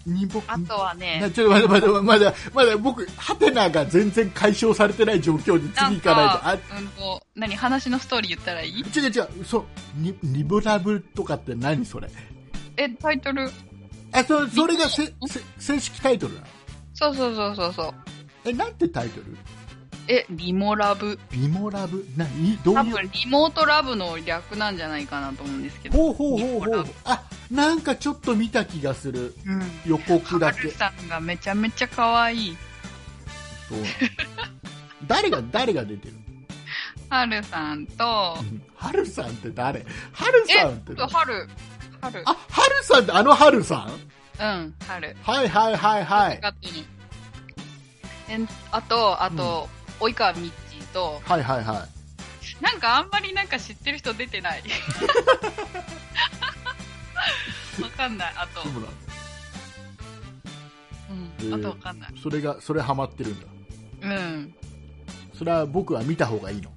Speaker 2: ニモ
Speaker 1: あとはね
Speaker 2: な、ちょっと待って待ってまだまだ僕ハテナが全然解消されてない状況で
Speaker 1: な
Speaker 2: 次
Speaker 1: ん
Speaker 2: 行かない
Speaker 1: か
Speaker 2: とあ、
Speaker 1: うんと、何、話のストーリー言ったらいい
Speaker 2: 違う違うそうニニモラブとかって何それ
Speaker 1: え、タイトル
Speaker 2: あそそれがせせ正式タイトルなの
Speaker 1: そうそうそうそうそう。
Speaker 2: えなんてタイトル
Speaker 1: え、リモラブ。
Speaker 2: ビモラブ何どう
Speaker 1: 多
Speaker 2: いう
Speaker 1: 分、リモートラブの略なんじゃないかなと思うんですけど。
Speaker 2: ほうほうほう
Speaker 1: リモ
Speaker 2: ほ
Speaker 1: ラ
Speaker 2: う
Speaker 1: ブ
Speaker 2: あなんかちょっと見た気がする
Speaker 1: うん。
Speaker 2: 予告
Speaker 1: ハ
Speaker 2: だけ
Speaker 1: ルさんがめちゃめちゃ可愛い。
Speaker 2: そう誰が誰が出てる
Speaker 1: ハルさんと、
Speaker 2: ハルさんって誰ハル
Speaker 1: え
Speaker 2: さんって、誰
Speaker 1: ハル。ハル。
Speaker 2: あハルさんってあのハルさん
Speaker 1: うん、ハル。
Speaker 2: はいはいはいはい
Speaker 1: がいいえあと、あと、及川みっちーと、
Speaker 2: はいはいは
Speaker 1: なんかあんまりなんか知ってる人出て
Speaker 2: *laughs*
Speaker 1: ない。わかんない。あと
Speaker 2: い、そうなんだ
Speaker 1: うん。あとわかんない。
Speaker 2: それがそれハマってるんだ
Speaker 1: うん。
Speaker 2: それは僕は見た方がいいの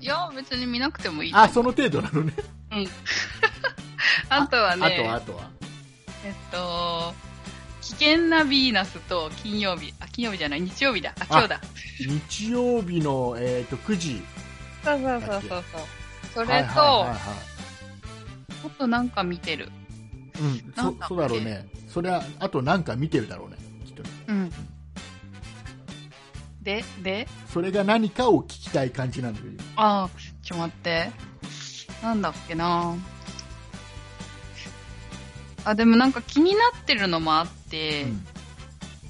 Speaker 1: いや、別に見なくてもいい。
Speaker 2: あその程度なのね
Speaker 1: うん。あとはね、
Speaker 2: あとはあとは
Speaker 1: えっと、危険なヴィーナスと金曜日、あ、金曜日じゃない、日曜日だ。あ、今日だ。
Speaker 2: 日曜日の、えー、と9時
Speaker 1: そうそうそうそうそう。それと、
Speaker 2: はいはいはいはい
Speaker 1: あとなんか見てる。
Speaker 2: うん、
Speaker 1: な
Speaker 2: そ
Speaker 1: んだっけ
Speaker 2: そうだろうね、それはあとなんか見てるだろうね、きっとね
Speaker 1: うん。で、で、
Speaker 2: それが何かを聞きたい感じなんだけど、
Speaker 1: ああ、ちょっと待って。なんだっけなあ、でもなんか気になってるのもあって、
Speaker 2: うん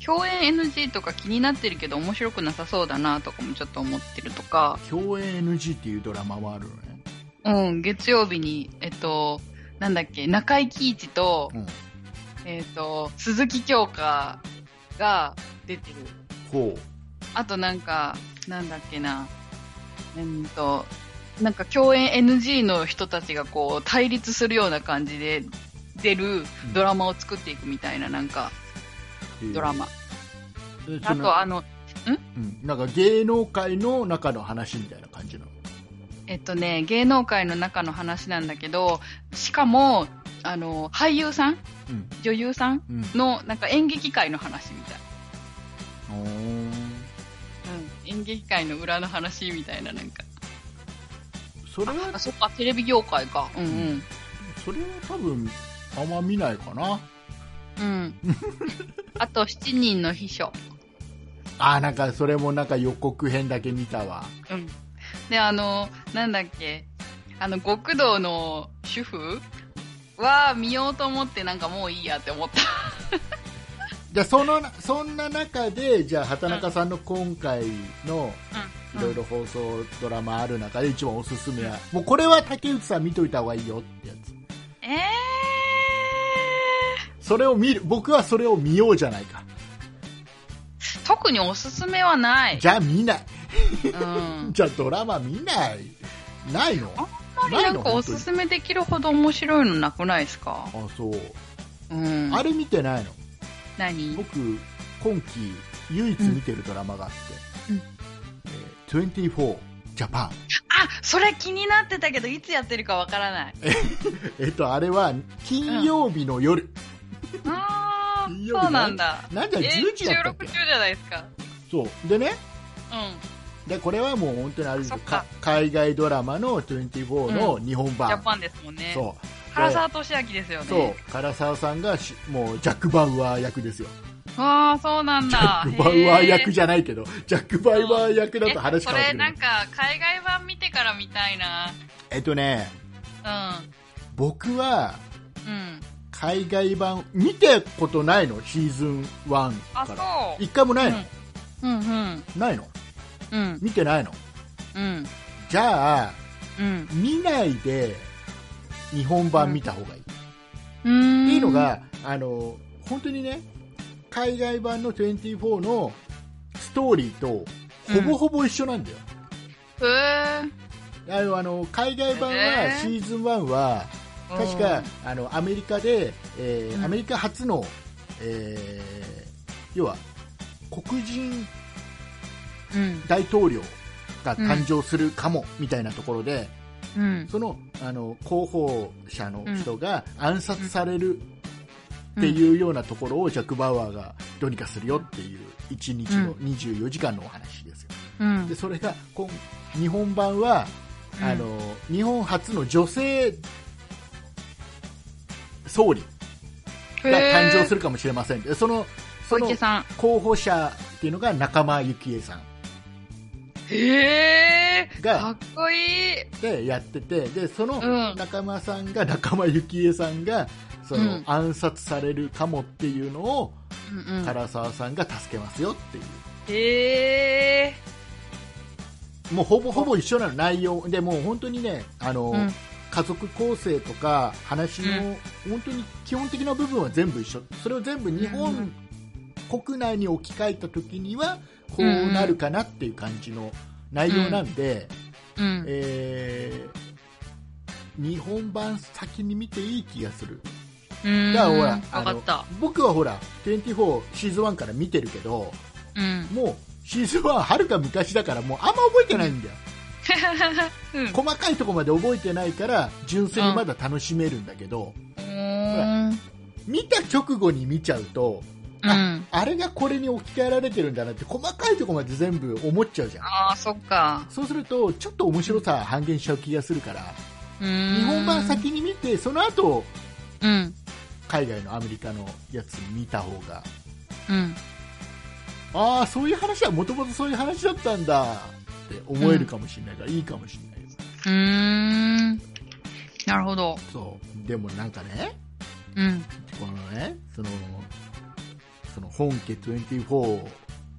Speaker 1: 共演 NG とか気になってるけど面白くなさそうだなとかもちょっと思ってるとか、
Speaker 2: 共演 NG っていうドラマもあるのね、
Speaker 1: うん、月曜日に、えっと、なんだっけ、中井貴一と、
Speaker 2: うん、
Speaker 1: えっと、鈴木京香が出てる。
Speaker 2: ほ
Speaker 1: あとなんか、なんだっけな、うんと、なんか共演 NG の人たちがこう対立するような感じで出るドラマを作っていくみたいな、なんか
Speaker 2: う、
Speaker 1: ドラマ。
Speaker 2: えー、
Speaker 1: あ
Speaker 2: あ
Speaker 1: と
Speaker 2: と
Speaker 1: あの、
Speaker 2: うん、なんか芸能界の中の話みたいな感じなの、
Speaker 1: えっとね、芸能界の中の話なんだけど、しかも、あの、俳優さん
Speaker 2: うん
Speaker 1: 女優さん
Speaker 2: うん、
Speaker 1: のなんか演劇界の話みたい。
Speaker 2: おー
Speaker 1: うん、演劇界の裏の話みたいな、なんか。
Speaker 2: それは
Speaker 1: あ、そっか、テレビ業界か。うんうん。
Speaker 2: それは多分あんま見ないかな、
Speaker 1: *laughs* うん。あと、7人の秘書。
Speaker 2: あーなんかそれもなんか予告編だけ見たわ、
Speaker 1: うん。で、あの、なんだっけ、あの、極道の主婦は見ようと思って、なんかもういいやって思った。
Speaker 2: じゃあそのそんな中で、じゃあ畑中さんの今回の、
Speaker 1: う
Speaker 2: いろいろ放送ドラマある中で一番おすすめは、もうこれは竹内さん見といた方がいいよってやつ
Speaker 1: ええ
Speaker 2: それを見る僕はそれを見ようじゃないか
Speaker 1: ー、特におすすめはない。
Speaker 2: じゃあ見ない
Speaker 1: うん。
Speaker 2: じゃあドラマ見ないないの
Speaker 1: あんまりなんかおすすめできるほど面白いのなくないですか
Speaker 2: あそう、
Speaker 1: うん。
Speaker 2: あれ見てないの
Speaker 1: 何
Speaker 2: 僕今季唯一見てるドラマがあって、
Speaker 1: うんうん
Speaker 2: えー24ジャパン
Speaker 1: あ、それ気になってたけど、いつやってるかわからない。
Speaker 2: えっとあれは金曜日の夜、
Speaker 1: あ
Speaker 2: い
Speaker 1: ー、
Speaker 2: いよ
Speaker 1: そうなんだ。
Speaker 2: なんじゃ
Speaker 1: え、
Speaker 2: 10時だった
Speaker 1: 16
Speaker 2: っけ
Speaker 1: 中じゃないですか。
Speaker 2: そうでね
Speaker 1: うん。
Speaker 2: でこれはもう本当にあれです
Speaker 1: そっか
Speaker 2: 海外ドラマの24の日本版、
Speaker 1: ジャパンですもんね。
Speaker 2: そう
Speaker 1: 唐沢俊明ですよね。
Speaker 2: そう唐沢さんがしもうジャック・バウアー役ですよ
Speaker 1: ああ、そうなん
Speaker 2: ジ
Speaker 1: だ
Speaker 2: *laughs* ャ。ック・バウアー役
Speaker 1: じ
Speaker 2: じゃないけどジャック・バウアー役だと話変わっ
Speaker 1: それ
Speaker 2: てく
Speaker 1: なん
Speaker 2: る
Speaker 1: か、海外版見てから見たいな。
Speaker 2: えっとね僕は
Speaker 1: うん。うん。
Speaker 2: 海外版見たことないのシーズン1
Speaker 1: あ、
Speaker 2: から
Speaker 1: そ
Speaker 2: 一回もな
Speaker 1: う。
Speaker 2: いの、
Speaker 1: うん。うん、うん。
Speaker 2: ないの
Speaker 1: うん、
Speaker 2: 見てないの
Speaker 1: うん。
Speaker 2: じゃあ
Speaker 1: うん。
Speaker 2: 見ないで日本版見た方がいい、
Speaker 1: うーん。
Speaker 2: っていうの、があの本当にね海外版の24のストーリーとほぼほぼ一緒なんだよ、
Speaker 1: うーん。
Speaker 2: あのあの海外版
Speaker 1: え
Speaker 2: は
Speaker 1: ー
Speaker 2: シーズン1は確かあのアメリカで、えー
Speaker 1: うん
Speaker 2: アメリカ初の、えー要は黒人
Speaker 1: うん。
Speaker 2: 大統領が誕生するかも、みたいなところで
Speaker 1: うん。
Speaker 2: そのあの広報者の人が暗殺されるっていうようなところをジャック・バウアーがどうにかするよっていう1日の24時間のお話ですよ
Speaker 1: うん。
Speaker 2: でそれが今日本版は
Speaker 1: うん
Speaker 2: あの、日本初の女性総理が誕生す
Speaker 1: る。
Speaker 2: るかもしれませんでそのそ
Speaker 1: 小
Speaker 2: の
Speaker 1: 池さん。
Speaker 2: 候補者っていうのが仲間由紀恵さん
Speaker 1: へえ。
Speaker 2: が
Speaker 1: かっこいい。
Speaker 2: でやっててでそ
Speaker 1: う
Speaker 2: の
Speaker 1: ん
Speaker 2: 仲間さんが仲間由紀恵さんがその、
Speaker 1: うん
Speaker 2: 暗殺されるかもっていうのを
Speaker 1: うんうん。
Speaker 2: 唐沢さんが助けますよっていう
Speaker 1: へえ。
Speaker 2: もうほぼほぼ一緒なの内容でもう本当にねあの、
Speaker 1: うん
Speaker 2: 家族構成とか話の、本当に基本的な部分は全部一緒それを全部日
Speaker 1: う
Speaker 2: 本
Speaker 1: ん
Speaker 2: 国内に置き換えた時にはこうなるかなっていう感じの内容なんで、
Speaker 1: うん。
Speaker 2: えー日本版先に見ていい気がする
Speaker 1: うん。
Speaker 2: だからほら、
Speaker 1: わか
Speaker 2: あの
Speaker 1: った。
Speaker 2: 僕はほら24シーズン1から見てるけど
Speaker 1: うん。
Speaker 2: もうシーズン1ははるか昔だからもうあんま覚えてないんだよ
Speaker 1: うん。
Speaker 2: 細かいとこまで覚えてないから純粋にまだ楽しめるんだけど、見た直後に見ちゃうと
Speaker 1: うん。
Speaker 2: あれがこれに置き換えられてるんだなって細かいとこまで全部思っちゃうじゃん
Speaker 1: ああ、そっか。
Speaker 2: そうするとちょっと面白さ半減しちゃう気がするから
Speaker 1: 日
Speaker 2: 日本版。先に見てその後
Speaker 1: うん。
Speaker 2: 海外のアメリカのやつ見た方が
Speaker 1: うん。
Speaker 2: ああそういう話はもともとそういう話だったんだって思えるかもしれないから、いいかもしれないよ
Speaker 1: うーん。なるほど。
Speaker 2: そうでもなんかね
Speaker 1: うん。
Speaker 2: このねそのその本家24を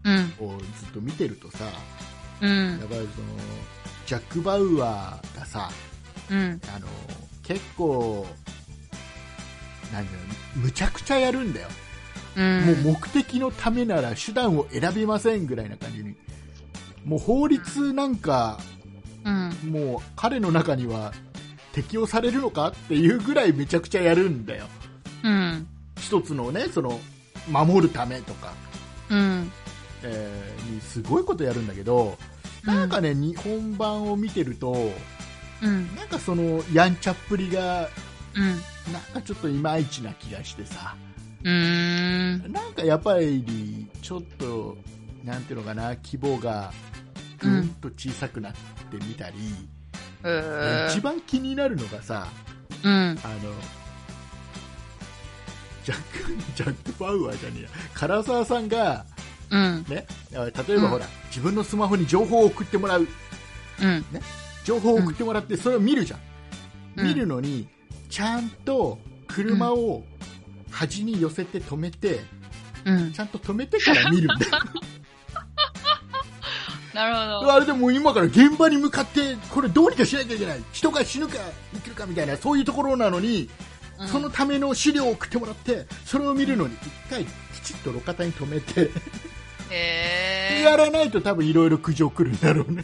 Speaker 1: うん。
Speaker 2: ずっと見てるとさ
Speaker 1: う
Speaker 2: やっ
Speaker 1: ん。
Speaker 2: ぱりそのジャック・バウアーがさ
Speaker 1: うん。
Speaker 2: あの結構なんだろうむちゃくちゃやるんだよ、
Speaker 1: うん。
Speaker 2: もう目的のためなら手段を選びませんぐらいな感じにもう法律なんか
Speaker 1: うん。
Speaker 2: もう彼の中には適用されるのかっていうぐらいめちゃくちゃやるんだよ
Speaker 1: うん。
Speaker 2: 一つのねその守るためとか、
Speaker 1: うん。
Speaker 2: えーにすごいことやるんだけどなんかね、日本版を見てると
Speaker 1: うん。
Speaker 2: なんかそのやんちゃっぷりが
Speaker 1: うん。
Speaker 2: なんかちょっといまいちな気がしてさ
Speaker 1: うーん。
Speaker 2: なんかやっぱりちょっとなんていうのかな規模がぐんと小さくなってみたり、
Speaker 1: うー
Speaker 2: 一番気になるのがさ
Speaker 1: うん。
Speaker 2: あのジャックジャック・バウアーじゃねえや唐沢さんが、
Speaker 1: うん。
Speaker 2: ね、例えばほら、自分のスマホに情報を送ってもらう
Speaker 1: うん。
Speaker 2: 情報を送ってもらってそれを見るじゃん、
Speaker 1: うん
Speaker 2: 見るのにちゃんと車を端に寄せて止めて
Speaker 1: うん
Speaker 2: ち。ゃんと止めてから見るんだ
Speaker 1: *laughs*
Speaker 2: よ
Speaker 1: なるほど。
Speaker 2: あれでもう今から現場に向かってこれどうにかしなきゃいけない人が死ぬか生きるかみたいなそういうところなのに
Speaker 1: うん
Speaker 2: そのための資料を送ってもらってそれを見るのに一回きちっと路肩に止めて
Speaker 1: へえ。
Speaker 2: やらないと多分いろいろ苦情来るんだろうね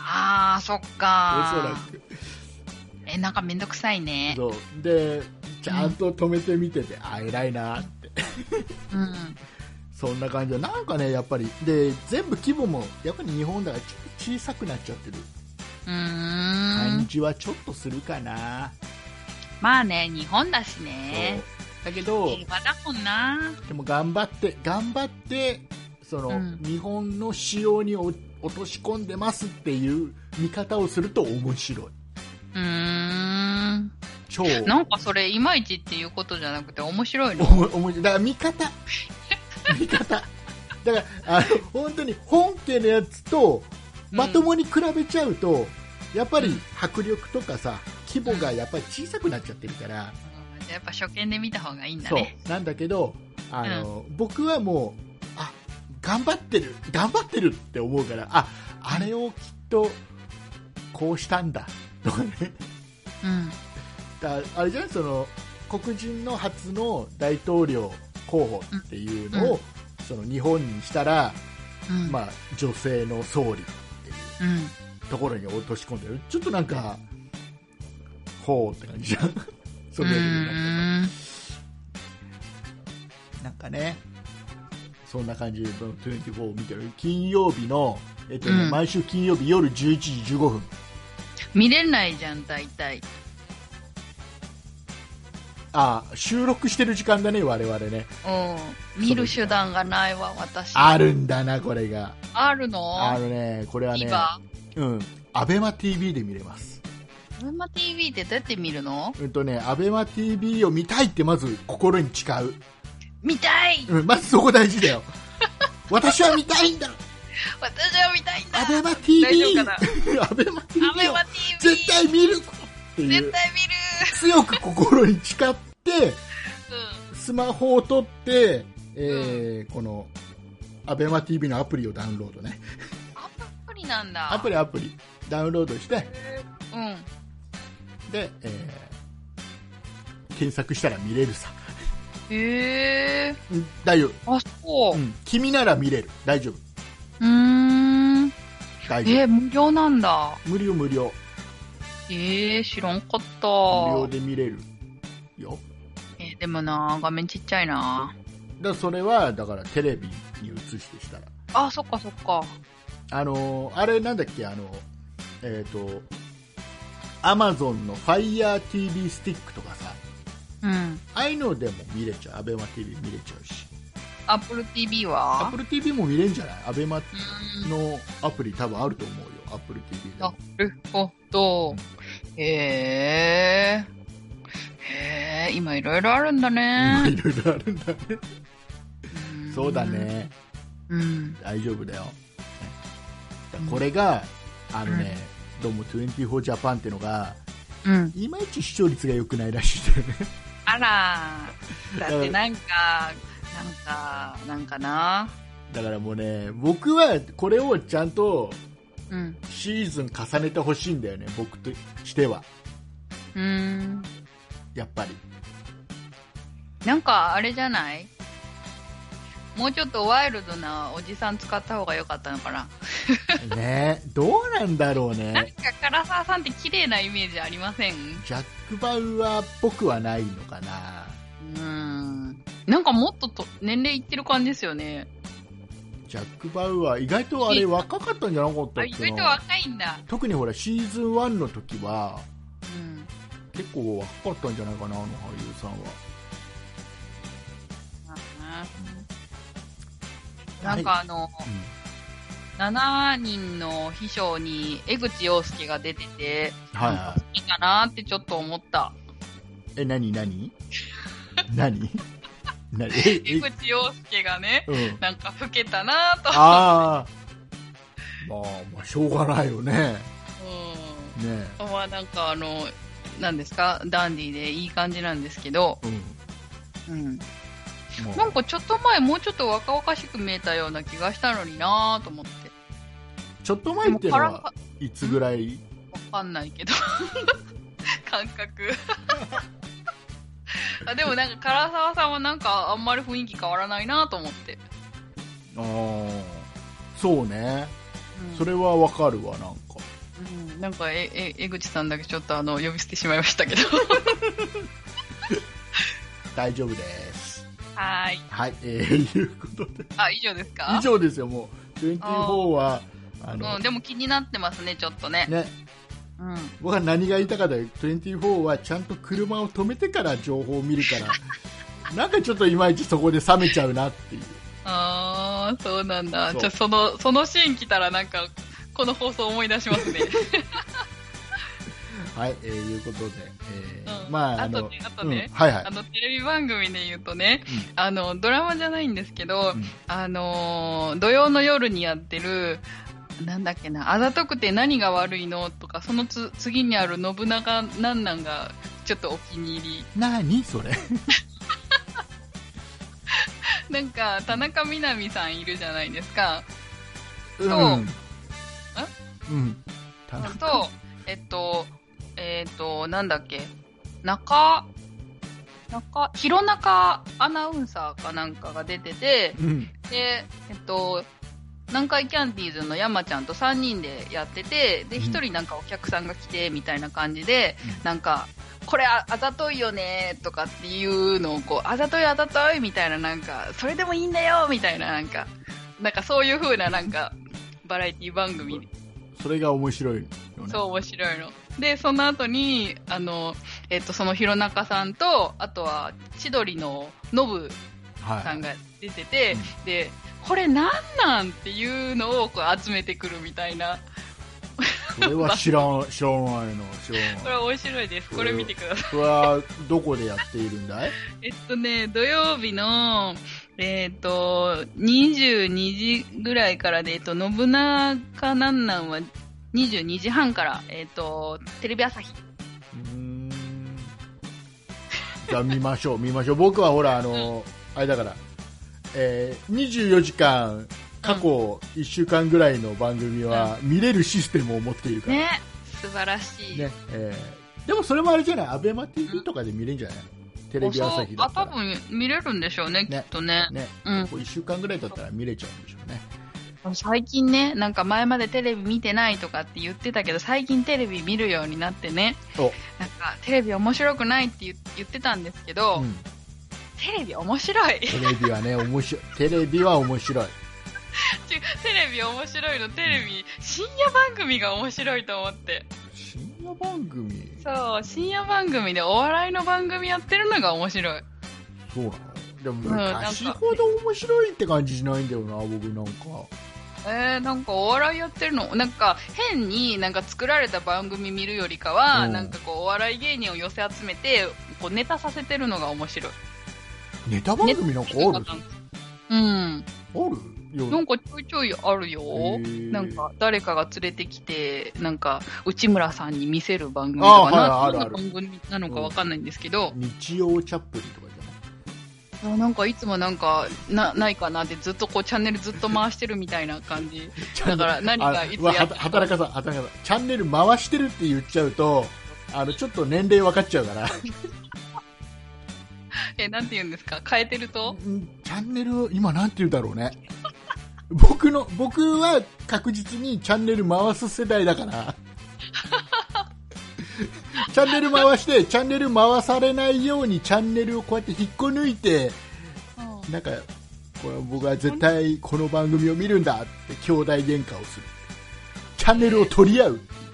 Speaker 1: ああ、そっ
Speaker 2: おそ。
Speaker 1: から
Speaker 2: く
Speaker 1: え、なんかめんどくさいね。
Speaker 2: *laughs* そうでちゃんと止めてみててあ偉いなって
Speaker 1: うん。
Speaker 2: そんな感じでなんかねやっぱりで全部規模もやっぱり日本だからちょっと小さくなっちゃってる
Speaker 1: うー
Speaker 2: 感
Speaker 1: ん。
Speaker 2: じはちょっとするかな、
Speaker 1: まあね、日本だし
Speaker 2: そ
Speaker 1: ね
Speaker 2: う。だけど、
Speaker 1: 平和だもんな。
Speaker 2: でも頑張って、頑張って、その、
Speaker 1: うん
Speaker 2: 日本の仕様にお落とし込んでますっていう見方をすると面白い。
Speaker 1: うーん。
Speaker 2: 超。
Speaker 1: なんかそれ、いまいちっていうことじゃなくて面白い
Speaker 2: お
Speaker 1: の。
Speaker 2: も面白い。だから
Speaker 1: *laughs*
Speaker 2: 見方。見方。だから、あの、本当に本家のやつと、まともに比べちゃうと、やっぱり迫力とかさ、規模がやっぱり小さくなっちゃってるから、
Speaker 1: うんじゃあやっぱ初見で見た方がいいんだ
Speaker 2: そう
Speaker 1: ね。
Speaker 2: なんだけどあの、僕はもうあ頑張ってる頑張ってるって思うからああれをきっとこうしたんだとかね
Speaker 1: うん。
Speaker 2: だあれじゃないその黒人の初の大統領候補っていうのを、
Speaker 1: うん
Speaker 2: その日本にしたら、
Speaker 1: うん。
Speaker 2: まあ、女性の総理
Speaker 1: うん。
Speaker 2: ところに落とし込んでるちょっとなんかほうって感じじゃん *laughs* それだけでなんか
Speaker 1: ん。
Speaker 2: なんかねそんな感じでその24を見てる金曜日の、えっとね
Speaker 1: うん
Speaker 2: 毎週金曜日夜11時15分
Speaker 1: 見れないじゃん、大体。
Speaker 2: あ収録してる時間だね我々ね
Speaker 1: うん。見る手段がないわ、私。
Speaker 2: あるんだなこれが
Speaker 1: あるの
Speaker 2: あのねこれはね
Speaker 1: 今。
Speaker 2: うん、アベマ t v で見れます、
Speaker 1: 群馬 TV ってどうやって見るの
Speaker 2: うんとね、アベマ t v を見たいってまず心に誓う、
Speaker 1: 見たい
Speaker 2: うん、まずそこ大事
Speaker 1: *laughs*
Speaker 2: だよ私は見たいんだ
Speaker 1: 私は見たいんだ
Speaker 2: アベマ
Speaker 1: 大
Speaker 2: TV
Speaker 1: 丈夫かな
Speaker 2: *laughs* アベマ TV
Speaker 1: アベ
Speaker 2: を
Speaker 1: マ TV
Speaker 2: 絶対見るってい
Speaker 1: 絶
Speaker 2: う
Speaker 1: 対
Speaker 2: 強く心に誓って
Speaker 1: 見る
Speaker 2: スマホを取って、えーこのアベマ t v のアプリをダウンロードね
Speaker 1: うん。アプリなんだ。
Speaker 2: アプ
Speaker 1: リ。
Speaker 2: リアプリダウンロードして
Speaker 1: うん。
Speaker 2: で、えー検索したら見れるさ
Speaker 1: へえ。
Speaker 2: うん大丈夫
Speaker 1: あ、そうう。
Speaker 2: ん、君なら見れる大丈夫
Speaker 1: うーん。
Speaker 2: 大丈夫、
Speaker 1: えー、無料なんだ。
Speaker 2: 無料無料
Speaker 1: えー、知らんかった。
Speaker 2: 無料で見れるよ
Speaker 1: えーでもな、画面ちっちゃいな。
Speaker 2: だからそれはだからテレビに映してしたら
Speaker 1: あ、そっかそっか。
Speaker 2: あのーあれなんだっけあのえっ、とアマゾンの FireTV スティックとかさ
Speaker 1: うん。
Speaker 2: ああいうのでも見れちゃう ABEMATV 見れちゃうし
Speaker 1: Apple TV は
Speaker 2: AppleTV も見れんじゃない ABEMA
Speaker 1: うーん。
Speaker 2: のアプリ多分あると思うよ AppleTV で
Speaker 1: な
Speaker 2: も
Speaker 1: るほど。へえ。へえ、今いろいろあるんだ
Speaker 2: 今
Speaker 1: ね。
Speaker 2: いろいろあるんだねそうだ。ね
Speaker 1: うん。
Speaker 2: 大丈夫だよ、だからこれが、あのね、どうも24ジャパンってのが
Speaker 1: うん。
Speaker 2: いまいち視聴率が良くないらしいんだよね
Speaker 1: あら。だってなんか、なんか、なんかな。
Speaker 2: *laughs* だからもうね僕はこれをちゃんと
Speaker 1: うん。
Speaker 2: シーズン重ねてほしいんだよね僕としては
Speaker 1: うーん。
Speaker 2: やっぱり
Speaker 1: なんか、あれじゃないもうちょっとワイルドなおじさん使った方が良かったのかな。
Speaker 2: *laughs* ねどうなんだろう
Speaker 1: なん
Speaker 2: ね
Speaker 1: か、唐沢さんって綺麗なイメージありません
Speaker 2: ジャック・バウアーっぽくはないのかな
Speaker 1: うーん。なんかもっとと年齢いってる感じですよね。
Speaker 2: ジャック・バウアー意外とあれ若かったんじゃなかった
Speaker 1: あ、
Speaker 2: っ
Speaker 1: 意
Speaker 2: け
Speaker 1: 外と
Speaker 2: な
Speaker 1: 若いんだ。
Speaker 2: 特にほらシーズン1の時は
Speaker 1: うん。
Speaker 2: 結構若かったんじゃないかなあの俳優さんは
Speaker 1: なんかあの、7人の秘書に江口洋介が出てて、
Speaker 2: はいはい
Speaker 1: いかなってちょっと思った。
Speaker 2: え、なに
Speaker 1: *laughs*
Speaker 2: なに何何え、え
Speaker 1: 江、口洋介がね、
Speaker 2: うん。
Speaker 1: なんか老けたなと。
Speaker 2: ああ。まあ、まあ、しょうがないよね。
Speaker 1: う
Speaker 2: ね
Speaker 1: ん。まあなんかあの、なんですかダンディーでいい感じなんですけど、
Speaker 2: え。うん。
Speaker 1: うん。
Speaker 2: ま
Speaker 1: な
Speaker 2: あ
Speaker 1: ん、かちょっと前もうちょっと若々しく見えたような気がしたのになと思って。
Speaker 2: ちょっと前って
Speaker 1: で
Speaker 2: いうの
Speaker 1: も
Speaker 2: は、いつぐらい
Speaker 1: わかんないけど *laughs* 感覚あでもなんか唐沢さんはなんかあんまり雰囲気変わらないなと思って、
Speaker 2: ああ。そうね。
Speaker 1: うん
Speaker 2: それはわかるわ、なんか。
Speaker 1: うんなんかええ江口さんだけちょっとあの呼び捨てしまいましたけど
Speaker 2: 大丈夫です。
Speaker 1: はーい
Speaker 2: はい、えー、いうことで。
Speaker 1: *laughs* あ以上ですか
Speaker 2: 以上ですよ、もう。24は、あの、
Speaker 1: うん、でも気になってますねちょっとね
Speaker 2: ね、
Speaker 1: うん
Speaker 2: 僕は何が言いたかだよ24はちゃんと車を止めてから情報を見るか
Speaker 1: *laughs*
Speaker 2: らなんかちょっといまいちそこで冷めちゃうなっていう
Speaker 1: ああそうなんだ
Speaker 2: そう
Speaker 1: じゃそのそのシーン来たらなんかこの放送思い出し
Speaker 2: *laughs*
Speaker 1: ますね、
Speaker 2: はい、えー、いうことで、えー
Speaker 1: うん
Speaker 2: まあ
Speaker 1: あと
Speaker 2: の
Speaker 1: ねあとね
Speaker 2: うんはいはい
Speaker 1: あのテレビ番組で言うとね、あのドラマじゃないんですけど、
Speaker 2: うん
Speaker 1: あのー土曜の夜にやってる、なんだっけな、あざとくて何が悪いのとか、そのつ次にある信長なんなんが、ちょっとお気に入り。
Speaker 2: 何それ
Speaker 1: なんか、田中みな実さんいるじゃないですか。
Speaker 2: うん
Speaker 1: そう
Speaker 2: うん田中
Speaker 1: と、えっと、えっと、なんだっけ、中、中、弘中アナウンサーかなんかが出てて、
Speaker 2: うん。
Speaker 1: で、えっと、南海キャンディーズの山ちゃんと3人でやってて、で、
Speaker 2: うん
Speaker 1: 1人なんかお客さんが来て、みたいな感じで、なんか、これああざといよねとかっていうのをこう、あざといあざといみたいななんか、それでもいいんだよみたいななんか、なんかそういう風ななんか、バラエティ番組
Speaker 2: それが面白いよね。
Speaker 1: そう、面白いの。で、その後に、あの、えっと、その弘中さんと、あとは、千鳥のノブさ
Speaker 2: は
Speaker 1: ん
Speaker 2: い。
Speaker 1: が出てて、で、これなんなんっていうのをこう集めてくるみたいな。
Speaker 2: それは知らん、知らないの、知ら
Speaker 1: こ
Speaker 2: ない。
Speaker 1: れ面白いです。これ見てくだ *laughs* さい。
Speaker 2: それは、どこでやっているんだい
Speaker 1: えっとね、土曜日の、えっと、22時ぐらいからで、えっと、信長なんなんは22時半から、えっと、テレビ朝日。
Speaker 2: うーんじゃあ見ましょう、見ましょう。僕はほら、あの、あれだから、えー、24時間、過去1週間ぐらいの番組は見れるシステムを持っているから。
Speaker 1: ね、素晴らしい。
Speaker 2: ねえーでもそれもあれじゃない、アベマ TV とかで見れるんじゃないテレビ朝日だ
Speaker 1: あ、
Speaker 2: った
Speaker 1: 多
Speaker 2: ら。
Speaker 1: 分見れるんでしょうね、き
Speaker 2: ね
Speaker 1: っとね。
Speaker 2: ね、
Speaker 1: うん
Speaker 2: こう1週間ぐらいだったら見れちゃうんでしょうね。
Speaker 1: 最近ね、なんか前までテレビ見てないとかって言ってたけど、最近テレビ見るようになってね、
Speaker 2: お
Speaker 1: なんかテレビ面白くないって言言ってたんですけど、
Speaker 2: うん、
Speaker 1: テレビ面白い *laughs* 違う
Speaker 2: テレビはね、面白い。テレビは面白い。
Speaker 1: テレビ面白いの、テレビ、深夜番組が面白いと思って。
Speaker 2: 深夜番組
Speaker 1: そう、深夜番組でお笑いの番組やってるのが面白い。
Speaker 2: そうなのでも
Speaker 1: うんなんか
Speaker 2: 昔ほど面白いって感じしないんだよな、僕なんか。
Speaker 1: えー、なんかお笑いやってるのなんか変になんか作られた番組見るよりかは、
Speaker 2: うん
Speaker 1: なんかこうお笑い芸人を寄せ集めてこうネタさせてるのが面白い
Speaker 2: ネタ番組なんかある
Speaker 1: うん
Speaker 2: あるよ
Speaker 1: なんかちょいちょいあるよ
Speaker 2: ー
Speaker 1: なんか誰かが連れてきてなんか内村さんに見せる番組と
Speaker 2: あー
Speaker 1: か
Speaker 2: は
Speaker 1: ないどん
Speaker 2: あ
Speaker 1: な
Speaker 2: るある
Speaker 1: 番組なのかわかんないんですけど、
Speaker 2: 日曜チャップリンとかじ
Speaker 1: あーなんかいつもなんかなないかなってずっとこうチャンネルずっと回してるみたいな感
Speaker 2: *laughs*
Speaker 1: じ
Speaker 2: ゃない
Speaker 1: だから何かいつやって
Speaker 2: あはた働かさん、働かさん。チャンネル回してるって言っちゃうと、あの、ちょっと年齢分かっちゃうから、
Speaker 1: えなんて言うんですか変えてると
Speaker 2: うんチャンネル、今なんて言うんだろうね。僕の、僕は確実にチャンネル回す世代だ
Speaker 1: *laughs*
Speaker 2: から。チャンネル回して、チャンネル回されないようにチャンネルをこうやって引っこ抜いて、なんか、これ僕は絶対この番組を見るんだって兄弟喧嘩をする。チャンネルを取り合うっていう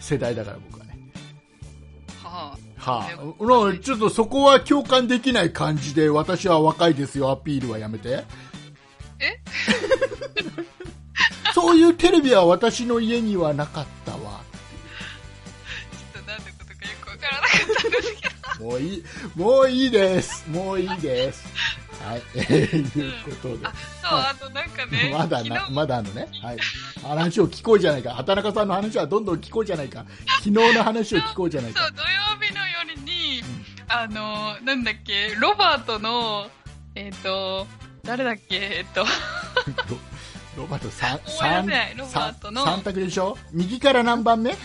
Speaker 2: 世代だから僕はね。
Speaker 1: は
Speaker 2: は
Speaker 1: という
Speaker 2: あ、なちょっとそこは共感できない感じで私は若いですよアピールはやめて
Speaker 1: え
Speaker 2: *laughs* そういうテレビは私の家にはなかったわ
Speaker 1: あ、ちょっとなんてことかよくわからなかったんですけど。
Speaker 2: もういいもういいですもういいです
Speaker 1: *laughs*
Speaker 2: はいえーいうことで
Speaker 1: そう、あとなんかね、
Speaker 2: まだ
Speaker 1: 昨
Speaker 2: な
Speaker 1: 日、
Speaker 2: まだあのね、はい、話を聞こうじゃないか畑中さんの話はどんどん聞こうじゃないか昨日の話を聞こうじゃない
Speaker 1: そう
Speaker 2: か、
Speaker 1: 土曜日の夜に、あの、なんだっけ、ロバートの、えっ、と、誰だっけ、えっ、と、
Speaker 2: ロロバートさん
Speaker 1: 思い出せないロバートの
Speaker 2: 3択でしょ右から何番目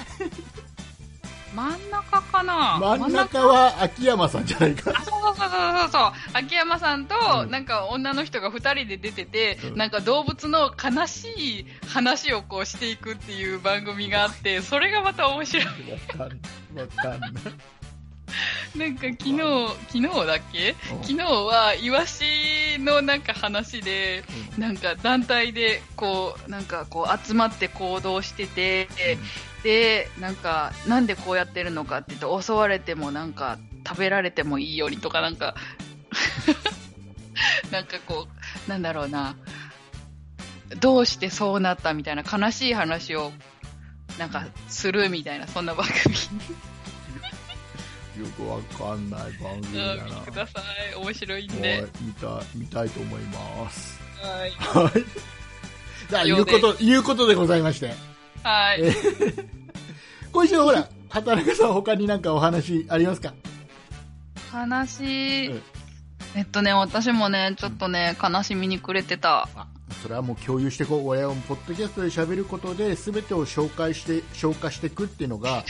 Speaker 1: 真ん中かな
Speaker 2: 真ん中は秋山さんじゃないか
Speaker 1: あそうそうそうそうそう秋山さんと、
Speaker 2: うん
Speaker 1: なんか女の人が2人で出てて、
Speaker 2: うん
Speaker 1: なんか動物の悲しい話をこうしていくっていう番組があってそれがまた面白い
Speaker 2: わかんわかんない
Speaker 1: なんか昨日、昨日だっけ
Speaker 2: うん
Speaker 1: 昨日は、イワシのなんか話で、なんか団体で、こう、なんかこう集まって行動してて、で、なんか、なんでこうやってるのかって言うと、襲われてもなんか、食べられてもいいようにとか、なんか、 *laughs* なんかこう、なんだろうな、どうしてそうなったみたいな悲しい話を、なんか、するみたいな、そんな番組。
Speaker 2: よくわかんない番組だ
Speaker 1: う
Speaker 2: なん
Speaker 1: 見てく
Speaker 2: も
Speaker 1: ださい。面白いん
Speaker 2: う
Speaker 1: で。
Speaker 2: 見た見たいと思います
Speaker 1: はい。
Speaker 2: *laughs* はいじゃあいうこということでございまして
Speaker 1: はい。
Speaker 2: え今週ほら畑中さん他になんかお話ありますか
Speaker 1: 悲しい
Speaker 2: うん。
Speaker 1: えっとね、私もね、ちょっとね、悲しみに暮れてた。
Speaker 2: あそれはもう共有していこう俺はもうポッドキャストで喋ることで全てを紹介して消化していくっていうのが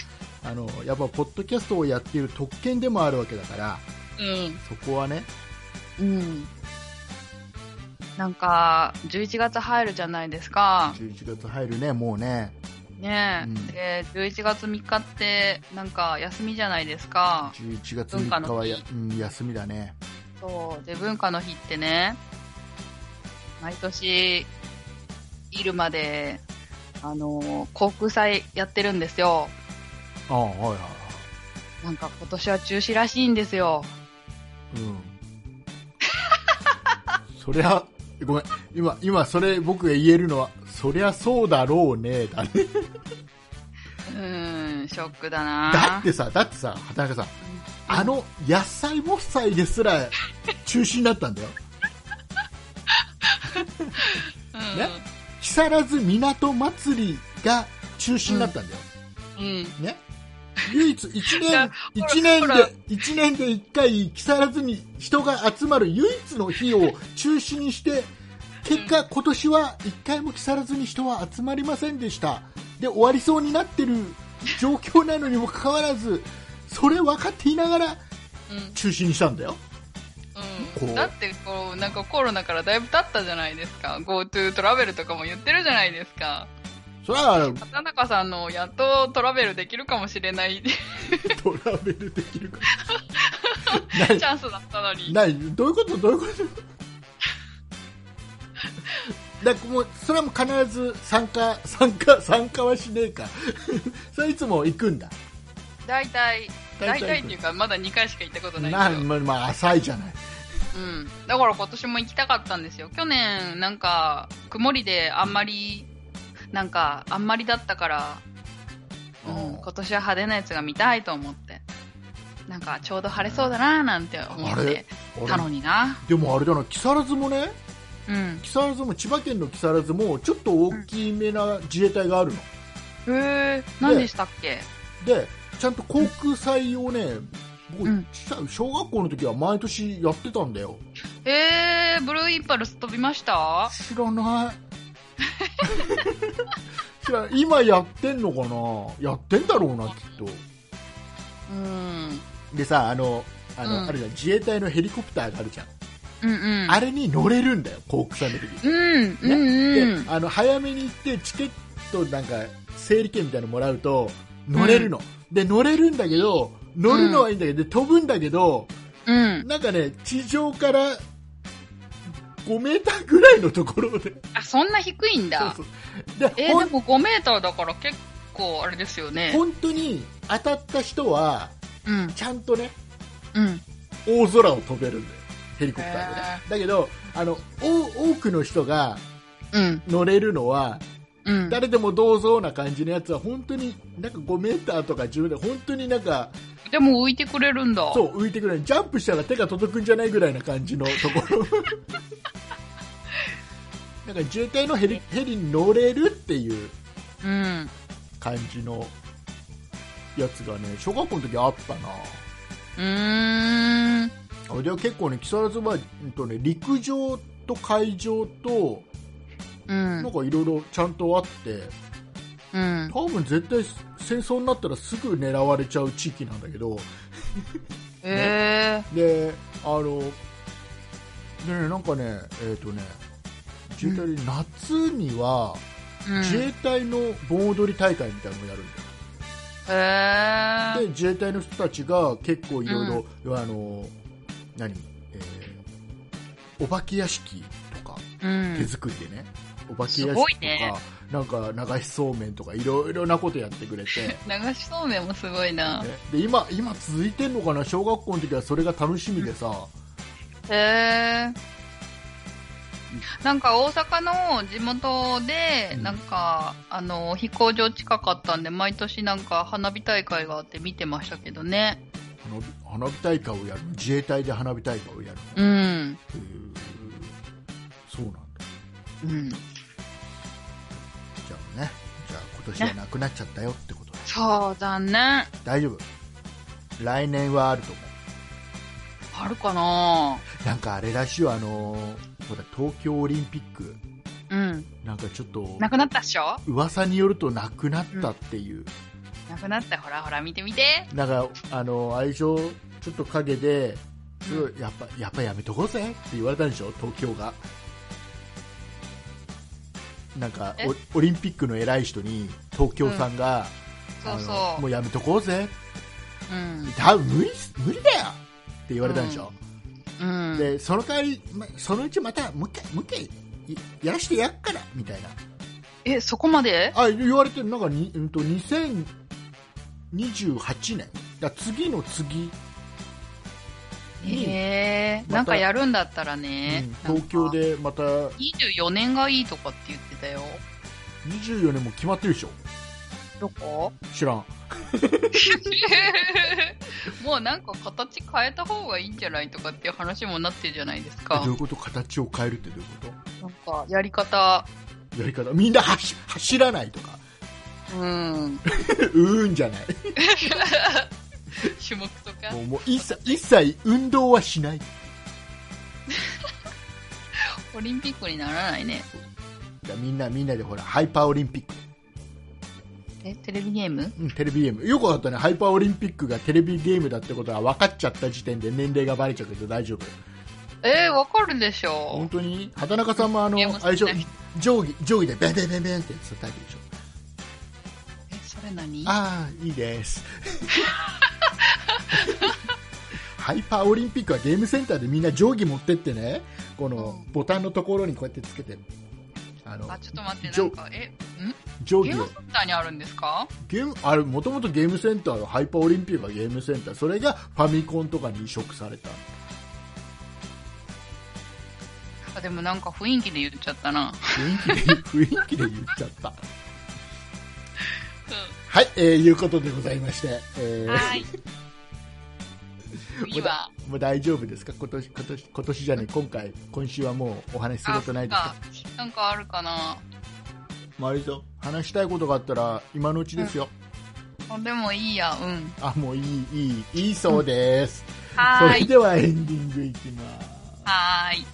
Speaker 2: あのやっぱポッドキャストをやっている特権でもあるわけだから
Speaker 1: うん。
Speaker 2: そこはね
Speaker 1: うん。なんか、11月入るじゃないですか。
Speaker 2: 11月入るねもうね
Speaker 1: ねえ、
Speaker 2: うん
Speaker 1: で、11月3日って、なんか休みじゃないですか。
Speaker 2: 11月3日はや、うん、休みだね
Speaker 1: そう。で、文化の日ってね、毎年、ビールまで、あの、航空祭やってるんですよ。
Speaker 2: ああはいはいは
Speaker 1: なんか今年は中止らしいんですよ。
Speaker 2: いうん *laughs* そりゃごめん今今それ僕が言えるのはそりゃそうだろうねだね
Speaker 1: うーん、ショックだな
Speaker 2: だってさだってさ畑中さんあの野菜もっさいですら中止になったんだよ
Speaker 1: うん
Speaker 2: ね木更津港祭りが中止になったんだよ、
Speaker 1: うん。
Speaker 2: ね唯一1
Speaker 1: い
Speaker 2: 年
Speaker 1: や
Speaker 2: 一年
Speaker 1: ほ
Speaker 2: で
Speaker 1: らほら
Speaker 2: 1年で1回木更津に人が集まる唯一の日を中止にして結果今年は1回も木更津に人は集まりませんでしたで終わりそうになってる状況なのにもかかわらずそれ分かっていながら
Speaker 1: うん
Speaker 2: 中止にしたんだよこ
Speaker 1: う、
Speaker 2: うん
Speaker 1: だってこうなんかコロナからだいぶ経ったじゃないですか GoTo トラベルとかも言ってるじゃないですか
Speaker 2: それは
Speaker 1: 畑中さんのやっとトラベルできるかもしれない *laughs* チ
Speaker 2: トラベルできるか
Speaker 1: ャンスだったのに
Speaker 2: ないないどういうことどういうことだからもうそれはもう必ず参加参加参加はしねえかそれはいつも行くんだ
Speaker 1: 大体大
Speaker 2: 大体
Speaker 1: 体っていうかまだ2回しか行ったことない
Speaker 2: な
Speaker 1: けど
Speaker 2: まあまあ浅いじゃない
Speaker 1: うん、だから今年も行きたかったんですよ。去年、なんか、曇りであんまり、なんか、あんまりだったから、う
Speaker 2: うん
Speaker 1: ん、今年は派手なやつが見たいと思って。なんか、ちょうど晴れそうだなーなんて思
Speaker 2: あ
Speaker 1: っ
Speaker 2: れ
Speaker 1: てたのにな。
Speaker 2: でもあれだな木更津もね
Speaker 1: うん。
Speaker 2: 木更津も千葉県の木更津もちょっと大きめな自衛隊があるの、
Speaker 1: へえ、何でしたっけ
Speaker 2: でちゃんと航空祭をね、僕
Speaker 1: うん
Speaker 2: ちっちゃい小学校の時は毎年やってたんだよ
Speaker 1: えー、ブルーインパルス飛びました
Speaker 2: 知らない知らない今やってんのかなやってんだろうなきっと
Speaker 1: うん。
Speaker 2: でさあのあの、
Speaker 1: うん
Speaker 2: あれじゃん自衛隊のヘリコプターがあるじゃん、
Speaker 1: うんうん。
Speaker 2: あれに乗れるんだよ航空祭の時に、
Speaker 1: うん、うん、うん。
Speaker 2: であの早めに行ってチケットなんか整理券みたいなのもらうと乗れるの、で乗れるんだけど乗るのはいいんだけど、で飛ぶんだけど
Speaker 1: うん。
Speaker 2: なんかね地上から5メーターぐらいのところで
Speaker 1: あ、そんな低いんだ。
Speaker 2: そうそうで
Speaker 1: え
Speaker 2: ほん
Speaker 1: ー、でも5メーターだから結構あれですよね。
Speaker 2: 本当に当たった人は
Speaker 1: うん。
Speaker 2: ちゃんとね
Speaker 1: うん。
Speaker 2: 大空を飛べるんだよヘリコプターでね
Speaker 1: へ
Speaker 2: だけどあのお多くの人が
Speaker 1: うん。
Speaker 2: 乗れるのは
Speaker 1: うん。
Speaker 2: 誰でもどうぞな感じのやつは本当になんか5メーターとか10メーター本当になんか
Speaker 1: でも浮いてくれるんだ。
Speaker 2: そう浮いてくるジャンプしたら手が届くんじゃないぐらいな感じのとこ
Speaker 1: *laughs*
Speaker 2: ろなんか自衛隊のヘリヘリに乗れるっていう
Speaker 1: う。うん。
Speaker 2: 感じのやつがね小学校の時あったな
Speaker 1: うーん。
Speaker 2: あで結構ね木更津は、うんとね、陸上と海上と
Speaker 1: うん
Speaker 2: なん。かいろいろちゃんとあって
Speaker 1: うん。
Speaker 2: 多分絶対戦争になったらすぐ狙われちゃう地域なんだけど
Speaker 1: え
Speaker 2: であのでねなんかねえっ、とね自衛隊で夏には
Speaker 1: ー。うん。
Speaker 2: 自衛隊の盆踊り大会みたいなのをやるんだ
Speaker 1: え
Speaker 2: よ
Speaker 1: ー。
Speaker 2: で自衛隊の人たちが結構いろいろ要はあの何、えーお化け屋敷とか
Speaker 1: う
Speaker 2: 手
Speaker 1: ん。
Speaker 2: 作りでね、お化け
Speaker 1: す
Speaker 2: 屋敷と
Speaker 1: ご
Speaker 2: か、
Speaker 1: いね
Speaker 2: なんか流しそうめんとかいろいろなことやってくれて、ね
Speaker 1: 流し *laughs* そうめんもすごいな。
Speaker 2: で今今続いてんのかな小学校の時はそれが楽しみでさ、
Speaker 1: へえなんか大阪の地元で
Speaker 2: う、ん
Speaker 1: なんか、あの、飛行場近かったんで、毎年なんか花火大会があって見てましたけどね。
Speaker 2: 花火花火大会をやる自衛隊で花火大会をやる
Speaker 1: うん。
Speaker 2: っていうそうなんだ
Speaker 1: うん。
Speaker 2: じゃあねじゃあ今年はなくなっちゃったよってことで
Speaker 1: そう、残念。あ
Speaker 2: 大丈夫来年はあると思
Speaker 1: るかな
Speaker 2: うなんかあれらしいよあのーほら東京オリンピック
Speaker 1: うん。
Speaker 2: なんかちょっと
Speaker 1: なくなったっしょ
Speaker 2: 噂によるとなくなったっていう、
Speaker 1: なくなった。ほらほら見て見て。
Speaker 2: なんかあの愛情ちょっと陰ですごいやっぱやっぱやめとこうぜって言われたんでしょ東京がなんか
Speaker 1: え
Speaker 2: おオリンピックの偉い人に東京さんが、
Speaker 1: そう
Speaker 2: あの
Speaker 1: そ
Speaker 2: も
Speaker 1: う。
Speaker 2: うやめとこうぜ
Speaker 1: うん。
Speaker 2: 多分無理っす無理だよって言われたんでしょ、
Speaker 1: うん。
Speaker 2: でその代わり、ま、そのうちまたもう一回もう一回いやらしてやっからみたいな
Speaker 1: え、そこまで
Speaker 2: あ言われてるなんかに、うん、と2028年だから次の次、
Speaker 1: へえ
Speaker 2: また
Speaker 1: なんかやるんだったらね
Speaker 2: うん。東京
Speaker 1: なんか。
Speaker 2: でまた
Speaker 1: 24年がいいとかって言ってたよ。
Speaker 2: 24年も決まってるでしょ
Speaker 1: どこ
Speaker 2: 知ら
Speaker 1: *laughs*
Speaker 2: ん
Speaker 1: もうなんか形変えた方がいいんじゃないとかっていう話もなってるじゃないですか
Speaker 2: どう。いうこと形を変えるってどういうこ
Speaker 1: なんかやり方、
Speaker 2: とやり方みんな走走らないとか
Speaker 1: うん。
Speaker 2: うーんじゃない
Speaker 1: 種目とか
Speaker 2: も。うもう一切一切運動はしない
Speaker 1: オリンピックにならないね。
Speaker 2: だからみんなみんなでほらハイパーオリンピック
Speaker 1: え、テレビゲーム
Speaker 2: うん、テレビゲーム。よくわかったね。ハイパーオリンピックがテレビゲームだってことは分かっちゃった時点で年齢がバレちゃうけど大丈夫。
Speaker 1: えー、わかるでし
Speaker 2: 本
Speaker 1: ょ。
Speaker 2: 当に畑中さんもあの
Speaker 1: ゲーム、
Speaker 2: あれでしょ
Speaker 1: 好きな
Speaker 2: 定規、定規でベンベンベンベンって叩いてるでしょ。
Speaker 1: え、それ何
Speaker 2: ああ、いいです。ハイパーオリンピックはゲームセンターでみんな定規持ってってね、このボタンのところにこうやってつけて、あの
Speaker 1: あ、、ちょっと待って、
Speaker 2: ジ
Speaker 1: な
Speaker 2: ョ
Speaker 1: んか、え、ん
Speaker 2: 定
Speaker 1: ゲ
Speaker 2: 規
Speaker 1: ー
Speaker 2: を
Speaker 1: ムセンターにあるんですか
Speaker 2: ゲームあれもともとゲームセンターのハイパーオリンピックがゲームセンターそれがファミコンとかに移植された
Speaker 1: あ、でもなんか雰囲気で言っちゃったな。
Speaker 2: 雰囲気で雰囲気で言っちゃったはい、えー、いうことでございまして、えー
Speaker 1: はい。
Speaker 2: *laughs*
Speaker 1: 次は、
Speaker 2: もう大丈夫ですか今年今年今年じゃねえ今回今週はもうお話しする
Speaker 1: あ、
Speaker 2: ことないですか
Speaker 1: そっかなんかあるかな。
Speaker 2: まああれですよ話したいことがあったら今のうちですよ、
Speaker 1: あでもいいや、うん。
Speaker 2: あもういいいいいいそうです、
Speaker 1: は
Speaker 2: そ
Speaker 1: ー
Speaker 2: れ
Speaker 1: い。
Speaker 2: ではエンディングいきます
Speaker 1: *laughs* はーい。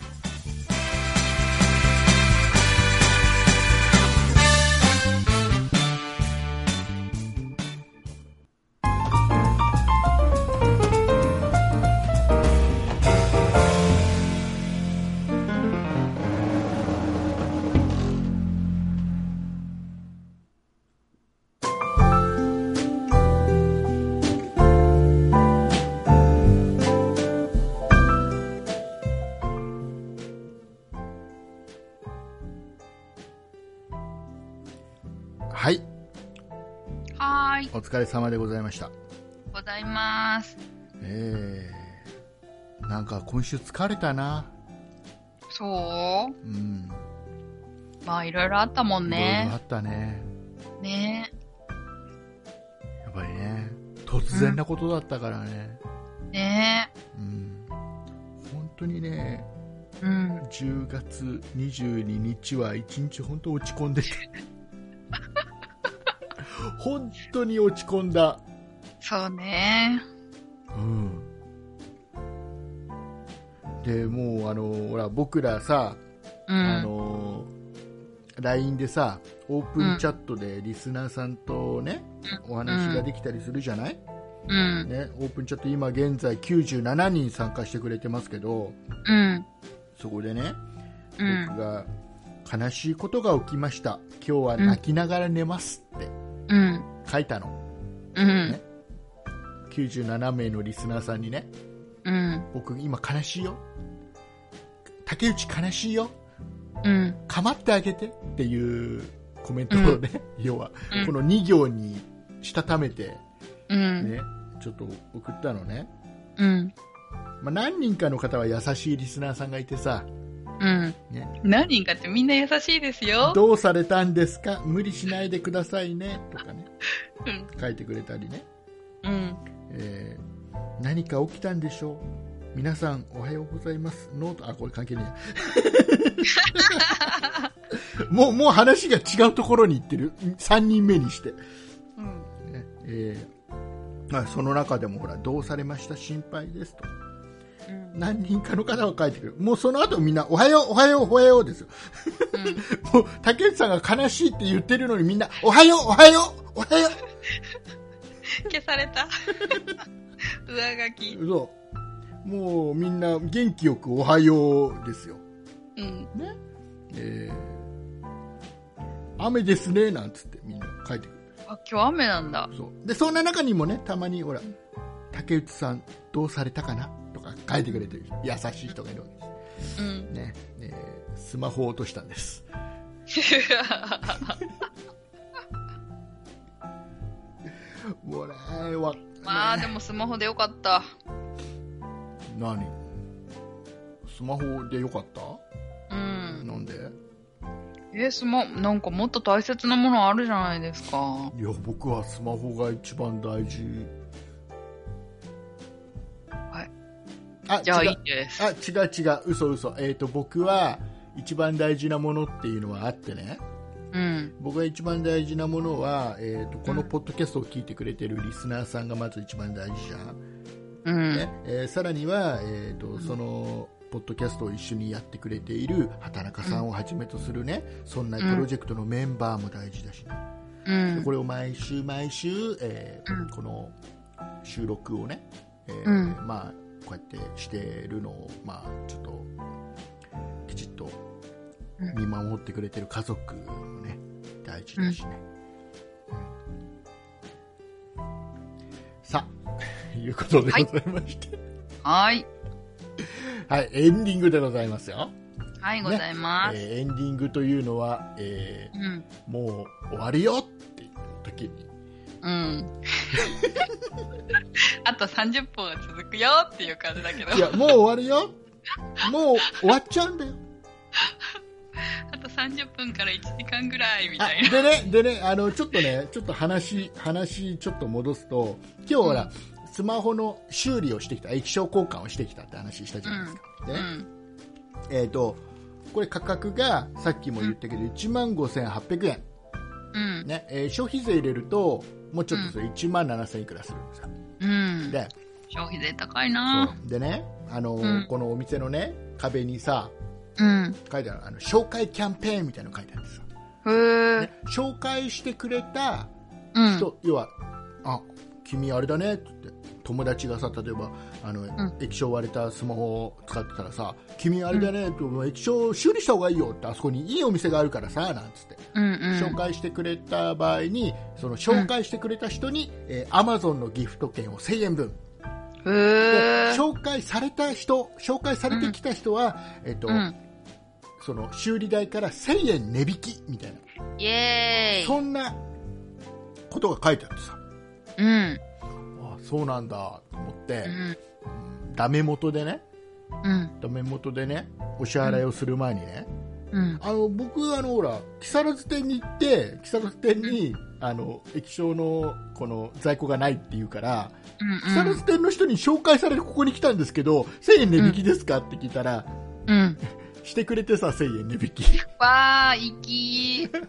Speaker 2: はい
Speaker 1: はーい。
Speaker 2: お疲れ様でございました
Speaker 1: ございます。
Speaker 2: えー、なんか今週疲れたな
Speaker 1: そ
Speaker 2: うん
Speaker 1: うまあ、いろいろあったもん
Speaker 2: いろいろあ
Speaker 1: ね。
Speaker 2: ったね
Speaker 1: ね
Speaker 2: やっぱりね突然なことだったからね、
Speaker 1: ね
Speaker 2: うん、本当にね
Speaker 1: うん。
Speaker 2: 10月22日は1日本当落ち込んで *laughs* た本当に落ち込んだ
Speaker 1: そうね。
Speaker 2: うんでもうあのほら僕らさ、
Speaker 1: う
Speaker 2: あ
Speaker 1: ん。
Speaker 2: の LINE でさオープンチャットでリスナーさんとね、お話ができたりするじゃない、
Speaker 1: うん。
Speaker 2: ね、オープンチャット今現在97人参加してくれてますけど
Speaker 1: うん。
Speaker 2: そこでね
Speaker 1: うん
Speaker 2: 僕。が悲しいことが起きました今日は泣きながら寝ますって
Speaker 1: うん。
Speaker 2: 書いたの
Speaker 1: うん。
Speaker 2: 97名のリスナーさんにね
Speaker 1: うん。
Speaker 2: 僕今悲しいよ竹内悲しいよ
Speaker 1: うん。
Speaker 2: 構ってあげてっていうコメントをね、要は
Speaker 1: うん
Speaker 2: この2行にしたためて
Speaker 1: うん。
Speaker 2: ねちょっと送ったのね、
Speaker 1: うん。
Speaker 2: まあ、何人かの方は優しいリスナーさんがいてさ
Speaker 1: うん。
Speaker 2: ね
Speaker 1: 何人かってみんな優しいですよ。
Speaker 2: どうされたんですか無理しないでくださいねとかね
Speaker 1: うん。
Speaker 2: 書いてくれたりね、
Speaker 1: うん。
Speaker 2: えー何か起きたんでしょう皆さんおはようございますノートあこれ関係ねえや *laughs* もうもう話が違うところに行ってる3人目にして、
Speaker 1: うん。
Speaker 2: ねえーまあ、その中でもほらどうされました心配ですと
Speaker 1: うん
Speaker 2: 何人かの方が書いてくる。もうその後みんな、おはよう、おはよう、おはようですよ。 *laughs* もう、竹内さんが悲しいって言ってるのにみんな、おはよう、おはよう、おはよ
Speaker 1: 消され *laughs* た上書き
Speaker 2: う。そう。もうみんな元気よくおはようですよ。
Speaker 1: うん
Speaker 2: えー、雨ですね、なんつってみんな書いてくる。
Speaker 1: あ今日雨なんだ
Speaker 2: そう。で、そんな中にもね、たまに、ほら、竹内さんどうされたかなとか書いてくれてる優しい人がいるわけです。
Speaker 1: うん *laughs*
Speaker 2: ね、えースマホを落としたんです。もうね、わ、
Speaker 1: まあでもスマホでよかった
Speaker 2: 何スマホでよかった
Speaker 1: うん
Speaker 2: なんでいや、
Speaker 1: えスマなんかもっと大切なものあるじゃないですか
Speaker 2: 僕はスマホが一番大事。
Speaker 1: はい。
Speaker 2: あ、
Speaker 1: じゃあ
Speaker 2: 違う
Speaker 1: いいです
Speaker 2: あ、違う違う、嘘嘘。えっ、と、僕は一番大事なものっていうのはあってね。
Speaker 1: うん
Speaker 2: 僕が一番大事なものは、えー、とこのポッドキャストを聞いてくれてるリスナーさんがまず一番大事じゃん、
Speaker 1: うん
Speaker 2: ねえーさらには、えーとそのポッドキャストを一緒にやってくれている畑中さんをはじめとするね、そんなプロジェクトのメンバーも大事だし、ね
Speaker 1: う
Speaker 2: で
Speaker 1: ん
Speaker 2: これを毎週毎週、えー
Speaker 1: うん
Speaker 2: この収録をね、えー
Speaker 1: う
Speaker 2: まあ、こうやってしてるのを、まあ、ちょっときちっと
Speaker 1: うん
Speaker 2: 見守ってくれてる家族もね大事だしね、さあ *laughs* いうことでございまして、
Speaker 1: はい
Speaker 2: はいエンディングでございますよ、
Speaker 1: はいございます、
Speaker 2: えーエンディングというのは、えー
Speaker 1: うん
Speaker 2: もう終わるよっていう時に
Speaker 1: うん。 *laughs* あと30分は続くよっていう感じだけど、
Speaker 2: いや、もう終わるよ。もう終わっちゃうんだよ。
Speaker 1: あと30分から1時間ぐらいみ
Speaker 2: あ
Speaker 1: たいな。
Speaker 2: でね、でね、あの、ちょっとね、ちょっと話、話、ちょっと戻すと、今日ほら、スマホの修理をしてきた、液晶交換をしてきたって話したじゃないですか。
Speaker 1: う
Speaker 2: でね、
Speaker 1: ん。
Speaker 2: えっ、と、これ価格が、さっきも言ったけど、15,800円。
Speaker 1: うん。
Speaker 2: ね、えー消費税入れると、もうちょっとそれ17,000いくらするんですよ。
Speaker 1: うん。
Speaker 2: で、
Speaker 1: 消費税高いな
Speaker 2: そうでね、あの、
Speaker 1: うん
Speaker 2: このお店のね、壁にさ、
Speaker 1: うん。
Speaker 2: 書いてある、あの、紹介キャンペーンみたいなの書いてあるんですよ。
Speaker 1: へー
Speaker 2: ね紹介してくれた
Speaker 1: うん。
Speaker 2: 人、要は「あ君あれだね」って言って友達がさ例えばあの、液晶割れたスマホを使ってたらさ「君あれだね」ってもう液晶修理した方がいいよ」ってあそこにいいお店があるからさなんつって。
Speaker 1: うん
Speaker 2: 紹介してくれた場合にその紹介してくれた人に、えー Amazon のギフト券を1000円分
Speaker 1: うん。
Speaker 2: で
Speaker 1: へー
Speaker 2: 紹介された人紹介されてきた人は、えっと
Speaker 1: うん。
Speaker 2: その修理代から1000円値引きみたいな
Speaker 1: イエーイ。
Speaker 2: そんなことが書いてあってさ
Speaker 1: うん。
Speaker 2: あそうなんだと思って
Speaker 1: う、ん。
Speaker 2: ダメ元でね
Speaker 1: うん。
Speaker 2: ダメ元でねお支払いをする前にね、
Speaker 1: うん。
Speaker 2: あの僕あのほら木更津店に行って木更津店にあの液晶のこの在庫がないっていうから木
Speaker 1: う
Speaker 2: 更
Speaker 1: ん
Speaker 2: 津店の人に紹介されてここに来たんですけど1000円値引きですかって聞いたら
Speaker 1: うん。うん。
Speaker 2: してくれてさ1000円値引き
Speaker 1: わー、いきー。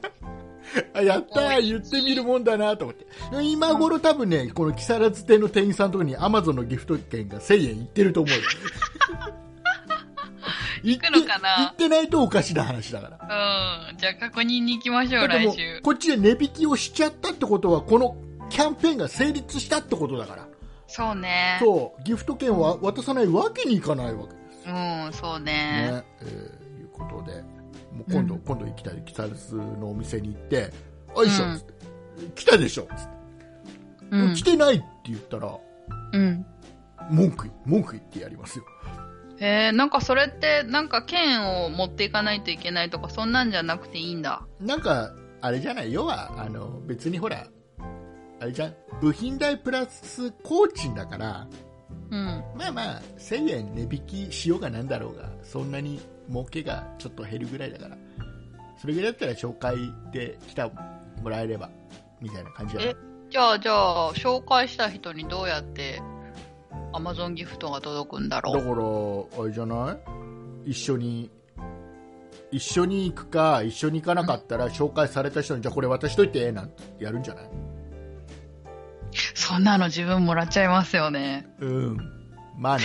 Speaker 2: あやったー言ってみるもんだなと思って今頃多分ねこの木更津店の店員さんのとこに Amazon のギフト券が1000円いってると思
Speaker 1: *laughs*
Speaker 2: うよ行
Speaker 1: くのかな
Speaker 2: って行ってないとおかしな話だから
Speaker 1: うん。じゃあ確認に行きましょう、
Speaker 2: だって
Speaker 1: 来
Speaker 2: もう
Speaker 1: 週。
Speaker 2: こっちで値引きをしちゃったってことはこのキャンペーンが成立したってことだから
Speaker 1: そうね。
Speaker 2: そうギフト券は渡さないわけにいかないわけです
Speaker 1: うん、そう
Speaker 2: ね、
Speaker 1: ね。
Speaker 2: えーいうことでもう今度、
Speaker 1: うん
Speaker 2: 今度行きたい木更津のお店に行って「よいしょ」
Speaker 1: うん
Speaker 2: っつって、来たでしょ」つって、
Speaker 1: うん
Speaker 2: 来。てないって言ったら
Speaker 1: うん。
Speaker 2: 文句文句言ってやりますよ
Speaker 1: へえなんかそれってなんか剣を持っていかないといけないとかそんなんじゃなくていいんだ
Speaker 2: なんかあれじゃない要はあの別にほらあれじゃん部品代プラス工賃だから
Speaker 1: うん
Speaker 2: まあまあ1000円値引きしようがなんだろうがそんなに儲けがちょっと減るぐらいだからそれぐらいだったら紹介で来たもらえればみたいな感じだね
Speaker 1: えじゃあじゃあ紹介した人にどうやってアマゾンギフトが届くんだ
Speaker 2: だ
Speaker 1: ろ
Speaker 2: か
Speaker 1: う
Speaker 2: らあれじゃない一緒に一緒に行くか一緒に行かなかったら紹介された人にじゃあこれ渡しといてなんてやるんじゃない
Speaker 1: そんなの自分もらっちゃいますよね *laughs*
Speaker 2: うんまあね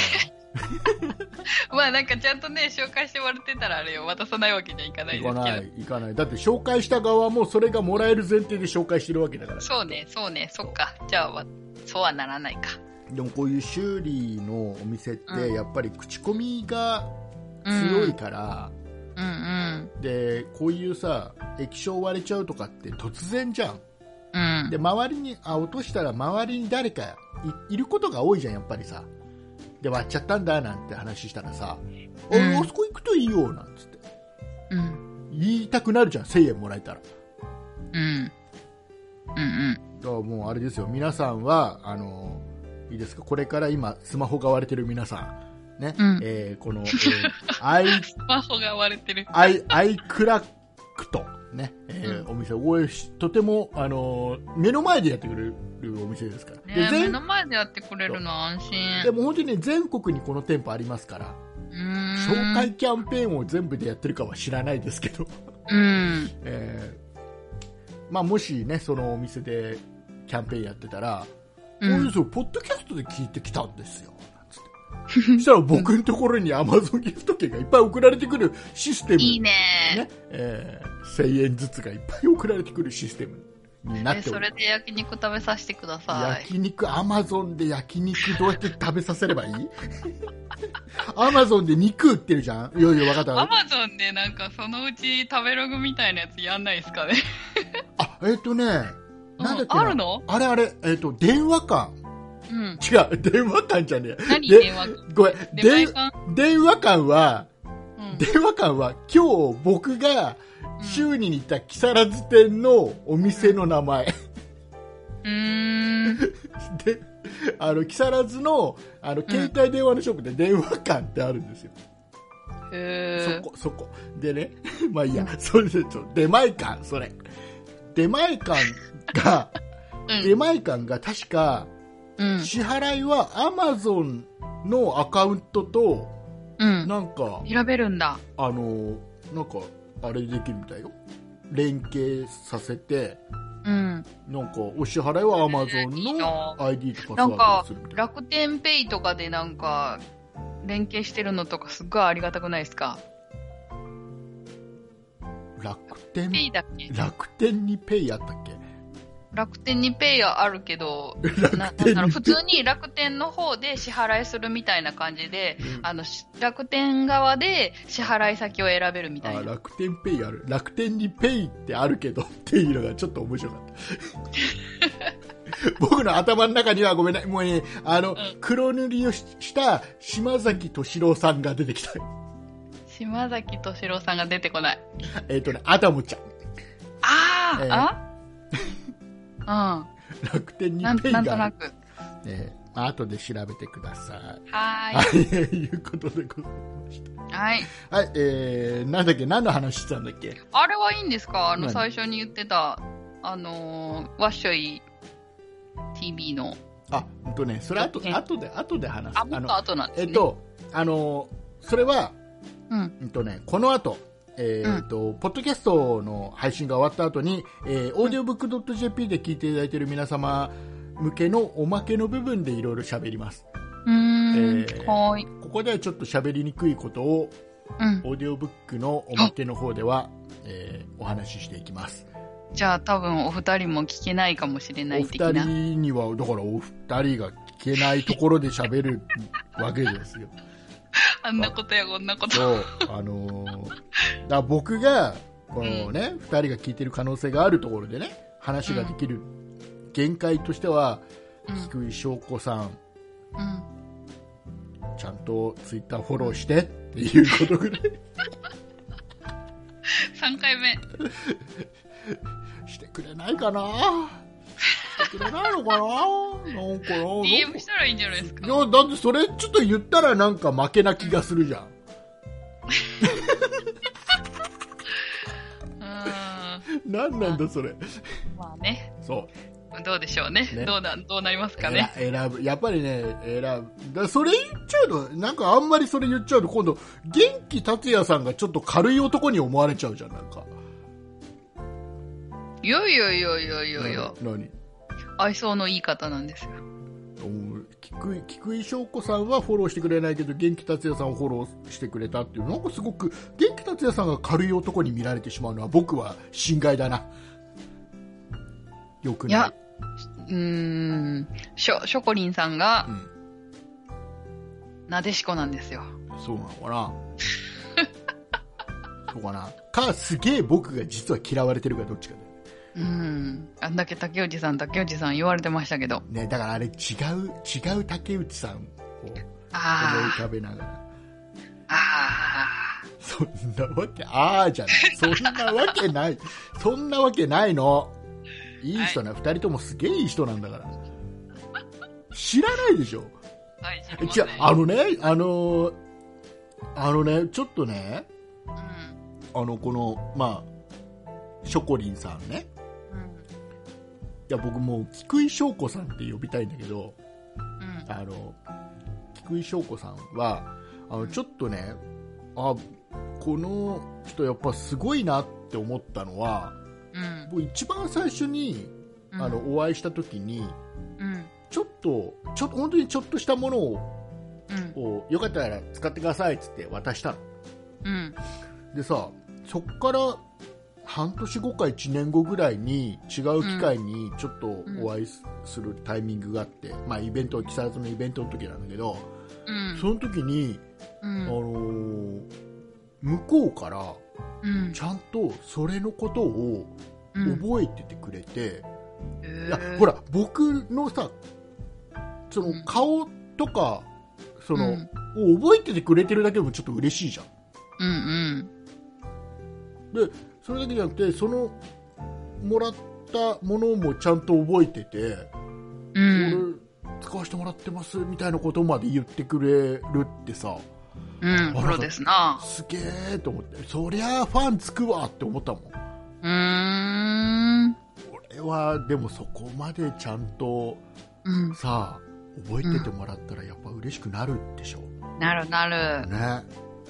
Speaker 1: まあなんかちゃんとね、紹介してもらってたらあれよ、渡さないわけにはいかない
Speaker 2: 行
Speaker 1: です
Speaker 2: か
Speaker 1: けど。
Speaker 2: ない、行かない。だって紹介した側もそれがもらえる前提で紹介してるわけだから。
Speaker 1: そうね、そうね、そっか。じゃあ、わそうはならないか。
Speaker 2: でもこういう修理のお店って、
Speaker 1: うん
Speaker 2: やっぱり口コミが強いから、
Speaker 1: うんうん。
Speaker 2: で、こういうさ、液晶割れちゃうとかって突然じゃん。
Speaker 1: うん。
Speaker 2: で、周りに、あ、落としたら周りに誰かいいることが多いじゃん、やっぱりさ。で、割っちゃったんだ、なんて話したらさ、
Speaker 1: うん
Speaker 2: ああそこ行くといいよ、なんつって。
Speaker 1: うん。
Speaker 2: 言いたくなるじゃん、1000円もらえたら。
Speaker 1: うん。うんうん。
Speaker 2: だからもうあれですよ皆さんはあのいいですかこれから今スマホが割れてる皆さんね、
Speaker 1: うん
Speaker 2: えーこの、えー、アイ
Speaker 1: スマホが割れてる。
Speaker 2: アイアイクラックとね、えー
Speaker 1: う
Speaker 2: お店これしとてもあの目の前でやってくれるお店ですから、
Speaker 1: ね
Speaker 2: で
Speaker 1: 目
Speaker 2: 全
Speaker 1: の前でやってくれるの安
Speaker 2: で
Speaker 1: 心。
Speaker 2: も本当にね全国にこの店舗ありますから
Speaker 1: うーん。
Speaker 2: 紹介キャンペーンを全部でやってるかは知らないですけど、
Speaker 1: うん。
Speaker 2: えーまあ、もしねそのお店でキャンペーンやってた
Speaker 1: う
Speaker 2: らこれ
Speaker 1: ん。
Speaker 2: ですよポッドキャストで聞いてきたんですよ。なんつってそ
Speaker 1: *laughs*
Speaker 2: したら僕のところに Amazon ギフト券がいっぱい送られてくるシステム。
Speaker 1: いいね
Speaker 2: ねえー1000円ずつがいっぱい送られてくるシステムにな
Speaker 1: え、
Speaker 2: ってお
Speaker 1: それ
Speaker 2: る。
Speaker 1: で焼肉食べさせてください。
Speaker 2: 焼肉、Amazon で焼肉どうやって食べさせればいい *laughs* ?Amazon で肉売ってるじゃんいよいよ分かった
Speaker 1: ア。マゾンでなんかそのうち食べログみたいなやつやんないですかね。
Speaker 2: あ、えっ、とね、なんだっけな
Speaker 1: あるの
Speaker 2: あれあれ、えっ、と、電話館。
Speaker 1: うん。
Speaker 2: 違う、電話館じゃねえ。
Speaker 1: 何
Speaker 2: で
Speaker 1: 電話
Speaker 2: ごめん、
Speaker 1: 出前
Speaker 2: 電
Speaker 1: 館
Speaker 2: 電話館は、
Speaker 1: うん。
Speaker 2: 電話館は今日僕が修理に行った木更津店のお店の名前
Speaker 1: うーん。
Speaker 2: であの木更津のあの携帯電話のショップで電話館ってあるんですよ、
Speaker 1: へ
Speaker 2: そこそこでね *laughs* まあいいや、それでちょ出前館それ出前館が
Speaker 1: ー
Speaker 2: 出前館が確か
Speaker 1: うん。うん。
Speaker 2: 支払いは Amazon のアカウントと
Speaker 1: うん。
Speaker 2: なんか
Speaker 1: 選べるんだ。
Speaker 2: あのなんかあれできるみたいよ連携させて
Speaker 1: うん。
Speaker 2: なんか、お支払いは Amazon
Speaker 1: いいな
Speaker 2: の ID と
Speaker 1: な
Speaker 2: か
Speaker 1: んか
Speaker 2: するみたいな。
Speaker 1: 楽天ペイとかでなんか連携してるのとかすっごいありがたくないですか
Speaker 2: 楽
Speaker 1: ペ
Speaker 2: 天、
Speaker 1: イだっけ
Speaker 2: 楽天にペイあったっけ
Speaker 1: 楽天にペイはあるけど、ななん
Speaker 2: 天に
Speaker 1: だろう普通に楽天の方で支払いするみたいな感じで、あの、し楽天側で支払い先を選べるみた
Speaker 2: あ
Speaker 1: いな。
Speaker 2: 楽天ペイある。楽天にペイってあるけど *laughs* っていうのがちょっと面白か
Speaker 1: *laughs*
Speaker 2: った。僕の頭の中にはごめんなさい、もうね、あの、黒塗りをしした島崎敏郎さんが出てきた。
Speaker 1: 島崎敏郎さんが出てこない。
Speaker 2: えっ、とね、アダムちゃん。
Speaker 1: あー、
Speaker 2: え
Speaker 1: あ
Speaker 2: 楽
Speaker 1: *laughs*
Speaker 2: 天
Speaker 1: うん。
Speaker 2: に
Speaker 1: なん
Speaker 2: ペイ
Speaker 1: なんと
Speaker 2: があ
Speaker 1: な
Speaker 2: る。
Speaker 1: く。
Speaker 2: えーまあ後で調べてください。
Speaker 1: は
Speaker 2: はい、 *laughs* いうことでございます。
Speaker 1: ーい。はい。
Speaker 2: はい、えー、なんだっけ、何の話してたんだっけ
Speaker 1: あれはいいんですかあの
Speaker 2: 何
Speaker 1: 最初に言ってた、あのー、ワッショイ TV の。
Speaker 2: あ、ほんとね、それ後
Speaker 1: え
Speaker 2: 後で、後で話す。
Speaker 1: あ、もっ
Speaker 2: の
Speaker 1: と、後なんです
Speaker 2: え
Speaker 1: ね。
Speaker 2: っ、と、あの、それは、
Speaker 1: うん。
Speaker 2: うんとね、この後、えーっと、ポッドキャストの配信が終わった後に、えー、audiobook.jp で聞いていただいている皆様向けのおまけの部分でいろいろ喋ります。
Speaker 1: うーん、
Speaker 2: えー
Speaker 1: はーい。
Speaker 2: ここではちょっと喋りにくいことを、
Speaker 1: うん。
Speaker 2: オーディオブックのおまけの方では、えーお話ししていきます。
Speaker 1: じゃあ多分お二人も聞けないかもしれな
Speaker 2: お
Speaker 1: い的な。
Speaker 2: 二人には、だからお二人が聞けないところで喋るわけです
Speaker 1: *laughs*
Speaker 2: よ。
Speaker 1: あんなことやこんなこと。
Speaker 2: そう、あのーだから僕が、このね、二人が聞いてる可能性があるところでね、話ができる限界としては、
Speaker 1: うん。
Speaker 2: 菊井翔子さん、
Speaker 1: うん。
Speaker 2: ちゃんとツイッターフォローしてっていうことぐらい *laughs*
Speaker 1: 3回目。
Speaker 2: してくれないかなしてくれないのかななんかな
Speaker 1: *laughs* DM したらいいんじゃないです
Speaker 2: い
Speaker 1: か。
Speaker 2: や、だってそれちょっと言ったらなんか負けな気がするじゃん。
Speaker 1: うーん。ま
Speaker 2: なんなんだそれ。
Speaker 1: あね。
Speaker 2: そう。
Speaker 1: どうでしょうね。
Speaker 2: ね
Speaker 1: どうな、どうなりますかね。
Speaker 2: えら選ぶやっぱりね選ぶだからそれ言っちゃうとなんかあんまりそれ言っちゃうと今度元気達也さんがちょっと軽い男に思われちゃうじゃんなんか
Speaker 1: いやいやいやいやいやいや、
Speaker 2: 何何
Speaker 1: 愛想のいい方なんですよ。
Speaker 2: うん菊井菊井翔子さんはフォローしてくれないけど元気達也さんをフォローしてくれたっていうなんかすごく元気達也さんが軽い男に見られてしまうのは僕は心外だなよく
Speaker 1: い
Speaker 2: な
Speaker 1: や
Speaker 2: いう
Speaker 1: ーんしょしょこりんさんが
Speaker 2: うん
Speaker 1: なでしこなんですよ
Speaker 2: そうなのかな *laughs* そうかなかすげえ僕が実は嫌われてるかどっちかだよ
Speaker 1: うんあんだけ竹内さん竹内さん言われてましたけど
Speaker 2: ねだからあれ違う違う竹内さんを思い浮
Speaker 1: あ
Speaker 2: かべながら
Speaker 1: ああ
Speaker 2: そんなわけ、ああじゃない。そんなわけない。そんなわけないの。いい人な、二、人ともすげえいい人なんだから。知らないでしょ。
Speaker 1: あはい知りま
Speaker 2: 違
Speaker 1: せ、
Speaker 2: うんあのね、あのーあのね、ちょっとね、
Speaker 1: うん
Speaker 2: あの、この、まあ、ショコリンさんね。
Speaker 1: うん
Speaker 2: いや、僕もう、菊井翔子さんって呼びたいんだけど、
Speaker 1: うん
Speaker 2: あの、菊井翔子さんは、あの、ちょっとね、あ、この人やっぱすごいなって思ったのは、
Speaker 1: うん
Speaker 2: 僕一番最初に、
Speaker 1: うん
Speaker 2: あのお会いした時に
Speaker 1: うん
Speaker 2: ちょっとちょっと本当にちょっとしたものを
Speaker 1: うん
Speaker 2: こうよかったら使ってくださいっつって渡したの
Speaker 1: うん
Speaker 2: でさそっから半年後か1年後ぐらいに違う機会にちょっとお会いすするタイミングがあって、まあイベント木更津のイベントの時なんだけど
Speaker 1: うん
Speaker 2: その時に、
Speaker 1: う
Speaker 2: あ
Speaker 1: ん
Speaker 2: のー向こうから
Speaker 1: うん
Speaker 2: ちゃんとそれのことを
Speaker 1: うん
Speaker 2: 覚えててくれて、
Speaker 1: え
Speaker 2: いや
Speaker 1: ー
Speaker 2: ほら僕のさそ
Speaker 1: う
Speaker 2: の
Speaker 1: ん
Speaker 2: 顔とかそ
Speaker 1: う
Speaker 2: の、
Speaker 1: ん
Speaker 2: を覚えててくれてるだけでもちょっと嬉しいじゃん
Speaker 1: うんうん
Speaker 2: でそれだけじゃなくてそのもらったものもちゃんと覚えてて、
Speaker 1: うん
Speaker 2: 俺使わせてもらってますみたいなことまで言ってくれるってさ
Speaker 1: うんプロですな
Speaker 2: すげえと思ってそりゃあファンつくわって思ったもん
Speaker 1: うーん
Speaker 2: 俺はでもそこまでちゃんと
Speaker 1: うん
Speaker 2: さ覚えててもらったらやっぱ嬉しくなるでしょ、
Speaker 1: なるなる
Speaker 2: ね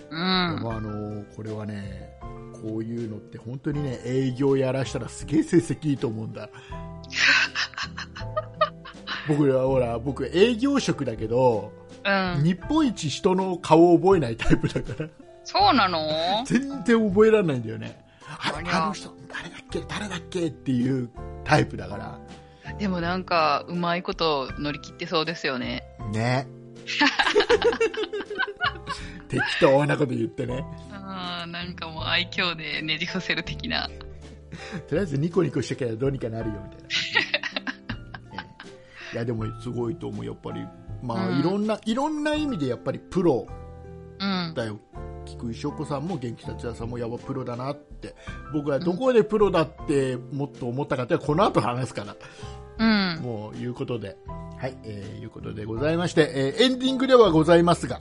Speaker 1: うん
Speaker 2: まあ、あのこれはねこういうのって本当にね営業やらしたらすげえ成績いいと思う
Speaker 1: *laughs*
Speaker 2: んだ僕はほら僕営業職だけど、
Speaker 1: うん
Speaker 2: 日本一人の顔を覚えないタイプだから
Speaker 1: そうな *laughs* の
Speaker 2: 全然覚えられないんだよねあ
Speaker 1: ありゃ
Speaker 2: あの人誰だっけ誰だっけっていうタイプだから
Speaker 1: でもなんか、うまいこと乗り切ってそうですよね。
Speaker 2: ね *laughs* 適当なこと言ってね
Speaker 1: あーなんかもう愛嬌でねじ伏せる的な。
Speaker 2: とりあえずニコニコしてけばどうにかなるよみた
Speaker 1: *laughs*
Speaker 2: いな。ええいやでもすごいと思うやっぱりまあ、
Speaker 1: うん
Speaker 2: いろんないろんな意味でやっぱりプロ
Speaker 1: うん。
Speaker 2: だよ菊井翔子さんも元気達也さんもやばプロだなって僕はどこでプロだってもっと思ったかってこの後話すから
Speaker 1: うん。
Speaker 2: もういうことではいえーいうことでございまして、えーエンディングではございますが、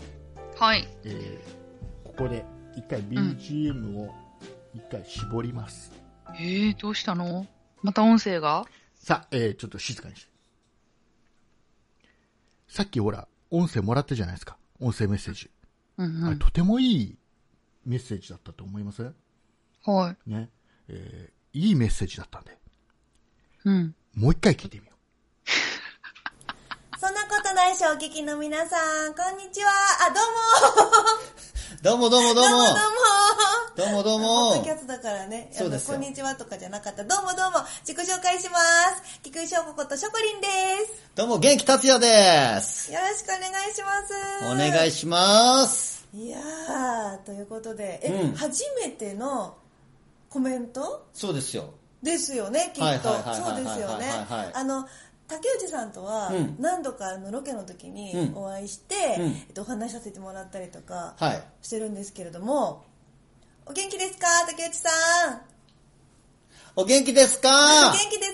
Speaker 1: はい。
Speaker 2: えーここで一回 BGM を一回絞ります、
Speaker 1: えー、どうしたのまた音声が
Speaker 2: さあ、えー、ちょっと静かにして。さっきほら、音声もらったじゃないですか。音声メッセージ。
Speaker 1: うん
Speaker 2: あ
Speaker 1: う
Speaker 2: れ
Speaker 1: ん。
Speaker 2: とてもいいメッセージだったと思います
Speaker 1: はい。
Speaker 2: ね。えー、いいメッセージだったんで、
Speaker 1: うん。
Speaker 2: もう一回聞いてみよ
Speaker 3: そんなことないしょお聞きの皆さん、こんにちは。あ、どうも
Speaker 4: どうもどうもどうも
Speaker 3: どうも
Speaker 4: どう
Speaker 3: ポッ
Speaker 4: もどう
Speaker 3: ド
Speaker 4: も
Speaker 3: キャストだからね。あの
Speaker 4: そうですよ
Speaker 3: こんにちはとかじゃなかった。どうもどうも。自己紹介します。菊井翔子ことしょこりんで
Speaker 4: どうも元気達也です
Speaker 3: す。よろしくお願いします。
Speaker 4: お願いします
Speaker 3: いやー、ということで、え、
Speaker 4: うん
Speaker 3: 初めてのコメント
Speaker 4: そうですよ
Speaker 3: ですよね、きっ
Speaker 4: はい
Speaker 3: と
Speaker 4: はい。はい
Speaker 3: そう
Speaker 4: はいはいはい
Speaker 3: ですよね
Speaker 4: はいはい。
Speaker 3: あの、竹内さんとは
Speaker 4: うん
Speaker 3: 何度かあのロケの時に
Speaker 4: うん
Speaker 3: お会いして、
Speaker 4: うん
Speaker 3: えっと、お話しさせてもらったりとか
Speaker 4: はい
Speaker 3: してるんですけれども、お元気ですか竹内さん。
Speaker 4: お元気ですか
Speaker 3: お元気で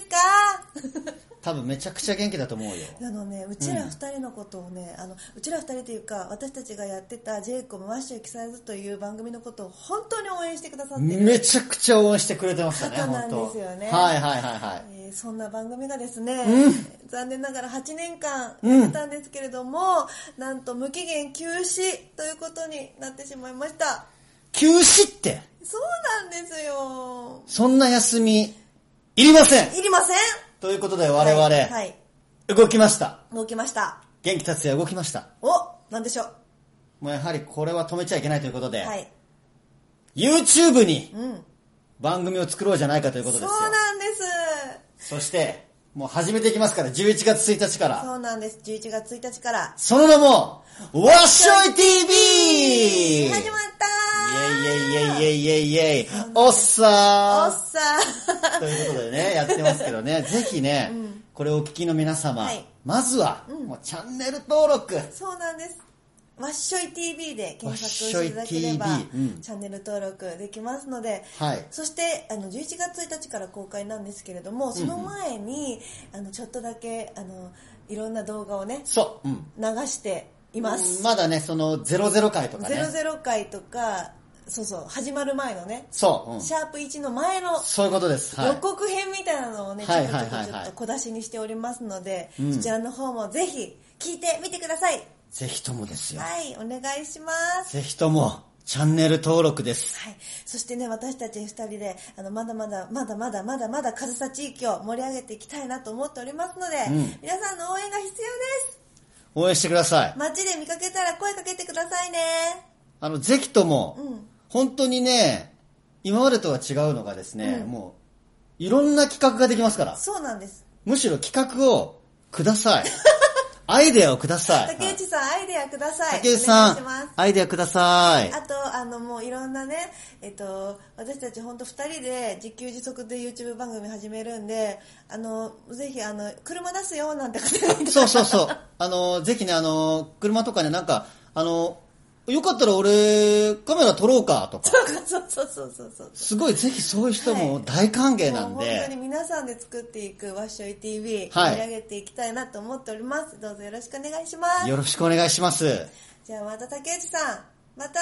Speaker 3: すか *laughs*
Speaker 4: 多分めちゃくちゃ元気だと思うよ
Speaker 3: あのね、うちら二人のことをね、あのうちら二人というか私たちがやってた「ジェイコムマッシュキサイズ」という番組のことを本当に応援してくださってる、
Speaker 4: めちゃくちゃ応援してくれてましたね
Speaker 3: そうな
Speaker 4: 本
Speaker 3: ん
Speaker 4: 当
Speaker 3: ですよね
Speaker 4: はいはいはいはい
Speaker 3: えーそんな番組がですね、残念ながら8年間
Speaker 4: うん
Speaker 3: やってたんですけれども、なんと無期限休止ということになってしまいました
Speaker 4: 休止って
Speaker 3: そうなんですよ
Speaker 4: そんな休みいりません
Speaker 3: いりません
Speaker 4: ということで我々、
Speaker 3: はいはい
Speaker 4: 動きました。
Speaker 3: 動きました。
Speaker 4: 元気達也動きました。
Speaker 3: おなんでしょう
Speaker 4: もうやはりこれは止めちゃいけないということで、
Speaker 3: はい。
Speaker 4: YouTube に
Speaker 3: うん。
Speaker 4: 番組を作ろうじゃないかということ
Speaker 3: そう
Speaker 4: ですよ。
Speaker 3: なんです。
Speaker 4: そして、もう始めていきますから、11月1日から。
Speaker 3: そうなんです。11月1日から。
Speaker 4: その名も、わっしょい TV! イェイイ
Speaker 3: 始まった
Speaker 4: ェイイェイイェイイェイイェイおっ
Speaker 3: おっさ
Speaker 4: さーということでね、やってますけどね、ぜひね、これをお聞きの皆様、
Speaker 3: はい
Speaker 4: まずは、もうチャンネル登録、
Speaker 3: ん。そうなんです。わっしょい TV で検索し
Speaker 4: わっ
Speaker 3: い
Speaker 4: てしょ
Speaker 3: ただ
Speaker 4: い
Speaker 3: けれ
Speaker 4: TV
Speaker 3: ば、
Speaker 4: うん
Speaker 3: チャンネル登録できますので、
Speaker 4: はい
Speaker 3: そしてあの11月1日から公開なんですけれどもその前に、あのちょっとだけあのいろんな動画をね
Speaker 4: そう、うん。
Speaker 3: 流しています、
Speaker 4: まだね、その00回とかね。
Speaker 3: 00回とかそうそう始まる前のね、
Speaker 4: そう、うん。
Speaker 3: シャープ1の前の
Speaker 4: そういうことです。はい
Speaker 3: 予。告編みたいなのをね、
Speaker 4: はい
Speaker 3: ちょこちょ
Speaker 4: はい
Speaker 3: こ
Speaker 4: はい
Speaker 3: ちょ
Speaker 4: はい
Speaker 3: っと小出しにしておりますので、
Speaker 4: ん
Speaker 3: そちらの方もぜひ聞いてみてください
Speaker 4: ぜひともですよ。
Speaker 3: はいお願いします
Speaker 4: ぜひとも、チャンネル登録です。
Speaker 3: はい、そしてね私たち2人であのまだまだまだまだまだまだ上総地域を盛り上げていきたいなと思っておりますので、
Speaker 4: うん
Speaker 3: 皆さんの応援が必要です
Speaker 4: 応援してください。
Speaker 3: 街で見かけたら声かけてくださいね
Speaker 4: あの、ぜひとも、
Speaker 3: うん
Speaker 4: 本当にね、今までとは違うのがですね、もう、いろんな企画ができますから、
Speaker 3: そうなんです
Speaker 4: むしろ企画をく
Speaker 3: *laughs*
Speaker 4: ださい。アイデアをください。
Speaker 3: 竹内さん、アイデアください
Speaker 4: はい竹内
Speaker 3: お
Speaker 4: さ
Speaker 3: 願いします
Speaker 4: ん、アイデアください。
Speaker 3: あとあのもういろんなね、えっと、私たち本当2人で自給自足で YouTube 番組始めるんであのぜひあの車出すよなんて方がいたら
Speaker 4: そうそうそう。あの、ぜひね、あの、車とかね、なんか、あの、よかったら俺、カメラ撮ろうかとか、
Speaker 3: *laughs* そうそうそうそうそう
Speaker 4: すごい、ぜひそういう人も大歓迎なん
Speaker 3: もう本当に
Speaker 4: で、
Speaker 3: 皆さんで作っていく「わっしょい TV」
Speaker 4: はい
Speaker 3: 盛り上げていきたいなと思っておりますどうぞよろしくお願いします
Speaker 4: よろしくお願いします。
Speaker 3: じゃあまた竹内さんまた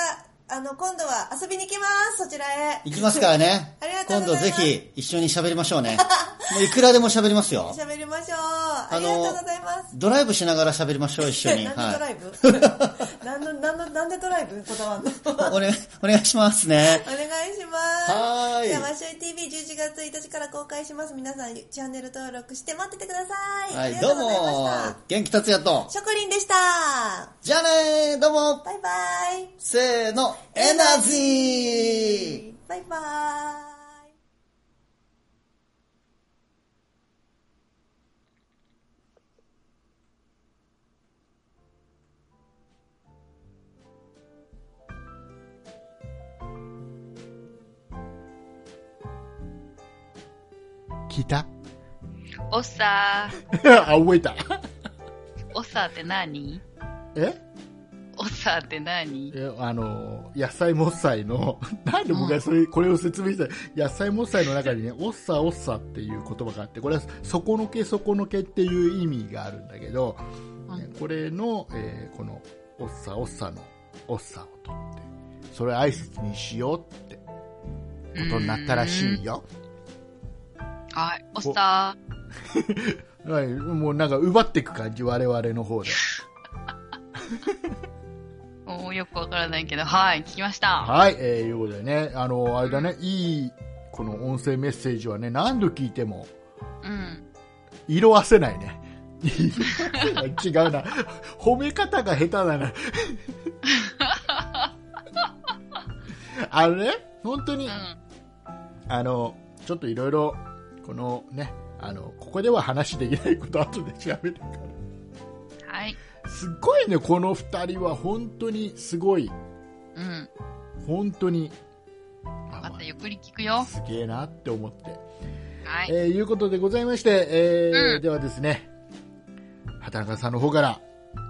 Speaker 3: あの今度は遊びに行きますそちらへ
Speaker 4: 行きますからね
Speaker 3: ありが。とう
Speaker 4: 今
Speaker 3: ご
Speaker 4: 度
Speaker 3: ざいます
Speaker 4: ぜひ一緒に喋りましょうね。もういくらでも喋りますよ。
Speaker 3: *laughs* 喋りましょうありがとうございます
Speaker 4: ドライブしながら喋りましょう、一緒に。
Speaker 3: *laughs* なんでドラ
Speaker 4: はい。
Speaker 3: イ
Speaker 4: *laughs*
Speaker 3: ブ、なんのなんのなんでドライブこだわんのお
Speaker 4: *laughs*
Speaker 3: 願
Speaker 4: お願い、お願いしますね。
Speaker 3: いします
Speaker 4: はーい
Speaker 3: じゃあ「マッシュイ TV11 月1日から公開します皆さんチャンネル登録して待っててください、
Speaker 4: は
Speaker 3: あ
Speaker 4: い、
Speaker 3: りが
Speaker 4: ど
Speaker 3: と
Speaker 4: う
Speaker 3: ございま
Speaker 4: も
Speaker 3: した。
Speaker 4: 元気達也と。
Speaker 3: しょこりんでした
Speaker 4: じゃあねどうも。
Speaker 3: バイバイ
Speaker 4: せーの、エナジー
Speaker 3: バイバイ
Speaker 2: 聞いた *laughs*
Speaker 1: おっさー、
Speaker 2: あ、覚えた。
Speaker 1: おっさーって何
Speaker 2: え
Speaker 1: おっさーって何
Speaker 2: えあの、野菜もっさいの、 *laughs* なんで僕がそれ、これを説明した野菜もっさいの中にね、 *laughs* おっさおっさっていう言葉があって、これは底のけ底のけっていう意味があるんだけど、ねこれの、えーこの、おっさおっさの、おっさを取って、それを挨拶にしようってことになったらしいよ。
Speaker 1: はい、おっさ
Speaker 2: はい、もうなんか奪っていく感じ、我々の方で。
Speaker 1: ー。もうよくわからないけど、はい、聞きました。
Speaker 2: はい、えー、いうことでね、あの、あれだね、いい、この音声メッセージはね、何度聞いても、
Speaker 1: うん。
Speaker 2: 色褪せないね。 *laughs* 違うな。褒め方が下手だな。 *laughs* あのね、本当に、
Speaker 1: うん。
Speaker 2: あの、ちょっといろいろ、このね、あの、ここでは話できないこと後で調べるから。
Speaker 1: はい。
Speaker 2: すっごいね、この二人は本当にすごい、
Speaker 1: うん。
Speaker 2: 本当に。あ
Speaker 1: またゆっくり聞くよ。
Speaker 2: すげえなって思って。
Speaker 1: はい。
Speaker 2: えーいうことでございまして、えー
Speaker 1: うん
Speaker 2: ではですね、畑中さんの方から、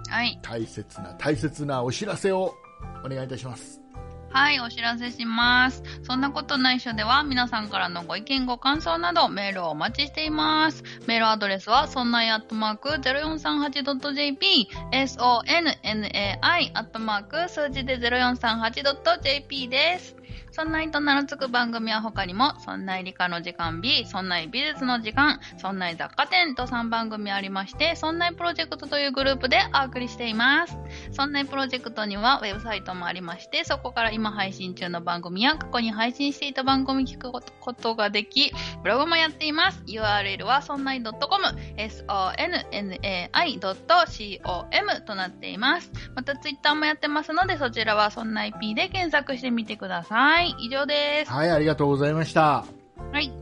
Speaker 1: はい。
Speaker 2: 大切な大切なお知らせをお願いいたします
Speaker 1: はい、お知らせします。そんなことないっしょでは、皆さんからのご意見、ご感想など、メールをお待ちしています。メールアドレスは、そんないアットマーク 0438.jp、sonnai アットマーク数字で 0438.jp です。そんないと名の付く番組は他にも、そんない理科の時間 B、そんない美術の時間、そんない雑貨店と3番組ありまして、そんないプロジェクトというグループでお送りしています。そんないプロジェクトにはウェブサイトもありまして、そこから今配信中の番組や過去に配信していた番組聞くことができ、ブログもやっています。URL はそんない .com、sonnai.com となっています。またツイッターもやってますので、そちらはそんない P で検索してみてください。以上です。
Speaker 2: はい、ありがとうございまし
Speaker 1: は
Speaker 2: た。
Speaker 1: い。
Speaker 2: い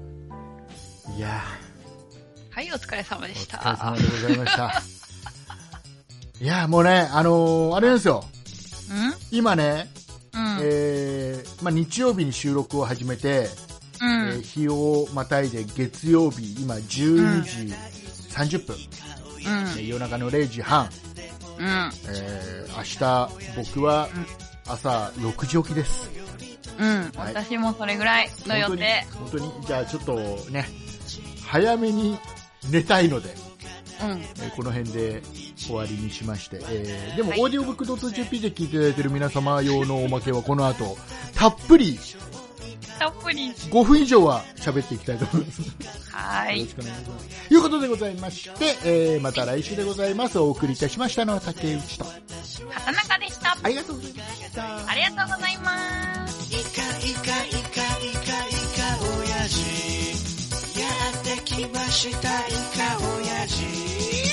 Speaker 2: や
Speaker 1: はい、お疲れ様でし
Speaker 2: ー、
Speaker 1: た。
Speaker 2: お疲れ様でございました。 *laughs* いやー、もうね、あのーあれなんですよ。今ね、
Speaker 1: うんうん。
Speaker 2: えーまあ、日曜日に収録を始めて、
Speaker 1: うん
Speaker 2: えー日をまたいで月曜日、今12時30分、えー夜中の0時半、
Speaker 1: うん。うん。
Speaker 2: えー明日僕は朝6時起きです。
Speaker 1: うん。
Speaker 2: はい
Speaker 1: 私もそれぐらいの予
Speaker 2: 本当に
Speaker 1: 定。、
Speaker 2: 本当に、じゃあちょっとね、早めに寝たいので、
Speaker 1: うん。
Speaker 2: えーこの辺で終わりにしまして、えーでも、
Speaker 1: はい
Speaker 2: オーディオブックドット JP で聞いていただいている皆様用のおまけはこの後、たっぷり
Speaker 1: たっぷり。
Speaker 2: 5分以上は喋っていきたいと思います。
Speaker 1: は
Speaker 2: よろ
Speaker 1: い
Speaker 2: し。くお願いします。ということでございまして、えーまた来週でございます。お送りいたしましたのは竹内と。
Speaker 1: 畑中でした。
Speaker 2: ありがとうございました。
Speaker 1: ありがとうございます。
Speaker 5: イカイカイカイカイカオヤジやってきましたイカオヤジ